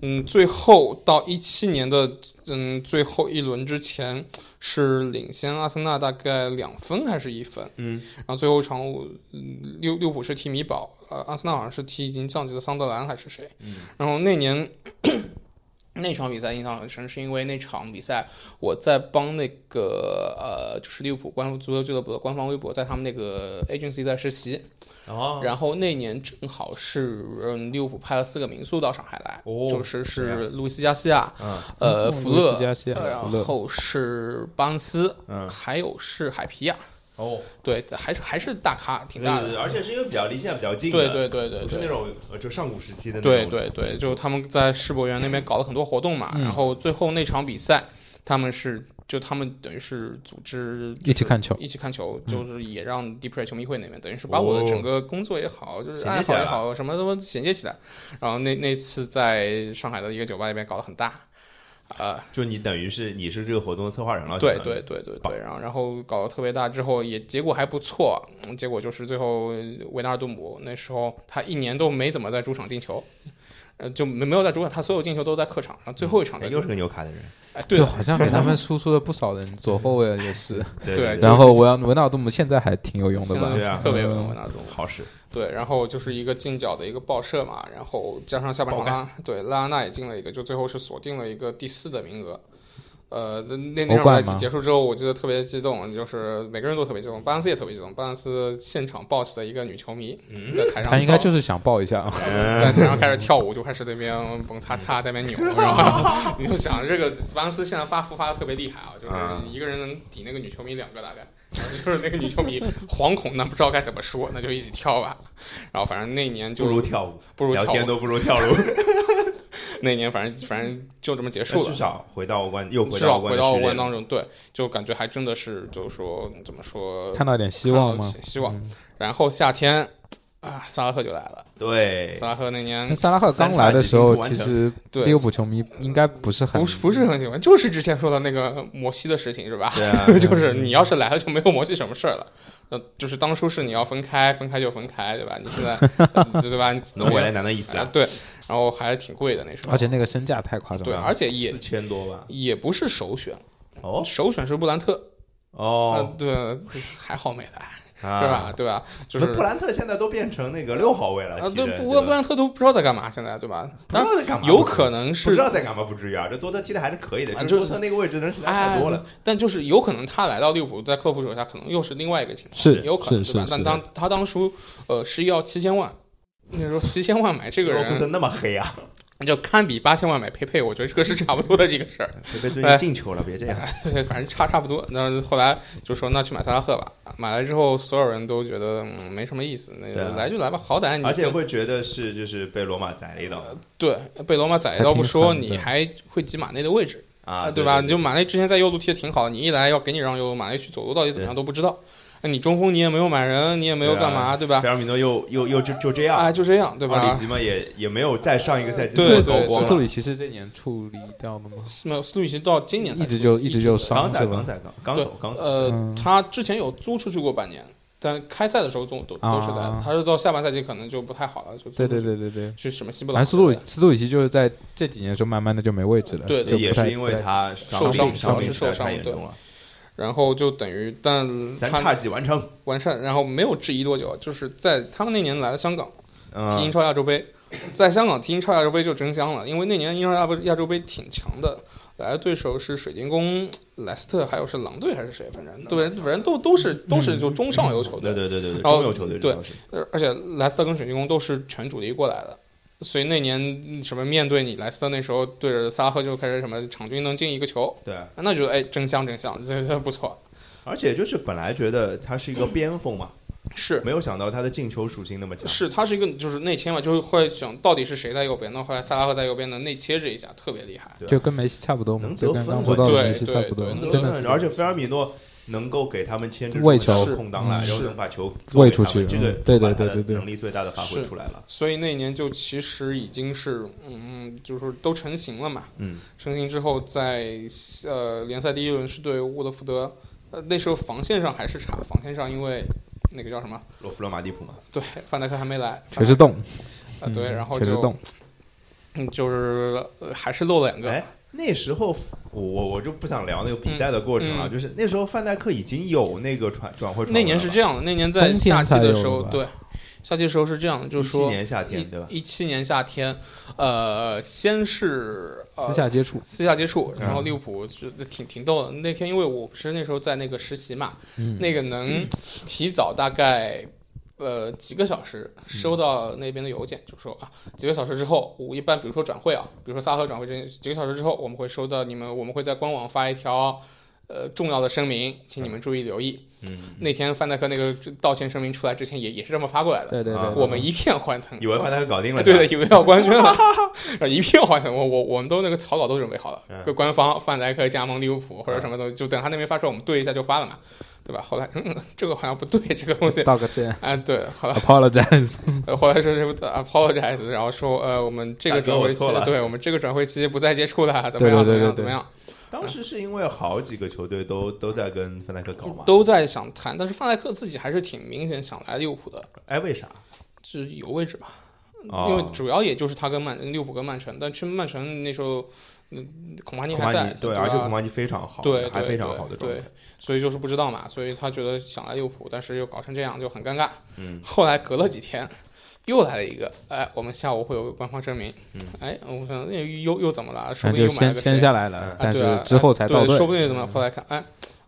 C: 嗯，最后到一七年的嗯最后一轮之前是领先阿森纳大概两分还是一分，
B: 嗯，
C: 然后最后一场我嗯利物利物浦是踢米堡，呃，阿森纳好像是踢已经降级的桑德兰还是谁，
B: 嗯
C: 然后那年。那场比赛印象很深，是因为那场比赛我在帮那个呃，就是利物浦官足球俱乐部的官方微博，在他们那个 agency 在实习，
B: 然
D: 啊
B: 后
C: 然后那年正好是嗯，利物浦派了四个民宿到上海来，
B: 哦
C: 就
B: 这
C: 是是路易斯加西亚、
B: 嗯
C: 呃
D: 嗯
C: 福
D: 啊路易斯
C: 勒，
D: 加西亚
C: 呃
D: 福勒
C: 然后是巴恩斯，
B: 嗯
C: 还有是海皮亚，
B: 哦，
C: 对，还是还是大咖，挺
B: 对
C: 大
B: 对
D: 哎
C: 的，
B: 对，而且是一个比较离现在比较近的，
C: 对对对对
B: 不是那
C: 对。
B: 种呃就上古时期的那
C: 对
B: 种
C: 对对，就是他们在世博园那边搞了很多活动嘛，
D: 嗯
C: 然后最后那场比赛，他们是就他们等于是组织
D: 一起看球
C: 一起看
B: 嗯
C: 球，就是也让 Deep Red 球迷会那边，等于是把我的整个工作也好，就是
B: 哦衔
C: 爱
B: 接起
C: 好
B: 来
C: 也
B: 了
C: 好，什么都衔接起来。然后那那次在上海的一个酒吧里面搞得很大，呃，
B: 就你等于是你是这个活动的策划人了，
C: 对
B: 相当于哎
C: 对对对
B: 棒
C: 对，然后然后搞得特别大之后，也结果还不错，嗯结果就是最后维纳尔杜姆那时候他一年都没怎么在主场进球。呃，就没没有在主场，他所有进球都在客场，然后最后一场
B: 哎
C: 在
B: 又
C: 主
B: 是个牛卡的人，
C: 哎，对
D: 就
C: 的，
D: 好像给 他们输出了不少人，左后卫也是。
B: 对
C: 对
B: 对
D: 然后维奥维纳尔杜姆现在还挺有用的
C: 现
D: 吧
B: 对？
C: 在
B: 啊
C: 特别有
D: 嗯
C: 维纳尔杜姆。
B: 好使，
C: 对，然后就是一个近角的一个爆射嘛，然后加上下半场拉，对拉纳也进了一个，就最后是锁定了一个第四的名额。呃，那那那
D: 欧
C: 场
D: 冠
C: 赛季
D: 吗
C: 结束之后，我记得特别激动，就是每个人都特别激动，巴恩斯也特别激动。巴恩斯现场 boss 的一个女球迷
B: 嗯
C: 在台上跳，
D: 他应该就是想抱一下啊，
C: 在台上开始跳舞，就开始那边蹦擦擦，在那边扭，然后你就想这个巴恩斯现在发福发的特别厉害啊，
B: 嗯
C: 就是一个人能抵那个女球迷两个大概，然后就是那个女球迷惶恐，那不知道该怎么说，那就一起跳吧。然后反正那年就
B: 不如跳舞，
C: 不如
B: 聊
C: 跳
B: 天
C: 舞，
B: 都不如跳 舞。
C: 那年反正反正就这么结束
B: 但
C: 了
B: 至。少回到欧冠，又
C: 至
B: 回到
C: 少
B: 欧冠
C: 回
B: 的
C: 到
B: 序
C: 欧
B: 列
C: 冠当中，对，就感觉还真的是，就是说怎么说，
D: 看到一点希望
C: 看
D: 吗
C: 到？
D: 嗯
C: 希希望。然后夏天啊，萨拉赫就来了。
B: 对
C: 萨，拉赫那
D: 那
C: 年
D: 萨拉赫刚来的时候，其实
C: 对
D: 利物浦球迷应该不是很
C: 不是不是很喜欢，就是之前说的那个摩西的事情是吧？
B: 对啊
C: 就是
D: 嗯
C: 你要是来了就没有摩西什么事儿了。呃，就是当初是你要分开，分开就分开，对吧？你现在呃对吧？你 怎
B: 能
C: 么
B: 回来难的意思
C: 啊？
B: 啊，
C: 对，然后还挺贵的那时候，
D: 而且那个身价太夸张
C: 对，
D: 了。
C: 而且也
B: 四千多吧？
C: 也不是首选，
B: 哦
C: 首选是布兰特，
B: 哦
C: 呃，对，还好没来。
B: 啊，
C: 对吧？？对吧？嗯就是
B: 布兰特现在都变成那个六号位了，
C: 啊，
B: 踢着
C: 对，布
B: 吧
C: 布兰特都不知道在干嘛，现在对吧？
B: 不知
C: 当然
B: 道在干嘛，
C: 有可能
B: 不
C: 是
B: 知，道在干嘛，不至于啊。这多特踢的还是可以的，
C: 啊
B: 就是
C: 就
B: 多特那个位置的人实在太
C: 哎
B: 多了。，
C: 但就是有可能他来到利物浦，在克洛普手下可能又是另外一个情况，
D: 是
C: 有可能
D: 是
C: 对吧？
D: 是
C: 但
D: 是
C: 当他当初呃是要七千万。那时候七千万买这个
B: 罗库
C: 人，
B: 森那么黑 啊，
C: 就堪比八千万买佩佩，我觉得这个是差不多的这个 事儿，
B: 佩佩最近进球了，别这样。
C: 对反正差差不多。那后来就说那去买萨拉赫吧，买来之后所有人都觉得嗯没什么意思，那
B: 对啊
C: 来就来吧，好歹你啊
B: 而且会觉得是就是被罗马宰了一刀
C: 对被罗马宰一
D: 还
C: 刀不
D: 挺
C: 说，
D: 狠的
C: 你还会挤马内的位置，
B: 啊，
C: 对
B: 对
C: 吧？你就马内之前在右路踢的挺好的，你一来要给你让右路，马内去左路到底怎么样都不知道。哎，你中锋你也没有买人，你也没有干嘛，对吧
B: 菲？尔米诺又又又就就这样，
C: 啊，就这样，对
B: 奥里
C: 吧？
B: 吉嘛也也没有在上一个赛季
C: 对
B: 这么
C: 对
B: 高光
D: 库
B: 了。
D: 里奇是这年处理掉的吗？
C: 没有，斯路易奇到今年才
D: 一直
C: 出
D: 就一直就
C: 出
D: 伤
B: 刚
D: 是
B: 才
D: 吧
B: 刚？才刚刚走刚走，
C: 呃
D: 嗯，
C: 他之前有租出去过半年，但开赛的时候总都都是在的
D: 啊，
C: 他是到下半赛季可能就不太好了，就租
D: 对
C: 出
D: 对
C: 去
D: 对对对。
C: 去什么西布
D: 反
C: 朗
D: 正
C: 之
D: 斯
C: 类
D: 路
C: 的，
D: 斯路里奇就是在这几年时候慢慢的就没位置了，
C: 对
D: 就不
B: 也
D: 太
B: 是因为他
C: 受伤
B: 病
C: 主要
B: 病
C: 是
B: 实在
C: 受伤
B: 太严重了，
C: 然后就等于但
B: 三
C: 他
B: 叉戟完成。
C: 完善，然后没有质疑多久，就是在他们那年来了香港。踢英
B: 嗯，
C: 超亚洲杯，在香港踢英超亚洲杯就真香了，因为那年英超亚洲亚洲杯挺强的，来的对手是水晶宫、莱斯特，还有是狼队还是谁，反正对，反正都都是都是就中上游球队
B: 对，对对对对，
C: 然后
B: 中游球队
C: 对
B: 主要是
C: 呃而且莱斯特跟水晶宫都是全主力过来的。所以那年嗯什么面对你莱斯特那时候对着萨拉赫就开始什么场均能进一个球，
B: 对。
C: 那觉得哎真香真香，这这不错，
B: 而且就是本来觉得他是一个边锋嘛，
C: 是
B: 没有想到他的进球属性那么强。
C: 是，他是一个就是内切嘛，就是会想到底是谁在右边，那后来萨拉赫在右边能内切这一下特别厉害，
D: 就跟梅西差不多嘛
B: 能，
D: 就
B: 得
D: 跟
B: 分
D: 刚
B: 我
D: 说到
C: 对
D: 的梅西
C: 对
D: 差不多
C: 对，能
D: 真
C: 得
D: 的
B: 嗯
D: 是。
B: 而且菲尔米诺能够给他们牵制
D: 喂
B: 住他们
C: 球
B: 空档来，
D: 是
B: 然后
C: 嗯
B: 能把球
D: 喂出去
B: 给他们这个
D: 嗯对对
B: 把他
D: 对
B: 的
D: 对对
B: 能力最大的发挥出来了。
C: 所以那一年就其实已经是，嗯，就是说都成型了嘛。
B: 嗯，
C: 成型之后在，呃联赛第一轮是对沃德福德，呃那时候防线上还是差，防线上因为那个叫什么，
B: 洛夫勒马蒂普嘛，
C: 对，范戴克还没来，
D: 全是洞，
C: 啊、呃对，
D: 嗯
C: 然后
D: 全是
C: 就
D: 洞，
C: 嗯就是、呃还是漏了两个
B: 哎，，那时候我我我就不想聊那个比赛的过程了，
C: 嗯嗯
B: 就是那时候范戴克已经有那个传转会传闻了吧，
C: 那年是这样的，那年在
D: 冬天
C: 夏季
D: 才
C: 的
D: 有
C: 时候，
D: 的吧
C: 对，夏季的时候是这样的，就是
B: 17
C: 说
B: 年夏天对吧？
C: 一七年夏天，呃，先是、呃、
D: 私下接触，
C: 私下接触，然后
B: 嗯
C: 利物浦就挺挺逗的。那天因为我不是那时候在那个实习嘛，
D: 嗯
C: 那个能提早大概呃几个小时收到那边的邮件，就说啊几个小时之后，我一般比如说转会啊，比如说萨赫转会这件几个小时之后，我们会收到你们，我们会在官网发一条。呃，重要的声明，请你们注意留意。
B: 嗯，
C: 那天范戴克那个道歉声明出来之前也，也是这么发过来的。
D: 对对
B: 啊
D: 对，
C: 我们一片欢腾，
B: 以为范戴克搞定了，
C: 啊对
B: 是
C: 的，
B: 吧，
C: 以为要官宣了， 然后一片欢腾。我我我们都那个草稿都准备好了，
B: 嗯
C: 各官方范戴克加盟利物浦或者什么东西，就等他那边发出来，我们对一下就发了嘛，对吧？后来、嗯、这个好像不对，这个 东西。
B: 嗯
D: 道个歉
C: 啊，对，后来
D: ，apologize，
C: 呃后来说是 apologize，然后说呃，我们这个
B: 大哥
C: 转
B: 我
C: 会期
B: 错了，
C: 对我们这个转会期不再接触了，怎么样？
D: 对对对对对
C: 怎么样？
B: 当时是因为好几个球队都都在跟范戴克搞
C: 怎么样？
B: 嘛，
C: 都在想谈，但是范戴克自己还是挺明显想来利物浦的，
B: 哎为啥？
C: 是有位置吧？
B: 哦
C: 因为主要也就是他跟曼利物浦跟曼城，但去曼城那时候，嗯，孔帕尼
B: 孔
C: 还
B: 帕
C: 在
B: 尼，对，而且
C: 吧
B: 孔帕尼非常好，
C: 对，
B: 还
C: 对
B: 非常
C: 对
B: 好的状态
C: 对。，所以就是不知道嘛，所以他觉得想来利物浦，但是又搞成这样就很尴尬。
B: 嗯，
C: 后来隔了几天，又来了一个，哎，我们下午会有个官方声明
B: 嗯，
C: 哎，我想那又又怎么了？说
D: 那
C: 不定
D: 就
C: 又买了
D: 签
C: 个
D: 签
C: 谁
D: 下来
B: 嗯
D: 了
B: 啊，
D: 但
C: 对啊
D: 是之后才
C: 对
D: 到队，嗯
C: 说不定怎么后来看，哎，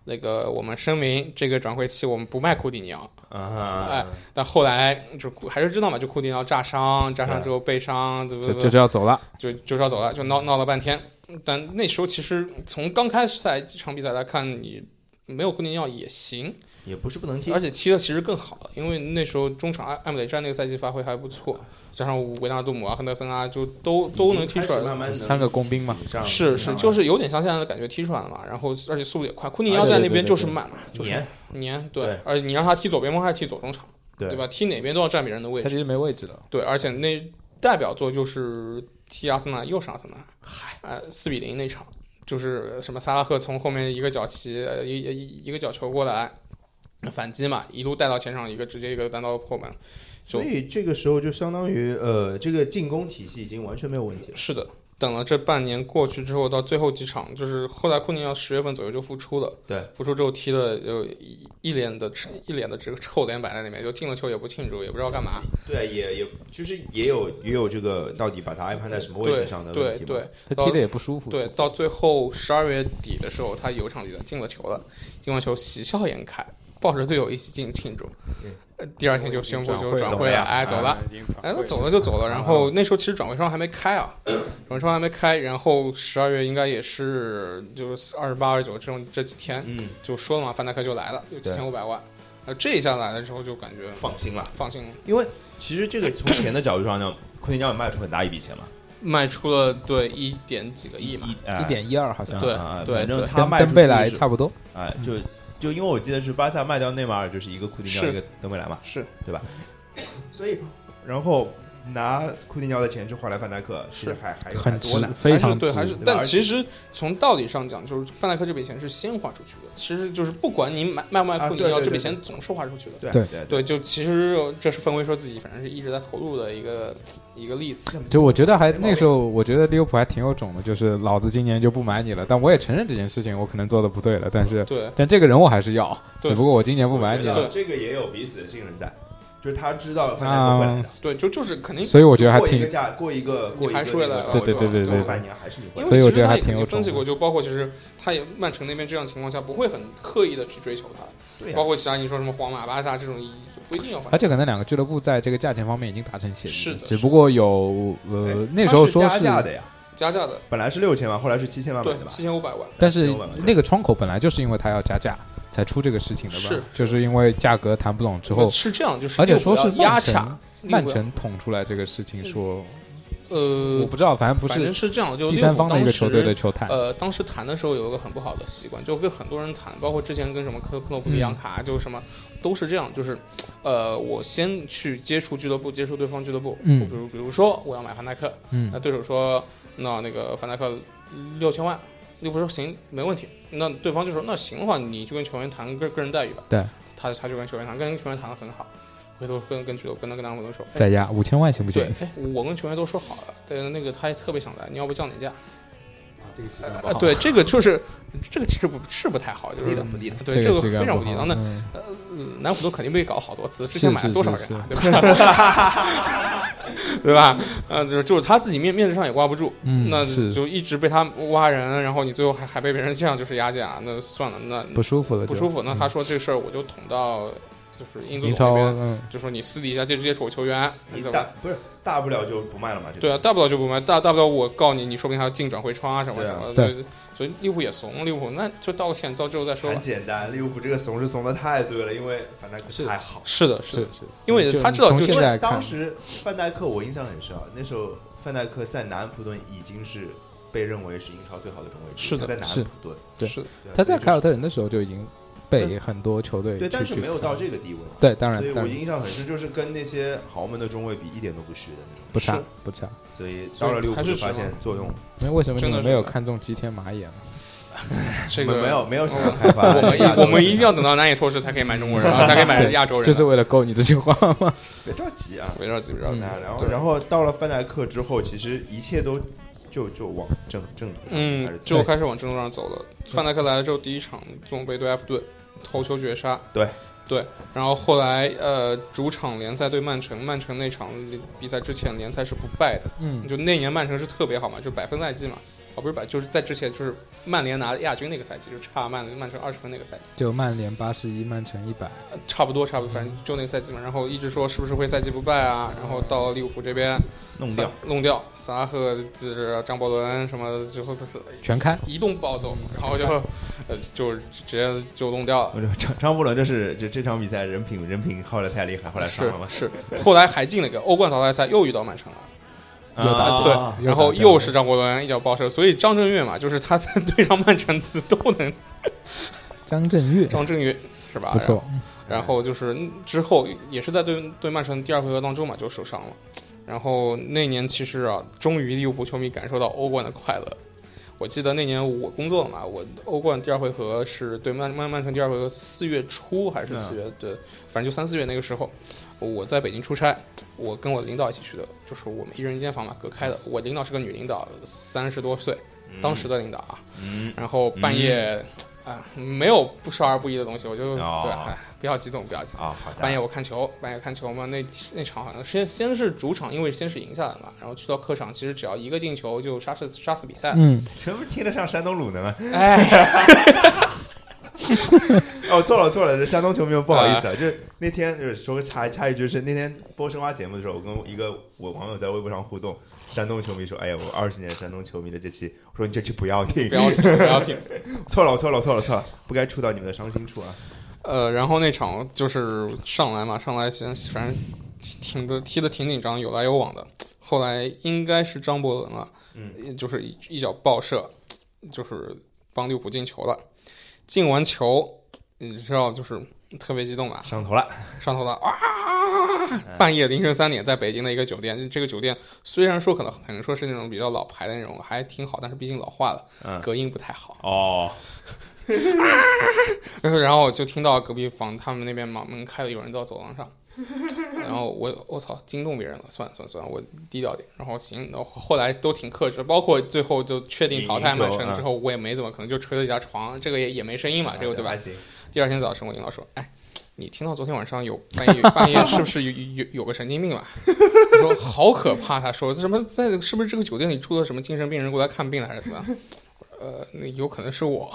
C: 那个我们声明这个转会期我们不卖库蒂尼奥，
B: 啊，
C: 但后来就库还是知道嘛，就库蒂尼奥炸伤，炸伤之后背伤，对
D: 就
C: 不
D: 就
C: 对？
D: 就要走了。
C: 就就是要走了，就闹闹了半天。但那时候其实从刚开始赛几场比赛来看，你没有库蒂尼奥也行，
B: 也不是不能踢
C: 而，且踢的其实更好了，因为那时候中场艾艾姆雷战那个赛季发挥还不错，加上维纳杜姆啊、亨德森啊，就都都能踢出来
B: 慢
C: 了。
B: 慢能
D: 三个工兵嘛，
B: 顶上
C: 是是，就是是有点像现在的感觉踢出来了嘛，然后而且速度也快，库蒂尼
D: 啊
C: 奥
D: 对
C: 在
D: 对
C: 那
D: 对
C: 边
D: 对
C: 就是
D: 对
C: 慢嘛，就是
B: 年
C: 年对，
B: 对
C: 而你让他踢左边锋还是踢左中场，
B: 对
C: 吧？踢哪边都要占别人的位
D: 他
C: 置，
D: 其实没位置了。
C: 对，而且那代表作就是踢阿森纳又是阿森纳，呃，四比零那场，就是什么萨拉赫从后面一个角旗呃一一一个角球过来反击嘛，一路带到前场，一个直接一个单刀破门，就
B: 所以这个时候就相当于呃，这个进攻体系已经完全没有问题了。
C: 是的。等了这半年过去之后，到最后几场，就是后来库尼奥十月份左右就复出了，
B: 对，
C: 复出之后踢了就一一脸的一脸的这个臭脸摆在那边，就进了球也不庆祝，也不知道干嘛。
B: 对，也也就是也有也有这个到底把它安排在什么位置上的问
C: 对
B: 题嘛。
C: 对
D: 他踢的也不舒服。
C: 对，到最后十二月底的时候，他有一场比赛进了球了，进完球喜笑颜开，抱着队友一起进庆祝
B: 嗯。
C: 呃第二天就宣布就
B: 转会
C: 转
B: 走
C: 会
B: 了
C: 啊，哎，走了。，哎，那走了就走
B: 啊
C: 了。然后那时候其实转会窗还没开啊，转会窗还没开。然后十二月应该也是就是二十八、二十九这种这几天
B: 嗯，
C: 就说了嘛，范戴克就来了，有七
B: 对
C: 千五百万。呃，这一下来了之后就感觉
B: 放心了，
C: 放心了，
B: 因为其实这个从钱的角度上呢，库蒂尼奥也卖出很大一笔钱嘛，
C: 卖出了对 一点几个亿嘛，
B: 一
D: 一点一二好
B: 啊
D: 像，
C: 对
B: 啊
C: 对
B: 反正
C: 对
B: 他
D: 跟
B: 卖出
D: 跟
B: 去
D: 贝莱
B: 是
D: 差不多。
B: 哎，就就因为我记得是巴萨卖掉内马尔就是一个库蒂尼奥
C: 是
B: 一个登贝莱嘛，
C: 是
B: 所以然后拿库蒂尼奥的钱去换来范戴克，其实
C: 是
B: 还还
D: 很
B: 还
D: 值
B: 多呢。
D: 非常
C: 还是对，
D: 值
C: 还是
B: 对吧
C: 但
B: 而且
C: 其实从道理上讲，就是范戴克这笔钱是先花出去的，其实就是不管你买卖不卖
B: 啊
C: 库里
B: 对
C: 奥，
B: 对
C: 这笔
B: 对
C: 钱总是花出去的。
B: 对
D: 对
B: 对对，
C: 对，就其实这是分威说自己反正是一直在投入的一个一个例子。
D: 就我觉得还
B: 没毛病
D: 那时候，我觉得利物浦还挺有种的，就是老子今年就不买你了。但我也承认这件事情，我可能做的不对了，但是
C: 对
D: 但这个人我还是要，
C: 对
D: 只不过我今年不买你
B: 我觉
D: 了，
B: 得这个也有彼此的信任在，就是他知道范戴克会来的，
C: 对，就就是肯定，
D: 所以我啊觉得还
B: 过一个
D: 挺
B: 价，过一个过一个
C: 你还是会来的
B: 那个
D: 对对对对对对
B: 半年还是你会
C: 因
B: 来
D: 所
C: 为
D: 以
C: 其
D: 我
C: 实
D: 觉得
C: 他
D: 还
C: 也肯
D: 挺
C: 定
D: 有
C: 分析
D: 种
C: 过，就包括其实他也曼城那边这样情况下不会很刻意的去追求他，
B: 对呀啊
C: 包括其他你说什么皇马、巴萨这种也不一定要换
D: 而。且可能两个俱乐部在这个价钱方面已经达成协议，
C: 是的
D: 只不过有呃
B: 哎
D: 那时候说
B: 他是加价的呀，
C: 加价的，
B: 本来是六千万，后来是七千万买
C: 对
B: 的，吧？
C: 七千五百万。
D: 但是
B: 10万嘛
D: 那个窗口本来就是因为他要加价才出这个事情的吧？
C: 是
D: 就是因为价格谈不拢之后，
C: 是这样，就是
D: 而且
C: 利物浦
D: 说是
C: 要压卡
D: 曼城，
C: 利物浦
D: 曼城捅出来这个事情说，
C: 呃
D: 我，不知道，反正不
C: 反正
D: 是
C: 是这样，就
D: 第
C: 利物
D: 三
C: 浦
D: 方的一
C: 当
D: 个
C: 时
D: 球队的球探，
C: 呃，当时谈的时候有一个很不好的习惯，就跟很多人谈，包括之前跟什么克克洛普、
D: 嗯
C: 里昂卡，就什么都是这样，就是，呃，我先去接触俱乐部，接触对方俱乐部，
D: 嗯
C: 比如比如说我要买范戴克，
D: 嗯
C: 那，对手说，那那个范戴克六千万，利物浦说行，没问题，那对方就说那行的话，你就跟球员谈个个人待遇吧，
D: 对，
C: 他他就跟球员谈，跟球员谈的很好，回头跟跟俱乐部跟他跟他们都说，哎，
D: 再压五千万行不行
C: 对？，哎，我跟球员都说好了，对，那个他也特别想来，你要不降点价？
D: 啊这个习
C: 呃，呃对，这个就是这个其实不是不太好，就
B: 不低
C: 是
B: 的
D: 嗯
B: 不低的，
C: 对
D: 这
C: 个
D: 是一
C: 非
D: 个
C: 常
D: 不
C: 不地
D: 好
C: 道。那
D: 嗯
C: 嗯南普陀肯定被搞好多次，之前
D: 是
C: 买了
D: 是
C: 多少
D: 是
C: 人啊，对吧？对吧？ 呃，就是就是他自己面面子上也挂不住，
D: 嗯
C: 那
D: 是
C: 就一直被他挖人，然后你最后还还被别人这样就是压价，那算了，那
D: 不舒服了就，
C: 不舒服。那
D: 嗯
C: 他说这事儿我就捅到就是英足总
D: 英超哎
C: 那边，
D: 嗯
C: 就说你私底下接触接触我球员，你
B: 你
C: 怎么
B: 大？不是大不了就不卖了嘛，这个
C: 嗯对啊，大不了就不卖，大大不了我告你，你说不定还要进转会窗啊什么
B: 对
C: 什
B: 啊
C: 么的。
D: 对
C: 对，所以利物浦也怂，利物浦那就道个歉，到之后再说
B: 很
C: 吧。
B: 简单，利物浦这个怂是怂的太对了，因为范戴克
D: 是
B: 太好。
C: 是的，
D: 是
C: 的，
D: 是，
C: 因为
D: 就
C: 他知道
D: 从
C: 就
D: 现
B: 因
D: 在
B: 为
D: 看
B: 当，时范戴克我印象很深啊，那时候范戴克在南安普顿已经是被认为是英超最好的中卫之一，
C: 是
B: 他
C: 的
B: 在南
D: 是
B: 安普顿，
D: 对
C: 是的，
B: 对
D: 他在
B: 所以就是
D: 凯尔特人的时候就已经被很多球队
B: 对，但
D: 去
B: 是没有到这个地位嘛。
D: 对，当然
B: 所以
D: 当
B: 我
D: 然
B: 印象很深，就是跟那些豪门的中卫比，一点都不虚的那种。
D: 不差
C: 是
D: 不差。
B: 所以到了利物浦就发现作用
D: 那为什么你
C: 真的
D: 们
C: 是
D: 没有
C: 的
D: 看中吉田麻也呢？
C: 这
B: 我
C: 个哦
B: 们没有没有想要开发，
C: 我们
B: 亚
C: 一
B: 洲
C: 我们一定要等到南野拓实才可以买中国人啊，才可以买亚洲人啊。
D: 就是为了够你这句话吗？
B: 别着急啊。
C: 围绕自己围绕自己
B: 啊，然后
C: 嗯对
B: 然后到了范戴克之后，其实一切都就就往正正途上还是
C: 嗯，
B: 走
C: 就开始往正路上走了。范戴克来了之后，第一场总被对埃弗顿头球绝杀，
B: 对，
C: 然后后来呃主场联赛对曼城，曼城那场比赛之前联赛是不败的，
D: 嗯，
C: 就那年曼城是特别好嘛，就是百分赛季嘛，哦不是百，就是在之前就是曼联拿亚军那个赛季，就差曼曼城二十分那个赛季，
D: 就曼联八十一，曼城一百，
C: 呃差不多差不多，反正就那个赛季嘛。然后一直说是不是会赛季不败啊，然后到利物浦这边
B: 弄掉。
C: 萨弄掉萨拉赫、呃张伯伦什么，最后
D: 全开。
C: 移动暴走，然后就呃就直接就弄掉了。
B: 哦我这张张伯伦这是这这场比赛人品人品耗的太厉害，后来上
C: 是
B: 了嘛，
C: 是，后来还进了一个欧冠淘汰赛，又遇到曼城了，
D: 又打
B: 啊
C: 对
B: 啊
D: 又
C: 然后
D: 打掉了
C: 又是张伯伦一脚爆射，所以张震岳嘛，就是他在 对上曼城都能
D: 张震岳，
C: 张震岳是吧？
D: 不错。
C: 然后就是嗯之后也是在对对曼城第二回合当中嘛，就受伤了。然后那年其实啊，终于利物浦球迷感受到欧冠的快乐。我记得那年我工作嘛，我欧冠第二回合是对曼曼曼城第二回合四月初还是
B: 嗯
C: 四月、对，反正就三四月那个时候，我在北京出差，我跟我领导一起去的，就是我们一人一间房嘛，隔开的。
D: 嗯
C: 我领导是个女领导，三十多岁，当时的领导啊，
B: 嗯，
C: 然后半夜、啊，没有不少儿不宜的东西，我就、
B: 哦
C: 对，哎，不要激动，不要激动。
B: 啊，好的，
C: 半夜我看球，半夜看球嘛，那那场好像先先是主场，因为先是赢下来嘛，然后去到客场，其实只要一个进球就杀死杀死比赛。
D: 嗯，
B: 这不是听得上山东鲁的吗？
C: 哎，
B: 哦，错了错了，这山东球迷们不好意思啊，就是那天就是说个插插一句是那天播申花节目的时候，我跟一个我网友在微博上互动，山东球迷说：“哎呀，我二十年山东球迷的这期，我说你这期不要听，
C: 不要紧，不要紧。
B: 错了错了错了错了，不该触到你们的伤心处啊。
C: 呃，然后那场就是上来嘛，上来先反正挺的踢的挺紧张，有来有往的。后来应该是张伯伦啊，
B: 嗯，
C: 就是一一脚爆射，就是帮利物浦进球了。进完球，你知道就是特别激动吧？
B: 上头了，
C: 上头了啊！
B: 嗯
C: 半夜凌晨三点，在北京的一个酒店，这个酒店虽然说可能可能说是那种比较老牌的那种，还挺好，但是毕竟老化了，
B: 嗯，
C: 隔音不太好。
B: 哦，
C: 然后然后我就听到隔壁房他们那边把门开了，有人到走廊上，然后我我操惊动别人了，算了算了算了，我低调点。然后行，然后后来都挺克制，包括最后就确定淘汰曼城之后，我也没怎么，可能就捶了一下床，这个也也没声音嘛，这个对吧
B: 还？行，
C: 第二天早晨，我领导说：“哎，你听到昨天晚上有半夜半夜是不是有有有个神经病吧？” 我说：“好可怕！”他说：“什么在是不是这个酒店里住的什么精神病人过来看病了还是怎么样？”呃，那有可能是我，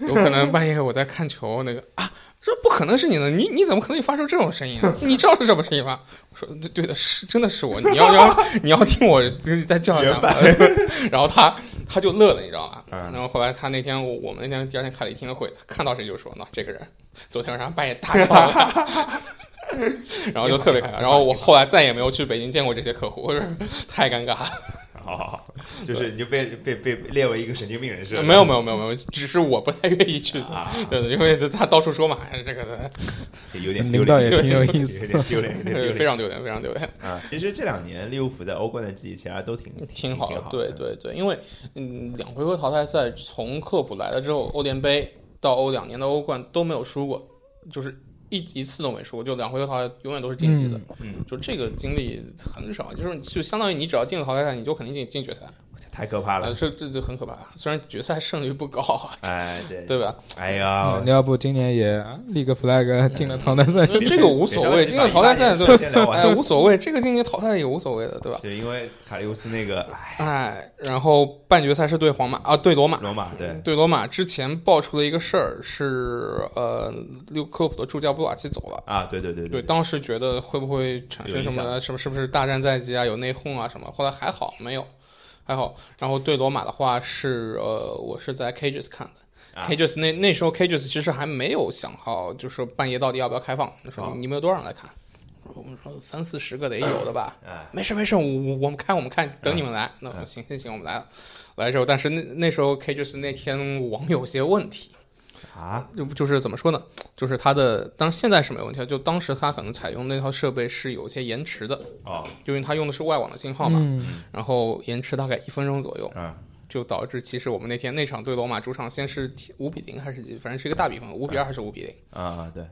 C: 有可能半夜我在看球，那个啊，这不可能是你的，你你怎么可能发出这种声音啊？你知道是什么声音吗？我说对对的，是真的是我，你要要你要听我再叫一下吗， 然后他他就乐了，你知道吗？
B: 嗯
C: 然后后来他那天我我们那天第二天开了一天的会，他看到谁就说呢，这个人昨天晚上半夜大吵了。 然后就特别尴尬，然后我后来再也没有去北京见过这些客户，我说太尴尬了。
B: 好好好，就是你就被被被被列为一个神经病人士，
C: 没有没有没有没有，只是我不太愿意去。
B: 啊，
C: 对对，因为他到处说嘛，哎这 个
B: 有点丢
D: 嗯领导
B: 脸，
D: 也挺有意
B: 有
D: 思。
B: 点丢脸，有点丢
C: 呃
B: 脸，
C: 非常丢脸，非常丢脸，
B: 啊。其实这两年利物浦在欧冠的绩其实 都挺
C: 挺好
B: 好
C: 的
B: 的，，
C: 对对对，因为嗯，两回合淘汰赛从克洛普来了之后，欧联杯到欧两年的欧冠都没有输过，就是一一次都没输过，就两回合淘汰永远都是晋级的，
B: 嗯，
C: 就这个经历很少，就是就相当于你只要进了淘汰赛，你就肯定进进决赛，
B: 太可怕
C: 啊，
B: 了。
C: 这这这很可怕，虽然决赛胜率不高，啊
B: 哎，对，
C: 对吧？
B: 哎
C: 啊
B: 呀，
D: 要不今年也立个
C: 嗯
D: flag 进了淘汰赛？
C: 呃这个无所 谓，进了淘汰赛对吧？
B: 先聊
C: 哎，
B: 完。
C: 无所谓，这个晋级淘汰也无所谓的，对吧？
B: 对，因为卡利乌斯那个，哎，
C: 哎，然后半决赛是对皇马啊，对罗马。
B: 罗马对，
C: 对罗马之前爆出了一个事儿，是呃，利物克洛普的助教布瓦奇走了。
B: 啊，对对对
C: 对，，当时觉得会不会产生什
B: 有影
C: 么什么是不是大战在即啊，有内讧啊什么？后来还好没有，还好。然后对罗马的话是呃，我是在 Cages 看的。
B: 啊
C: Cages 那那时候 Cages 其实还没有想好，就是说半夜到底要不要开放。就说
B: 哦
C: 你你们有多少人来看？我们说三四十个得有的吧。
B: 哎，嗯
C: 没事没事，我我我们看我们看，等你们来。那我行行行，我们来了。来之后，但是那那时候 K 就是那天网友有些问题，
B: 啊，
C: 就就是怎么说呢？就是他的，当然现在是没问题了，就当时他可能采用那套设备是有一些延迟的，
B: 哦，
C: 因为他用的是外网的信号嘛，
D: 嗯，
C: 然后延迟大概一分钟左右，
B: 嗯，
C: 就导致其实我们那天那场对罗马主场先是五比零还是几，反正是一个大比分，五比二还是五比零，
B: 啊，对，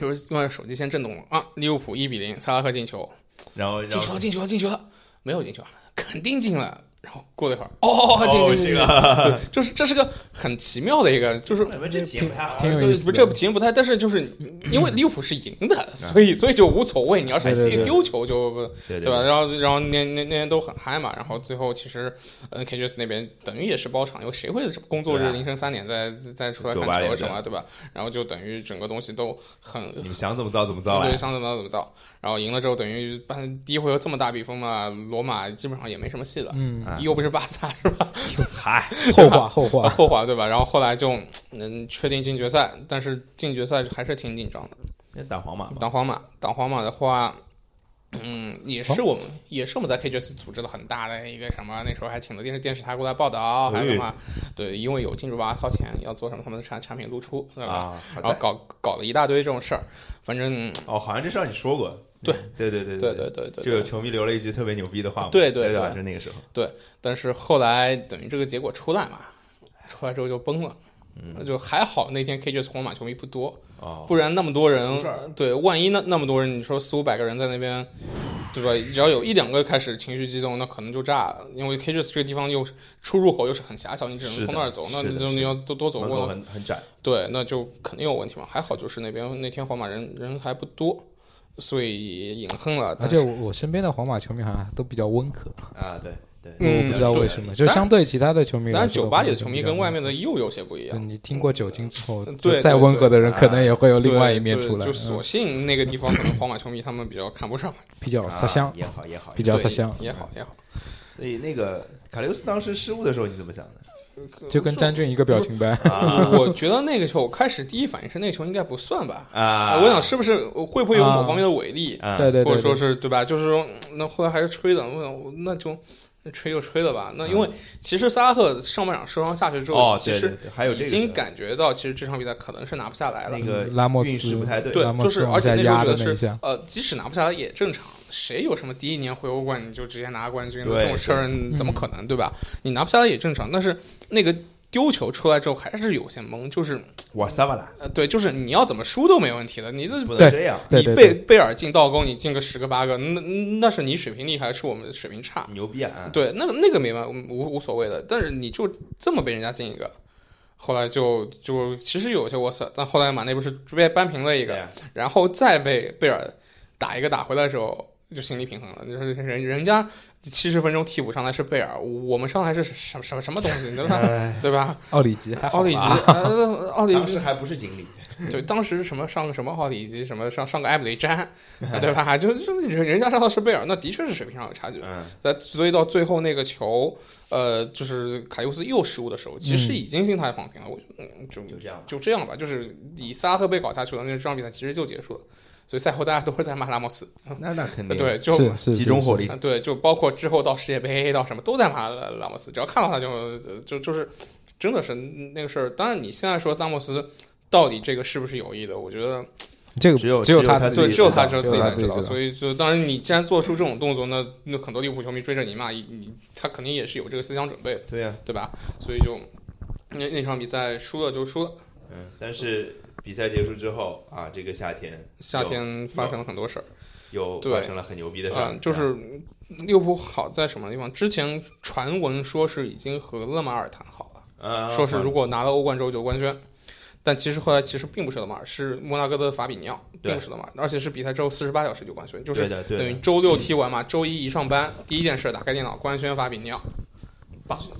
C: 就是因为手机先震动了啊，利物浦一比零，萨拉赫进球，
B: 然后然
C: 进球
B: 后
C: 了，进球了，进球了，没有进球啊，肯定进了。然后过了一会儿，哦，进
B: 哦
C: 进
B: 这
C: 进，
B: 个
C: 对，就是这是个很奇妙的一个，就是
B: 我们这体验不太好。
D: 挺有
C: 对
D: 意，思
C: 啊不，
D: 的。
C: 这体验不太，但是就是因为利物浦是赢的，所以所以就无所谓。你要是
D: 对对对
C: 丢球就不
B: 对
C: 对吧？？然后然后那那那天都很嗨嘛，然后最后其实呃 KGS 那边等于也是包场，因为谁会工作
B: 对
C: 日
B: 啊
C: 凌晨三点再再再出来
B: 酒吧
C: 看
B: 里
C: 球
B: 的
C: 什么对吧？然后就等于整个东西都很
B: 你们想怎么造怎么啊造
C: 对
B: 来。
C: 想怎么着怎么造，然后赢了之后等于半第一回合这么大比分嘛，罗马基本上也没什么戏了，
D: 嗯，
B: 啊
C: 又不是巴萨是吧？
B: 嗨，
D: 后话后
C: 啊
D: 话，
C: 后话对吧？然后后来就能确定进决赛，但是进决赛还是挺紧张的。
B: 那打皇马吧，
C: 挡皇马，挡皇马的话，嗯，也是我们、也是我们在 KGS 组织的很大的一个什么，那时候还请了电视电视台过来报
B: 哎
C: 道，还有什么，对，因为有金主爸爸掏钱要做什么他们的产产品露出，对吧？
B: 啊，好
C: 然后
B: 的
C: 搞搞了一大堆这种事儿，反正
B: 哦，好像这事儿你说过。
C: 对
B: 对对对
C: 对对对对
B: 就有
C: 对，
B: 球迷留了一句特别牛逼的话嘛，
C: 对对
B: 对
C: 对
B: 吧？就那个时候，
C: 但是后来等于这个结果出来嘛，出来之后就崩了。
B: 嗯
C: 就还好那天 KGS 皇马球迷不多，
B: 哦，
C: 不然那么多人
B: 出事儿，
C: 对，万一那那么多人，你说四五百个人在那边，对吧？只要有一两个开始情绪激动，那可能就炸了。因为 KGS 这个地方又是出入口又是很狭小，你只能
B: 是的
C: 从那儿走，那
B: 是的
C: 你就是
B: 的
C: 你要多多走
B: 门口
C: 过，
B: 很很窄，
C: 对，那就肯定有问题嘛。还好就是那边那天皇马人人还不多，所以也隐恨了。
D: 而
C: 但
D: 且
C: 啊是
D: 我我身边的皇马球迷好像都比较温和，
B: 啊，对对，
C: 嗯
D: 不知道为什么，就相对其他的球迷来说，
C: 当然酒吧里的球迷
D: 比较
C: 跟外面的又有些不一
D: 对
C: 样。
D: 你听过酒精之后，
C: 对
D: 就
C: 对啊
D: 再温和的人
B: 对
D: 可能也会有另
C: 对
D: 外一面
C: 对
D: 出来，
C: 就
D: 嗯
C: 索性那个地方可能皇马球迷他们比较看不上，
D: 比较
B: 啊
D: 色香，
B: 也好也好
D: 比。
B: 也好
C: 对
D: 较色香，
C: 也好也好，
B: 所以那个卡留斯当时失误的时候，你怎么想的？
D: 就跟詹俊一个表情呗。
B: 啊
C: 我觉得那个球，我开始第一反应是那个球应该不算吧？
B: 啊！
C: 我想是不是会不会有某方面的违例，
B: 啊，
D: 对对
C: 嗯或
D: 对
C: 者说
D: 对，
C: 是对吧？就是说，嗯那后来还是吹的，我想那就吹就吹了吧。那因为其实萨拉赫上半场受伤下去之后，
B: 嗯哦，
C: 其
B: 对对
C: 实
B: 对，还有这
C: 已
B: 个
C: 经
B: 事儿
C: 感觉到，其实这场比赛可能是拿不下来了
B: 那。个
D: 拉莫斯
B: 运势不太对，
C: 对
D: 拉，莫
C: 就是
D: 斯
C: 而且那时候
D: 压
C: 觉
D: 的
C: 得
D: 那一
C: 是
D: 下，
C: 呃，即使拿不下来也正常。谁有什么第一年回欧冠你就直接拿冠军的
B: 对
C: 这种事儿，你怎么
D: 嗯
C: 可能对吧？你拿不下来也正常，但是那个丢球出来之后还是有些懵，就是
B: 瓦萨瓦拉
C: 呃，对，就是你要怎么输都没问题的，你这
B: 不能
D: 对
B: 这样，
D: 对
C: 你
D: 对
C: 贝
D: 对，
C: 贝尔进倒钩，你进个十个八个，那那是你水平厉害，是我们水平差。
B: 牛逼啊！
C: 对，那个那个没办无无所谓的，但是你就这么被人家进一个，后来就就其实有些我操，但后来马内不是被扳平了一
B: 对啊
C: 个，
B: 呀，
C: 然后再被贝尔打一个打回来的时候。就心理平衡了，就是人人家七十分钟替补上来是贝尔，我们上来是什么什么什么东西，你知道吧？
B: 哎
C: 对吧？
D: 奥里吉还好
C: 奥里吉，呃奥里
B: 当
C: 吉
B: 时还不是锦鲤，
C: 对，当时什么上个什么奥里及什么上上个埃布雷詹，啊对吧？ 就就人人家上到是贝尔，那的确是水平上有差距。
B: 嗯，
C: 在所以到最后那个球，呃，就是卡尤斯又失误的时候，其实
D: 嗯
C: 已经心态躺平了。我就嗯就
B: 就这样吧。
C: 就这样吧，就是以萨拉赫被搞下去了，那这场比赛其实就结束了。所以赛后大家都会在骂拉莫斯，
B: 那那肯定
C: 嗯对，，就是
D: 是
B: 集中火，
D: 是
B: 力
C: 啊，对，就包括之后到世界杯到什么都在骂拉拉莫斯，只要看到他就就就是真的是那个事儿。当然，你现在说拉莫斯到底这个是不是有意的，我觉得
D: 是这个
B: 只有
D: 只有
B: 只有
D: 他
B: 他
D: 自
B: 自
C: 对，
D: 己
B: 己
C: 只有
D: 知道
C: 他知道
D: 只
C: 自己
D: 有他
C: 才
D: 自己
C: 道。
D: 道，
C: 所以就当然你既然做出这种动作，那那很多利物浦球迷追着你骂，你你他肯定也是有这个思想准备的，
B: 对啊呀，
C: 对吧？所以就那那场比赛输了就输了。
B: 嗯，但是比赛结束之后啊，这个夏天
C: 夏天发生了很多事儿，
B: 又
C: 对
B: 发生了很牛逼的
C: 嗯、
B: 事儿，
C: 就是利物浦好在什么地方？之前传闻说是已经和勒马尔谈好了，
B: 啊，
C: 说是
B: 好
C: 如果拿了欧冠之后就官宣。但其实后来其实并不是勒马尔，是摩纳哥的法比尼奥，并不是勒马尔，而且是比赛之后四十八小时就官宣，就是
B: 对的对
C: 等于
B: 的，
C: 周六踢完嘛，周一一上班，第一件事打开电脑，官宣法比尼奥。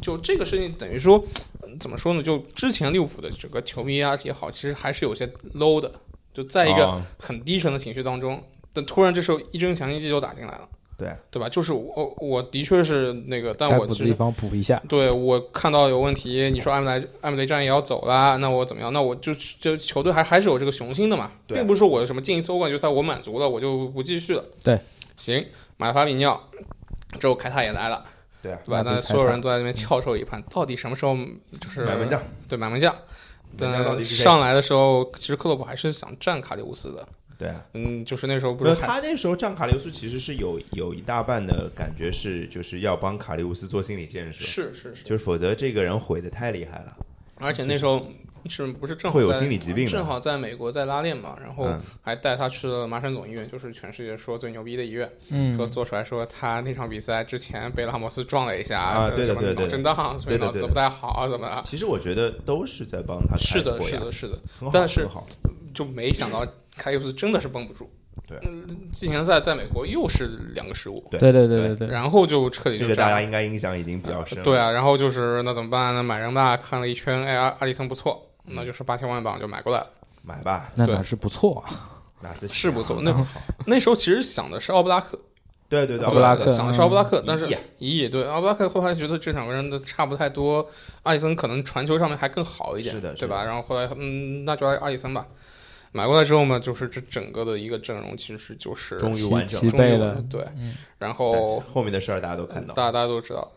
C: 就这个事情，等于说、嗯怎么说呢？就之前利物浦的整个球迷啊也好，其实还是有些 low 的，就在一个
B: 哦
C: 很低沉的情绪当中。但突然这时候一针强心剂就打进来了，
B: 对
C: 对吧？就是我我的确是那个，但
D: 该
C: 我
D: 补的
C: 其
D: 地
C: 实
D: 方补一下，
C: 对我看到有问题，你说埃姆雷埃姆雷战也要走啦，那我怎么样？那我就就球队还还是有这个雄心的嘛，
B: 对
C: 并不是说我什么进一次欧冠决赛我满足了，我就不继续了。
D: 对，
C: 行，买法比尼奥，之后凯塔也来了，
B: 对啊，
C: 对吧？
D: 那
C: 那
D: 对
C: 所有人都在那边翘首以盼，到底什么时候就是
B: 买门将，
C: 对买门将？
B: 门将到底
C: 但
B: 是谁
C: 上来的时候，其实克洛普还是想占卡里乌斯的，
B: 对啊。
C: 嗯，就是那时候不
B: 没有，
C: 是还
B: 他那时候站卡利乌斯其实是有有一大半的感觉是就是要帮卡利乌斯做心理建设，
C: 是是是，
B: 就是否则这个人毁的太厉害了。
C: 而且那时候是不是正好
B: 会有
C: 在
B: 心理疾病的
C: 正好在美国在拉练嘛，然后
B: 嗯
C: 还带他去了麻省总医院，就是全世界说最牛逼的医院，
D: 嗯
C: 说做出来说他那场比赛之前被拉莫斯撞了一下，
B: 啊
C: 呃
B: 对的
C: 什么
B: 对的对的
C: 脑震荡，所
B: 对
C: 以
B: 的
C: 脑子
B: 对的
C: 不太好，啊怎么的？
B: 其实我觉得都是在帮他开
C: 是的，
B: 拓
C: 是
B: 呀
C: 的，，是的，
B: 很好
C: 但是
B: 很好
C: 就没想到凯里普斯真的是绷不住。
B: 对
C: 嗯，季前赛在美国又是两个失误，
B: 对
D: 对对对对对，
C: 然后就彻底
B: 这
C: 就
B: 个
C: 炸
B: 大
C: 了
B: 家应该印象已经比较深了。
C: 对啊，然后就是那怎么办呢？买人吧，看了一圈，哎呀，阿里森不错，
B: 嗯
C: 那就是八千万镑就买过来了。
B: 买吧，
D: 那
C: 对
D: 哪是不错啊？
B: 那是
C: 是不错那
B: 很好
C: 那时候其实想的是奥布拉克，
B: 啊对对对，
D: 奥布拉克
C: 对想的是奥布拉克
B: 嗯，
C: 但是
B: 一亿啊
C: 一亿对奥布拉克后来觉得这两个人的差不太多，阿里森可能传球上面还更好一点，
B: 是的是的
C: 对吧？然后后来嗯，那就阿阿里森吧。买过来之后嘛，就是这整个的一个阵容其实就是
B: 终于
D: 齐
B: 完整
D: 齐
B: 了。
C: 终于
D: 备
C: 完
D: 了
C: 对，
D: 嗯，
C: 然后
B: 后面的事儿大家都看到
C: 大，家大家都知道，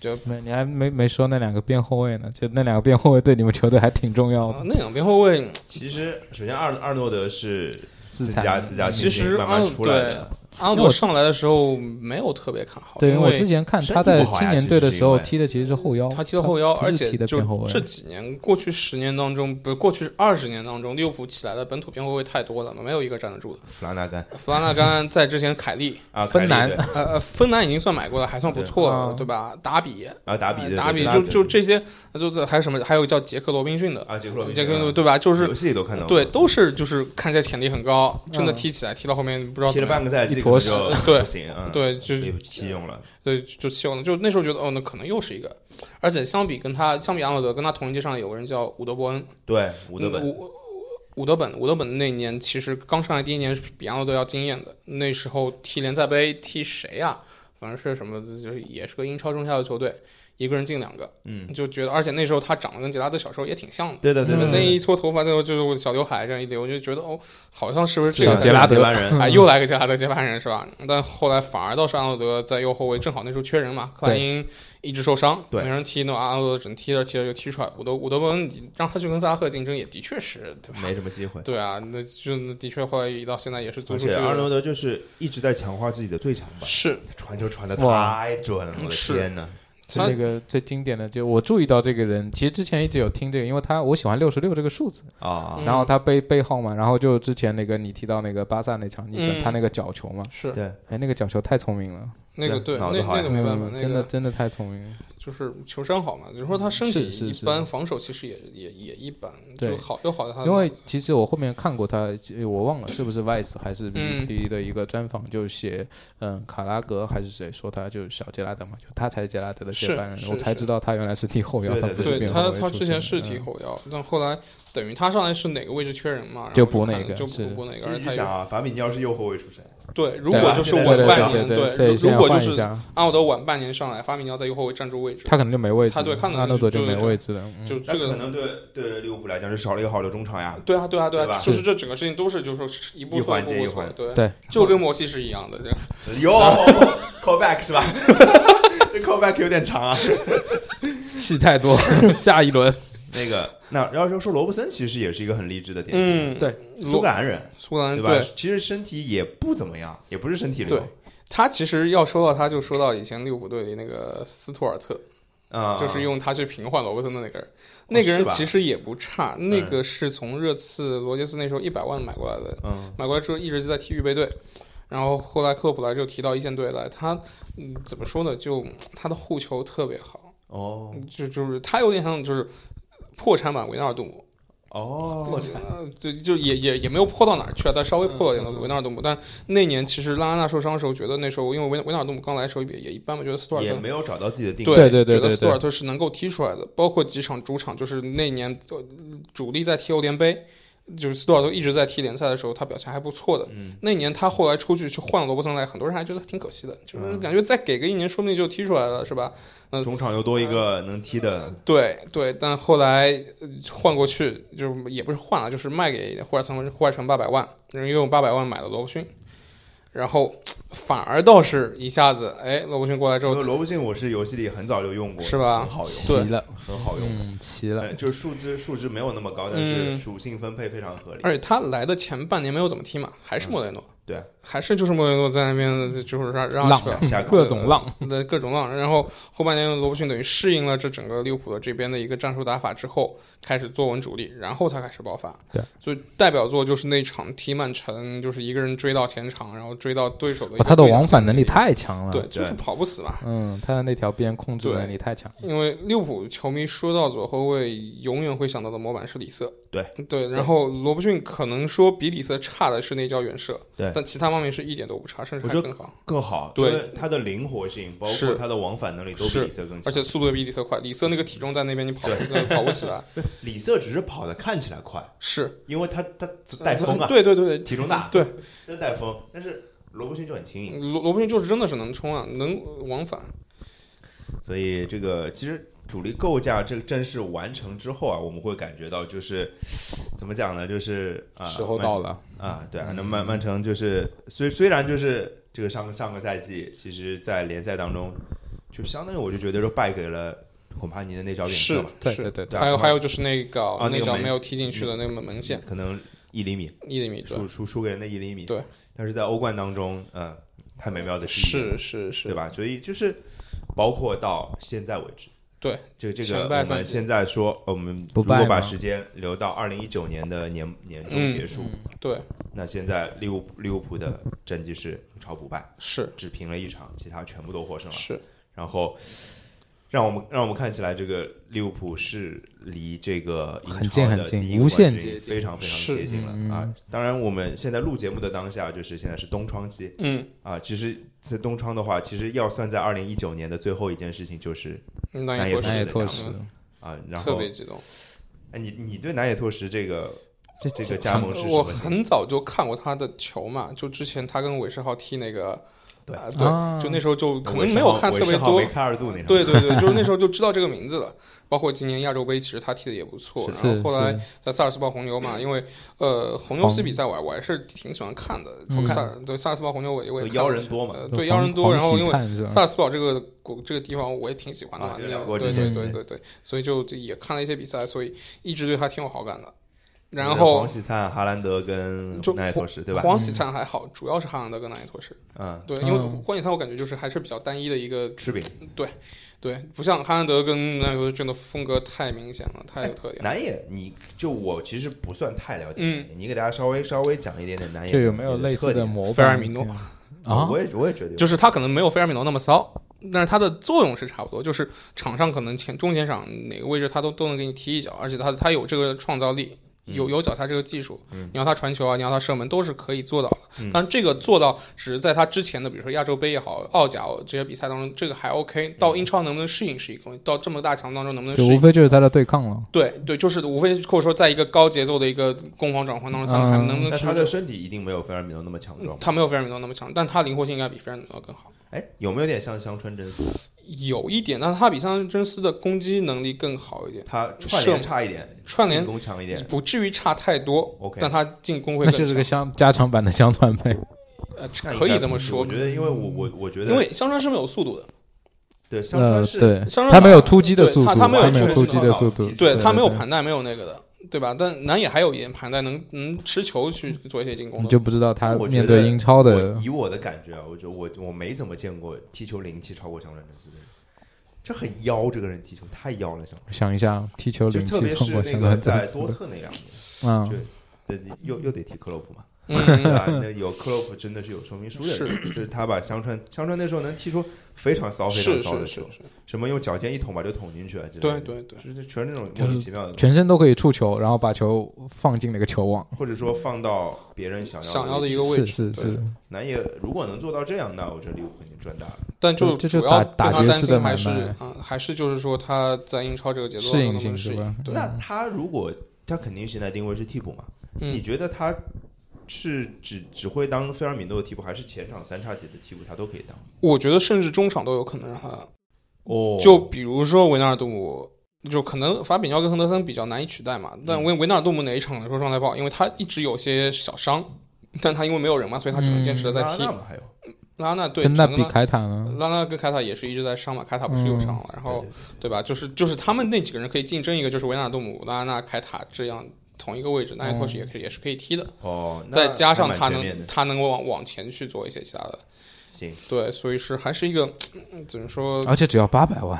C: 就
D: 没你还没没说那两个边后卫呢，就那两个边后卫对你们球队还挺重要
C: 啊
D: 的。
C: 那两边后卫
B: 其实首先阿阿诺德是
D: 自
B: 家
D: 裁
B: 自家
C: 其实嗯
B: 慢
C: 阿
B: 慢
C: 诺
B: 出来的，
C: 阿诺
D: 因为我
C: 德上来的时候没有特别看好，
D: 对，因
C: 因
D: 为我之前看他在
B: 身体不好呀
D: 青年队的时候
B: 其实是因为
D: 踢的其实是后腰，
C: 他踢到后腰，
D: 哦他不
C: 而
D: 是
C: 且
D: 踢的
C: 就
D: 边后卫
C: 这几年过去十年当中，不是过去二十年当中，利物浦起来的本土边后卫太多了，没有一个站得住的。
B: 弗拉纳甘
C: 弗拉纳甘在之前，凯利，
B: 啊，
D: 芬兰
B: 凯利对
C: 呃，呃芬兰已经算买过了，还算不错了，
D: 对
C: 对吧？达比，
B: 啊，达比
C: 呃
B: 对对
C: 达比
B: 对
C: 就
B: 对
C: 就
B: 对
C: 这些，就这还有什么？还有叫杰克罗宾逊的，
B: 啊，杰克罗宾
C: 杰克
B: 逊
C: 罗
B: 啊
C: 对吧？就是
B: 游戏里都看到过，
C: 对，都是就是看起来潜力很高，真的
D: 嗯
C: 踢起来，踢到后面不知道
B: 踢
C: 怎
B: 了
C: 么样。
B: 半个赛季
D: 一坨
B: 可能就
C: 屎对
B: 不行，嗯
C: 对，就是
B: 被弃用了，
C: 对，就就希望就那时候觉得，哦，那可能又是一个，而且相比跟他，相比阿诺德，跟他同一届上有个人叫伍德伯恩，
B: 对，伍德
C: 嗯
B: 本
C: 伍伍德本，伍德本那年其实刚上来第一年是比阿诺德要惊艳的，那时候踢联赛杯踢谁呀、反正是什么，就是也是个英超中下游球队，一个人进两个，
B: 嗯，
C: 就觉得，而且那时候他长得跟杰拉德小时候也挺像的。
B: 对的对
C: 就
B: 的
C: 是
D: 嗯
C: 那一撮头发，最后就是我小刘海这样一留，就觉得哦，好像是不是这
D: 小
C: 个
D: 杰拉德
B: 班人，
C: 啊，又来个加拉德接班人是吧？但后来反而倒是阿诺德在右后卫，正好那时候缺人嘛，克莱因一直受伤，
B: 对
C: 没人踢，那阿诺德只能踢着踢着就踢出来了。伍德伍德伯恩你让他去跟萨拉赫竞争，也的确是对吧？
B: 没什么 机会。
C: 对啊，那就那的确后来到现在也是足
B: 而
C: 出去
B: 且阿诺德就是一直在强化自己的最强吧，
C: 是
B: 传球传的
D: 哇
B: 太准了，我的
C: 是
B: 天呐！
D: 就那个最经典的，就我注意到这个人，其实之前一直有听这个，因为他我喜欢六十六这个数字，
B: 啊，
C: 嗯
D: 然后他背背号嘛，然后就之前那个你提到那个巴萨那场逆转，
C: 嗯
D: 他那个角球嘛，
C: 是
B: 对，
D: 哎，那个角球太聪明了，
C: 那个对，
B: 脑
C: 那
B: 子好呀
C: 那个没办法，
D: 嗯
C: 那
D: 真的
C: 个
D: 真的太聪明了，
C: 就是球商好嘛，就是说他身体
D: 是是
C: 一
D: 是
C: 般，防守其实也也也一般，
D: 对
C: 就好就好在他的
D: 因为
C: 脑子
D: 其实我后面看过他，呃我忘了是不是 Vice 还
C: 嗯
D: 是 BBC 的一个专访，就写嗯卡拉格还是谁说他就是小杰拉德嘛，就他才是杰拉德的接班
C: 是
D: 人，
C: 是
D: 我才
C: 是
D: 知道他原来是踢后腰，
B: 对
D: 他
B: 对
D: 不是
B: 对
C: 对
D: 边
C: 他，
D: 后卫
C: 他
D: 出
C: 之前
D: 身
C: 是
D: 的
C: 踢
D: 嗯
C: 后腰，但后来等于他上来是哪个位置缺人嘛，然后
D: 就补
C: 看
D: 哪个
C: 就是补补哪
B: 其
C: 个，
B: 实
C: 而
B: 你
C: 他
B: 想啊，法比尼奥是右后卫出身，
C: 对，如
D: 对
C: 果
D: 吧
C: 就是
D: 对
B: 我
C: 晚
D: 对
C: 半
D: 对
C: 年，
D: 对
C: 如
D: 现
C: 如
D: 在
C: 果就
D: 换一
C: 是
D: 下
C: 阿诺德晚半年上来，法比尼奥在右后卫站住位置，
D: 他可能就没位置
C: 他
D: 了，
C: 对他可能
D: 阿诺德就
C: 就
D: 没
C: 就
D: 位置了，嗯
C: 就
B: 那
C: 这
B: 可
C: 个。
B: 能对对利物浦来讲是少了一个好的中场呀，
C: 对啊，对啊，对
B: 对
C: 啊，
B: 吧
C: 就是这整个事情都是就是说是一步
B: 一
C: 错
B: 环
C: 步
B: 接一
C: 步错
B: 环，
C: 对
D: 对，
C: 就跟摩西是一样的，这
B: 有 callback 是吧？ 这 callback 有点长啊。
D: 戏 太多，下一轮
B: 那个，那要说说罗布森，其实也是一个很励志的典型，
C: 嗯，
D: 对，
B: 苏
C: 苏
B: 格兰人
C: 苏格兰
B: 对吧？其实身体也不怎么样，也不是身体流
C: 对他其实要说到他，就说到以前利物浦队里那个斯图尔特，
B: 啊，哦
C: 就是用他去平换罗伯森的那个人，那个
B: 是
C: 人
B: 吧
C: 其实也不差，那个是从热刺罗杰斯那时候一百万买过来的，
B: 嗯
C: 买过来之后一直就在踢预备队，然后后来克洛普来就提到一线队来，他嗯怎么说呢？就他的护球特别好，
B: 哦
C: 就就是他有点像就是破产版维纳尔杜姆，
B: 哦，
C: 呃，就就也也也没有破到哪儿去啊，但稍微破了
B: 嗯
C: 点维纳尔杜姆。但那年其实拉阿纳受伤的时候，觉得那时候因为维维纳尔杜姆刚来的时候也也一般嘛，觉得斯图尔
B: 也
C: 特
B: 没有找到自己的定位，
D: 对对对
C: 觉得
D: 对
C: 斯图尔
D: 对，
C: 特是能够踢出来的，包括几场主场，就是那年呃主力在踢欧联杯，就是斯图尔特一直在踢联赛的时候，他表现还不错的。
B: 嗯，
C: 那年他后来出去去换了罗伯森来，很多人还觉得挺可惜的，就是
B: 嗯
C: 感觉再给个一年，说不定就踢出来了，是吧？
B: 中场又多一个能踢的，
C: 对对，但后来呃换过去，就是也不是换了，就是卖给霍尔城，霍尔城八百万，人又用八百万买了罗伯逊，然后反而倒是一下子，哎，罗伯逊过来之
B: 因
C: 后
B: 为，罗布逊我是游戏里很早就用过，
C: 是吧
B: 很好
D: 齐
B: 用，
C: 对
D: 了，
B: 很好用。
D: 嗯，齐了
B: 哎，就是数值数值没有那么高，但是
C: 嗯
B: 属性分配非常合理。
C: 而且他来的前半年没有怎么踢嘛，还是莫雷诺。
B: 嗯对，
C: 还是就是莫耶诺在那边就是让让
D: 浪
C: 阿什
B: 下
C: 对
D: 各种浪，
C: 的各种浪，然后后半年罗伯逊等于适应了这整个利物浦的这边的一个战术打法之后，开始坐稳主力，然后才开始爆发。
D: 对，
C: 所以代表作就是那场踢曼城，就是一个人追到前场，然后追到对手的一个
D: 他的
C: 队长
D: 往返能力
C: 前
D: 太强
C: 面
D: 了。
C: 对，就是
B: 对
C: 跑不死嘛。
D: 嗯，他的那条边控制
C: 对
D: 能力太强。
C: 因为利物浦球迷说到左后卫，永远会想到的模板是里瑟。嗯
B: 对
C: 对，然后罗伯逊可能说比里瑟差的是那脚远射，
B: 对
C: 但其他方面是一点都不差，甚至
B: 我
C: 还
B: 觉得
C: 更好，
B: 更好，
C: 对
B: 因为他的灵活性，包括
C: 是
B: 他的往返能力都比
C: 是
B: 里瑟更强，
C: 而且速度也比里瑟快。里瑟那个体重在那边，你跑呃跑 不起来。
B: 里瑟只是跑的看起来快，
C: 是，
B: 因为他他带风啊，
C: 对对对对，
B: 体重大，
C: 对，嗯
B: 真带风，但是罗伯逊就很轻盈，
C: 罗罗宾就是真的是能冲啊，能往返。
B: 所以这个其实主力构架这个正式完成之后啊，我们会感觉到就是怎么讲呢，就是啊
D: 时候到了，
B: 曼啊，对啊，
C: 嗯
B: 那曼曼城就是虽虽然就是这个上上个赛季，其实在联赛当中就相当于我就觉得说败给了孔帕尼的那脚远射
C: 是
B: 嘛，
D: 对对
C: 是。
D: 对对，
B: 对
C: 还有
B: 嗯
C: 还有就是那个、
B: 啊那
C: 那
B: 个
C: 脚
B: 门
C: 没有踢进去的那个门线，
B: 嗯可能一厘米。
C: 一厘米对，
B: 输输输给人的一厘米。
C: 对，
B: 但是在欧冠当中，嗯，太美妙的记忆，
C: 是是是，
B: 对吧？所以就是包括到现在为止，
C: 对，
B: 就这个
C: 前
B: 我
C: 半赛
B: 们
C: 季
B: 现在说，我们
D: 不
B: 如果
D: 败
B: 把
D: 吗
B: 时间留到二零一九年的年年终结
C: 嗯
B: 束，
C: 对
B: 那现在利物利物浦的战绩是英超不败，
C: 是
B: 只平了一场，其他全部都获胜了。
C: 是，
B: 然后让我们让我们看起来，这个利物浦是离这个英超
D: 很
B: 的
D: 近很近
B: 第一个
D: 无限
B: 冠军
D: 接近
B: 非常非常
C: 是
B: 接近了、
D: 嗯
B: 啊！当然，我们现在录节目的当下，就是现在是冬窗期
C: 嗯，
B: 啊。其实这冬窗的话，其实要算在二零一九年的最后一件事情就是
C: 那
B: 也
C: 也
B: 不是
D: 那也
B: 的
D: 拓
B: 样
D: 实，
B: 啊，然
C: 特
B: 后
C: 别激动。
B: 哎，你你对南野拓实这个
D: 这
B: 这个加盟是什
C: 我
B: 么情况？
C: 很早就看过他的球嘛，就之前他跟韦世豪踢那个，
B: 对
C: 呃对、
D: 啊
C: 就那时候就可
B: 韦
C: 能
B: 世
C: 没有
B: 豪
C: 看
B: 韦
C: 特别
B: 世豪
C: 多
B: 维，卡尔杜那场，
C: 对对对，就是那时候就知道这个名字了。包括今年亚洲杯，其实他踢的也不错。
D: 是
C: 然后后来
D: 是
C: 在萨尔斯堡红牛嘛，因为呃红牛
D: 黄
C: 系比赛我还我还是挺喜欢看的。
D: 嗯
C: 萨对萨尔斯堡红牛我也我也
B: 就
C: 看
B: 妖
C: 了
B: 人多嘛
C: 呃
D: 就
C: 对妖
D: 黄
C: 人多，然后
D: 黄
C: 因
D: 喜
C: 为
D: 灿是吧
C: 萨尔斯堡这个国这个地方我也挺喜欢的
B: 啊
C: 嘛，
B: 这
C: 那
B: 两个
C: 对
B: 之
C: 对
D: 前
C: 对对对，所以就就也看了一些比赛，所以一直对他挺有好感的。
B: 我
C: 然
B: 觉得
C: 后
B: 黄喜灿、哈兰德跟
C: 就
B: 南野拓实，对吧？
C: 黄喜灿还好，主要是哈兰德跟南野拓实。
B: 嗯，
C: 对，因为
D: 嗯
C: 黄喜灿我感觉就是还是比较单一的一个
B: 吃饼。
C: 对，不像哈兰德跟那个真的风格太明显了，太有特点了。
B: 南野，你就我其实不算太了解
C: 嗯
B: 南野，你给大家稍微稍微讲一点点南野，
D: 就有没有类似的
B: 哎特点
D: 模板？
C: 菲尔米诺
D: 啊
B: 我，也我也觉得有
C: 就是他可能没有菲尔米诺那么骚，但是他的作用是差不多，就是场上可能前中前场哪个位置他都都能给你踢一脚，而且他他有这个创造力。有有脚下这个技术，
B: 嗯
C: 你要他传球啊，你要他射门都是可以做到的。
B: 嗯
C: 但这个做到只是在他之前的，比如说亚洲杯也好，澳甲这些比赛当中，这个还 OK。到
B: 嗯
C: 英超能不能适应是一个问题，到这么大强度当中能不能适
D: 就
C: 应
D: 无非就是他的对抗了。
C: 对对，就是无非或者说在一个高节奏的一个攻防转换当中，他们还
D: 嗯
C: 能不能
B: 但
C: 吃
B: 他
C: 住？
B: 的身体一定没有菲尔米诺那么强壮。
C: 他没有菲尔米诺那么强，但他灵活性应该比菲尔米诺更好。
B: 哎，有没有点像香川真司？
C: 有一点，但是他比桑真司的攻击能力更好一点，
B: 他串联差一点，
C: 串联
B: 进攻强一点。
C: 不至于差太多。
B: OK
C: 但他进攻会
D: 那
C: 更
D: 就是个
C: 强
D: 相加强版的相传杯，
C: 呃，
B: 那应
C: 可
B: 该
C: 以这么
B: 不是
C: 说
B: 我，觉得，因为我我我觉得，
C: 因为香川是没有速度的，
B: 对香川
D: 呃，
B: 是，
D: 对
C: 相，传
D: 他没有
C: 版
D: 突击的
C: 对
D: 速度，
C: 他他没有
D: 没有
B: 突
D: 突
B: 击
D: 击
B: 的
D: 的速度
B: 速度，
C: 对他没有
D: 对
C: 盘带，没有那个的，对吧？但南野还有一点盘带，能能持球去做一些进攻
D: 你
C: 的。
D: 就不知道他
B: 我觉
D: 面
B: 得
D: 对英超的
B: 我以我的感觉啊，我觉得我我没怎么见过踢球灵气超过香川真司的人，这很妖，这个人踢球太妖了，香川。
D: 想一下，踢球
B: 就
D: 灵
B: 特
D: 气
B: 别
D: 冲
B: 是
D: 过
B: 那
D: 香
B: 个
D: 港
B: 在
D: 真
B: 多
D: 司的，
B: 特那两年，
D: 嗯
B: 就，对，又又得提克洛普嘛。对
C: 嗯，
B: 吧？那 有克洛普真的是有说明书的人，就是他把香川香川那时候能踢出非常骚、非常
C: 是
B: 骚的
C: 是是
B: 球，
C: 是，
B: 什么用脚尖一捅把球捅进去啊之类
C: 对
B: 的，
C: 对对。
B: 就是全是那种莫名其妙的东西，
D: 全身都可以触球，然后把球放进那个球网。
B: 或者说放到别人想要
C: 想要
B: 的位
C: 的一
B: 置
C: 个位
D: 是
C: 置，
D: 是
C: 对
D: 是，
B: 南野如果能做到这样，那我觉得利物浦肯定赚大了。
C: 但就
D: 这
C: 主
D: 就
C: 要对他
D: 打打爵
C: 担
D: 士的
C: 心还是
D: 买卖
C: 啊、还是就是说他在英超这个节奏
D: 适
C: 能
D: 应
C: 不
D: 性
C: 能
D: 是
C: 适应
D: 吧？？
C: 对，
B: 那他如果他肯定现在定位是替补嘛？你
C: 嗯，
B: 觉得他是只只会当菲尔米诺的替补，还是前场三叉戟的替补他都可以当？
C: 我觉得甚至中场都有可能让他，
B: 哦
C: 就比如说维纳尔杜姆。就可能法比奥跟亨德森比较难以取代嘛，但
D: 嗯
C: 维维纳尔杜姆哪一场来说状态不好，因为他一直有些小伤，但他因为没有人嘛，所以他只能坚持的在
B: 拉
C: 踢。
B: 纳嘛还有
C: 拉纳对，
D: 嗯跟
C: 只
D: 那
C: 能
D: 比嗯
C: 拉
D: 凯塔呢？
C: 拉纳跟凯塔也是一直在伤嘛，凯塔不是又伤了，然后
B: 对对
C: 对吧？就是就是他们那几个人可以竞争一个，就是维纳尔杜姆、拉纳、凯塔这样同一个位置，
D: 嗯
C: 那 Nail Coach 也可以、也是可以踢的。
B: 哦，那
C: 再加上
B: 还蛮
C: 他
B: 全面
C: 能
B: 的
C: 他能够往往前去做一些其他的，
B: 行，
C: 对，所以是还是一个嗯怎么
B: 呃
C: 说，
D: 而且只要八百万，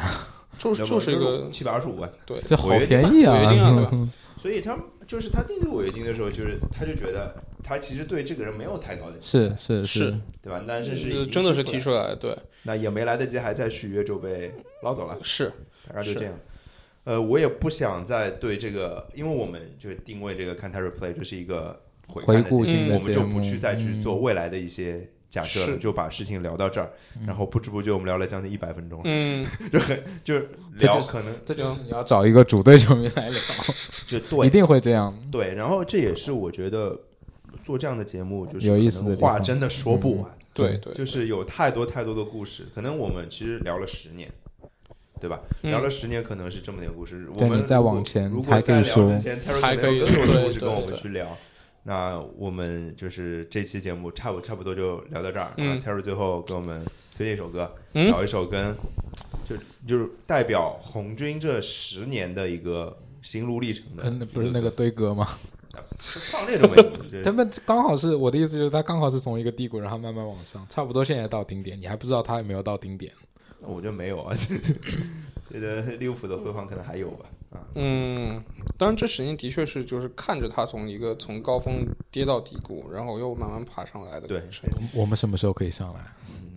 C: 就
B: 要不
C: 就是一个
B: 七百二十五万，
C: 对
D: 这好
B: 违约金
D: 便宜
C: 违约金啊对吧
D: 嗯
B: 所以他们就是他定这个违约金的时候，就是他就觉得他其实对这个人没有太高的期，
D: 是是
C: 是，
B: 对吧？但是是已
C: 呃
B: 经
C: 真的是
B: 提
C: 踢出来的，对，
B: 那也没来得及还再续约就被捞走了，
C: 是
B: 大概就是这样。呃，我也不想再对这个，因为我们就定位这个 Can t a r Replay 这是一个回看的
D: 回顾
B: 节目
C: 性的
B: 我们
D: 节
B: 就
D: 目
B: 不去再去
D: 嗯
B: 做未来的一些假设了，
C: 是
B: 就把事情聊到这儿。
D: 嗯
B: 然后不知不觉我们聊了将近一百分钟了，
C: 嗯，
B: 就是
D: 这就
B: 聊
D: 是
B: 可能
D: 这
C: 就
D: 就是
C: 是
D: 你要找一个主队球迷来聊，
B: 就对
D: 一定会这样。
B: 对，然后这也是我觉得做这样的节目就是
D: 有意
B: 可
D: 思
B: 能
D: 的地
B: 话
D: 方
B: 真的说不
D: 嗯
B: 完，
C: 对对，
B: 就是有太多太多的故事，可能我们其实聊了十年，对吧？
C: 嗯
B: 聊了十年可能是这么点故事。
D: 对
B: 我们
D: 你再
B: 如果
D: 往前
B: 如果
D: 还
B: 再
D: 可
B: 聊
D: 以
B: 之
D: 说
B: 前，他
C: 还可以
B: 有更多的
C: 对
B: 故事跟
C: 对
B: 我们
C: 对
B: 去聊。那我们就是这期节目差不差不多就聊到这儿。
C: 嗯
B: 啊 Terry 最后给我们推荐一首歌，
C: 嗯
B: 找一首跟就就是代表红军这十年的一个心路历程的一
D: 嗯
B: 歌，，
D: 不是那个堆哥吗？
B: 啊放那种文 艺就是
D: 他们刚好是我的意思，就是他刚好是从一个低谷，然后慢慢往上，差不多现在到顶点，你还不知道他有没有到顶点。
B: 我觉得没有 啊，觉得利物浦的辉煌可能还有吧。啊，
C: 嗯，当然这十年的确是就是看着他从一个从高峰跌到低谷，然后又慢慢爬上来的
B: 对
C: 过程，
D: 我们什么时候可以上来？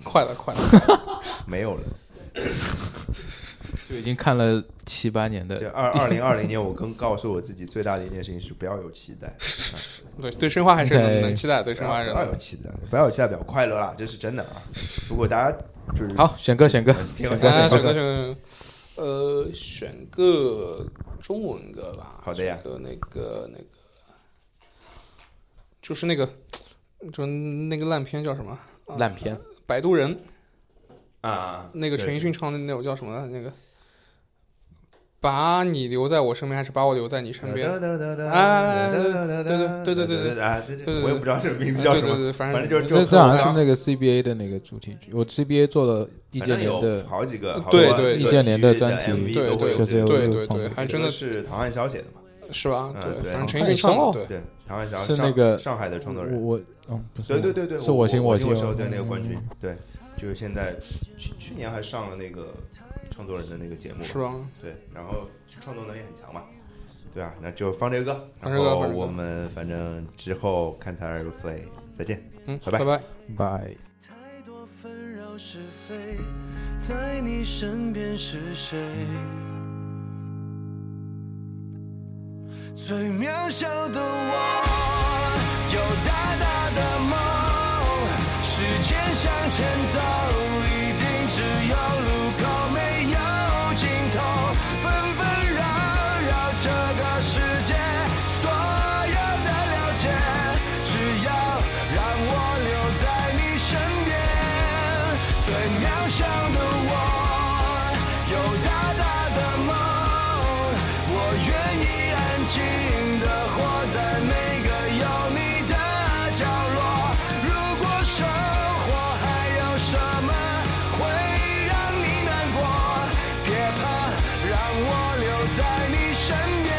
C: 快了快了，
B: 没有了。
D: 就已经看了七八年
B: 对，
D: 的，
B: 二二零二零年，我跟告诉我自己最大的一件事情是不要有期 待，
C: 对对申花还是能
D: OK
C: 能期待，对
B: 不
C: 申
B: 要
C: 花还是
B: 不要有期待，不要有期待，比较快乐啦，这是真的啊。如果大家就是
D: 好，选歌选歌
B: 挺
D: 嗯
B: 有
D: 选歌
B: 意思
C: 哎，
D: 选
C: 选
D: 歌，
C: 个选个，呃，选个中文歌吧。
B: 好的呀
C: 选个那个那个，就是那个，就那个烂片叫什么？
D: 烂片
C: 《摆渡人》
B: 啊，
C: 那个
B: 对
C: 陈奕迅唱的那首叫什么来着？那个把你留在我身边，还是把我留在你身边？
B: 哒哒哒哒
C: 啊
B: 哒哒哒哒
C: 对对对对对对
B: 哒啊，这
C: 对
B: 这
C: 对
B: 我也不知道这个名字
C: 哎
B: 叫
C: 对
B: 什
C: 对
B: 么，
C: 对，反
B: 反正就
D: 这
B: 就
D: 这好像是那个 CBA 的那个主题曲，我 CBA 做了易
B: 反
D: 建
B: 正
D: 联
B: 有
D: 的，
B: 好几个
C: 呃
B: 好
C: 对
B: 多
C: 对
B: 体育
D: 易建联的专题
B: MV
C: 对
B: 都会有
C: 对
D: 就是
B: 这
D: 有
B: 个
C: 对
D: 有
C: 对
D: 放
C: 对，
D: 这
C: 还
B: 这
C: 真
B: 个
C: 的
B: 是唐汉霄写的嘛？
C: 是吧？
B: 嗯
C: 对，
B: 对
C: 反正
B: 好
C: 陈奕迅唱
D: 哦
C: 的，对，
B: 对，唐汉霄
D: 是
B: 上
D: 那个
B: 上海的创作人
D: 我。我嗯不是
B: 对
D: 我，
B: 对对对，
D: 是
B: 我
D: 行
B: 我
D: 行，
B: 那时候对那个冠军
D: 嗯，
B: 对，就是现在去去年还上了那个创作人的那个节目，
C: 是？吧？
B: 对，然后创作能力很强嘛，对啊，那就放这个歌，
C: 放
B: 然
C: 这个
B: 后
C: 放这个
B: 我们反正之后看他 replay，再见。
C: 嗯，
B: 拜拜
C: 拜拜。
D: 拜。
E: 太多纷扰是非，在你身边是谁？最渺小的我，有大大的梦。时间向前走，一定只有路口，没有尽头。纷纷扰扰这个世界，所有的了解，只要让我留在你身边。最渺小的我，有大大的梦，我愿意安静的活在每个有你的角落。如果生活还有什么会让你难过，别怕，让我留在你身边，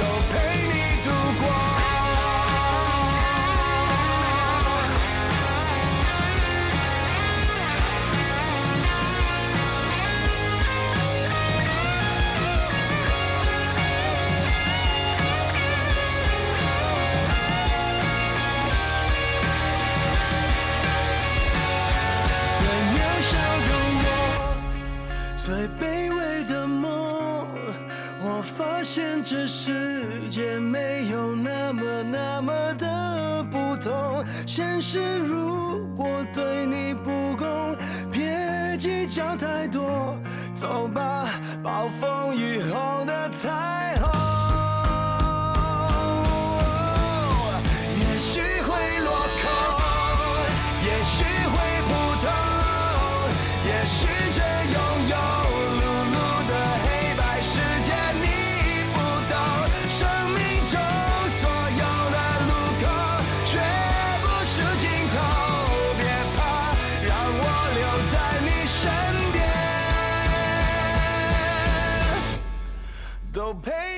E: 都陪你度过。最渺小的我，最卑微的梦，我发现这世界没有那么那么的不同。现实如果对你不公，别计较太多，走吧，暴风雨后的彩虹。也许会落空，也许会普通，也许这庸庸碌碌的黑白世界你不懂。生命中所有的路口，绝不是尽头。别怕，让我留在你身边，都陪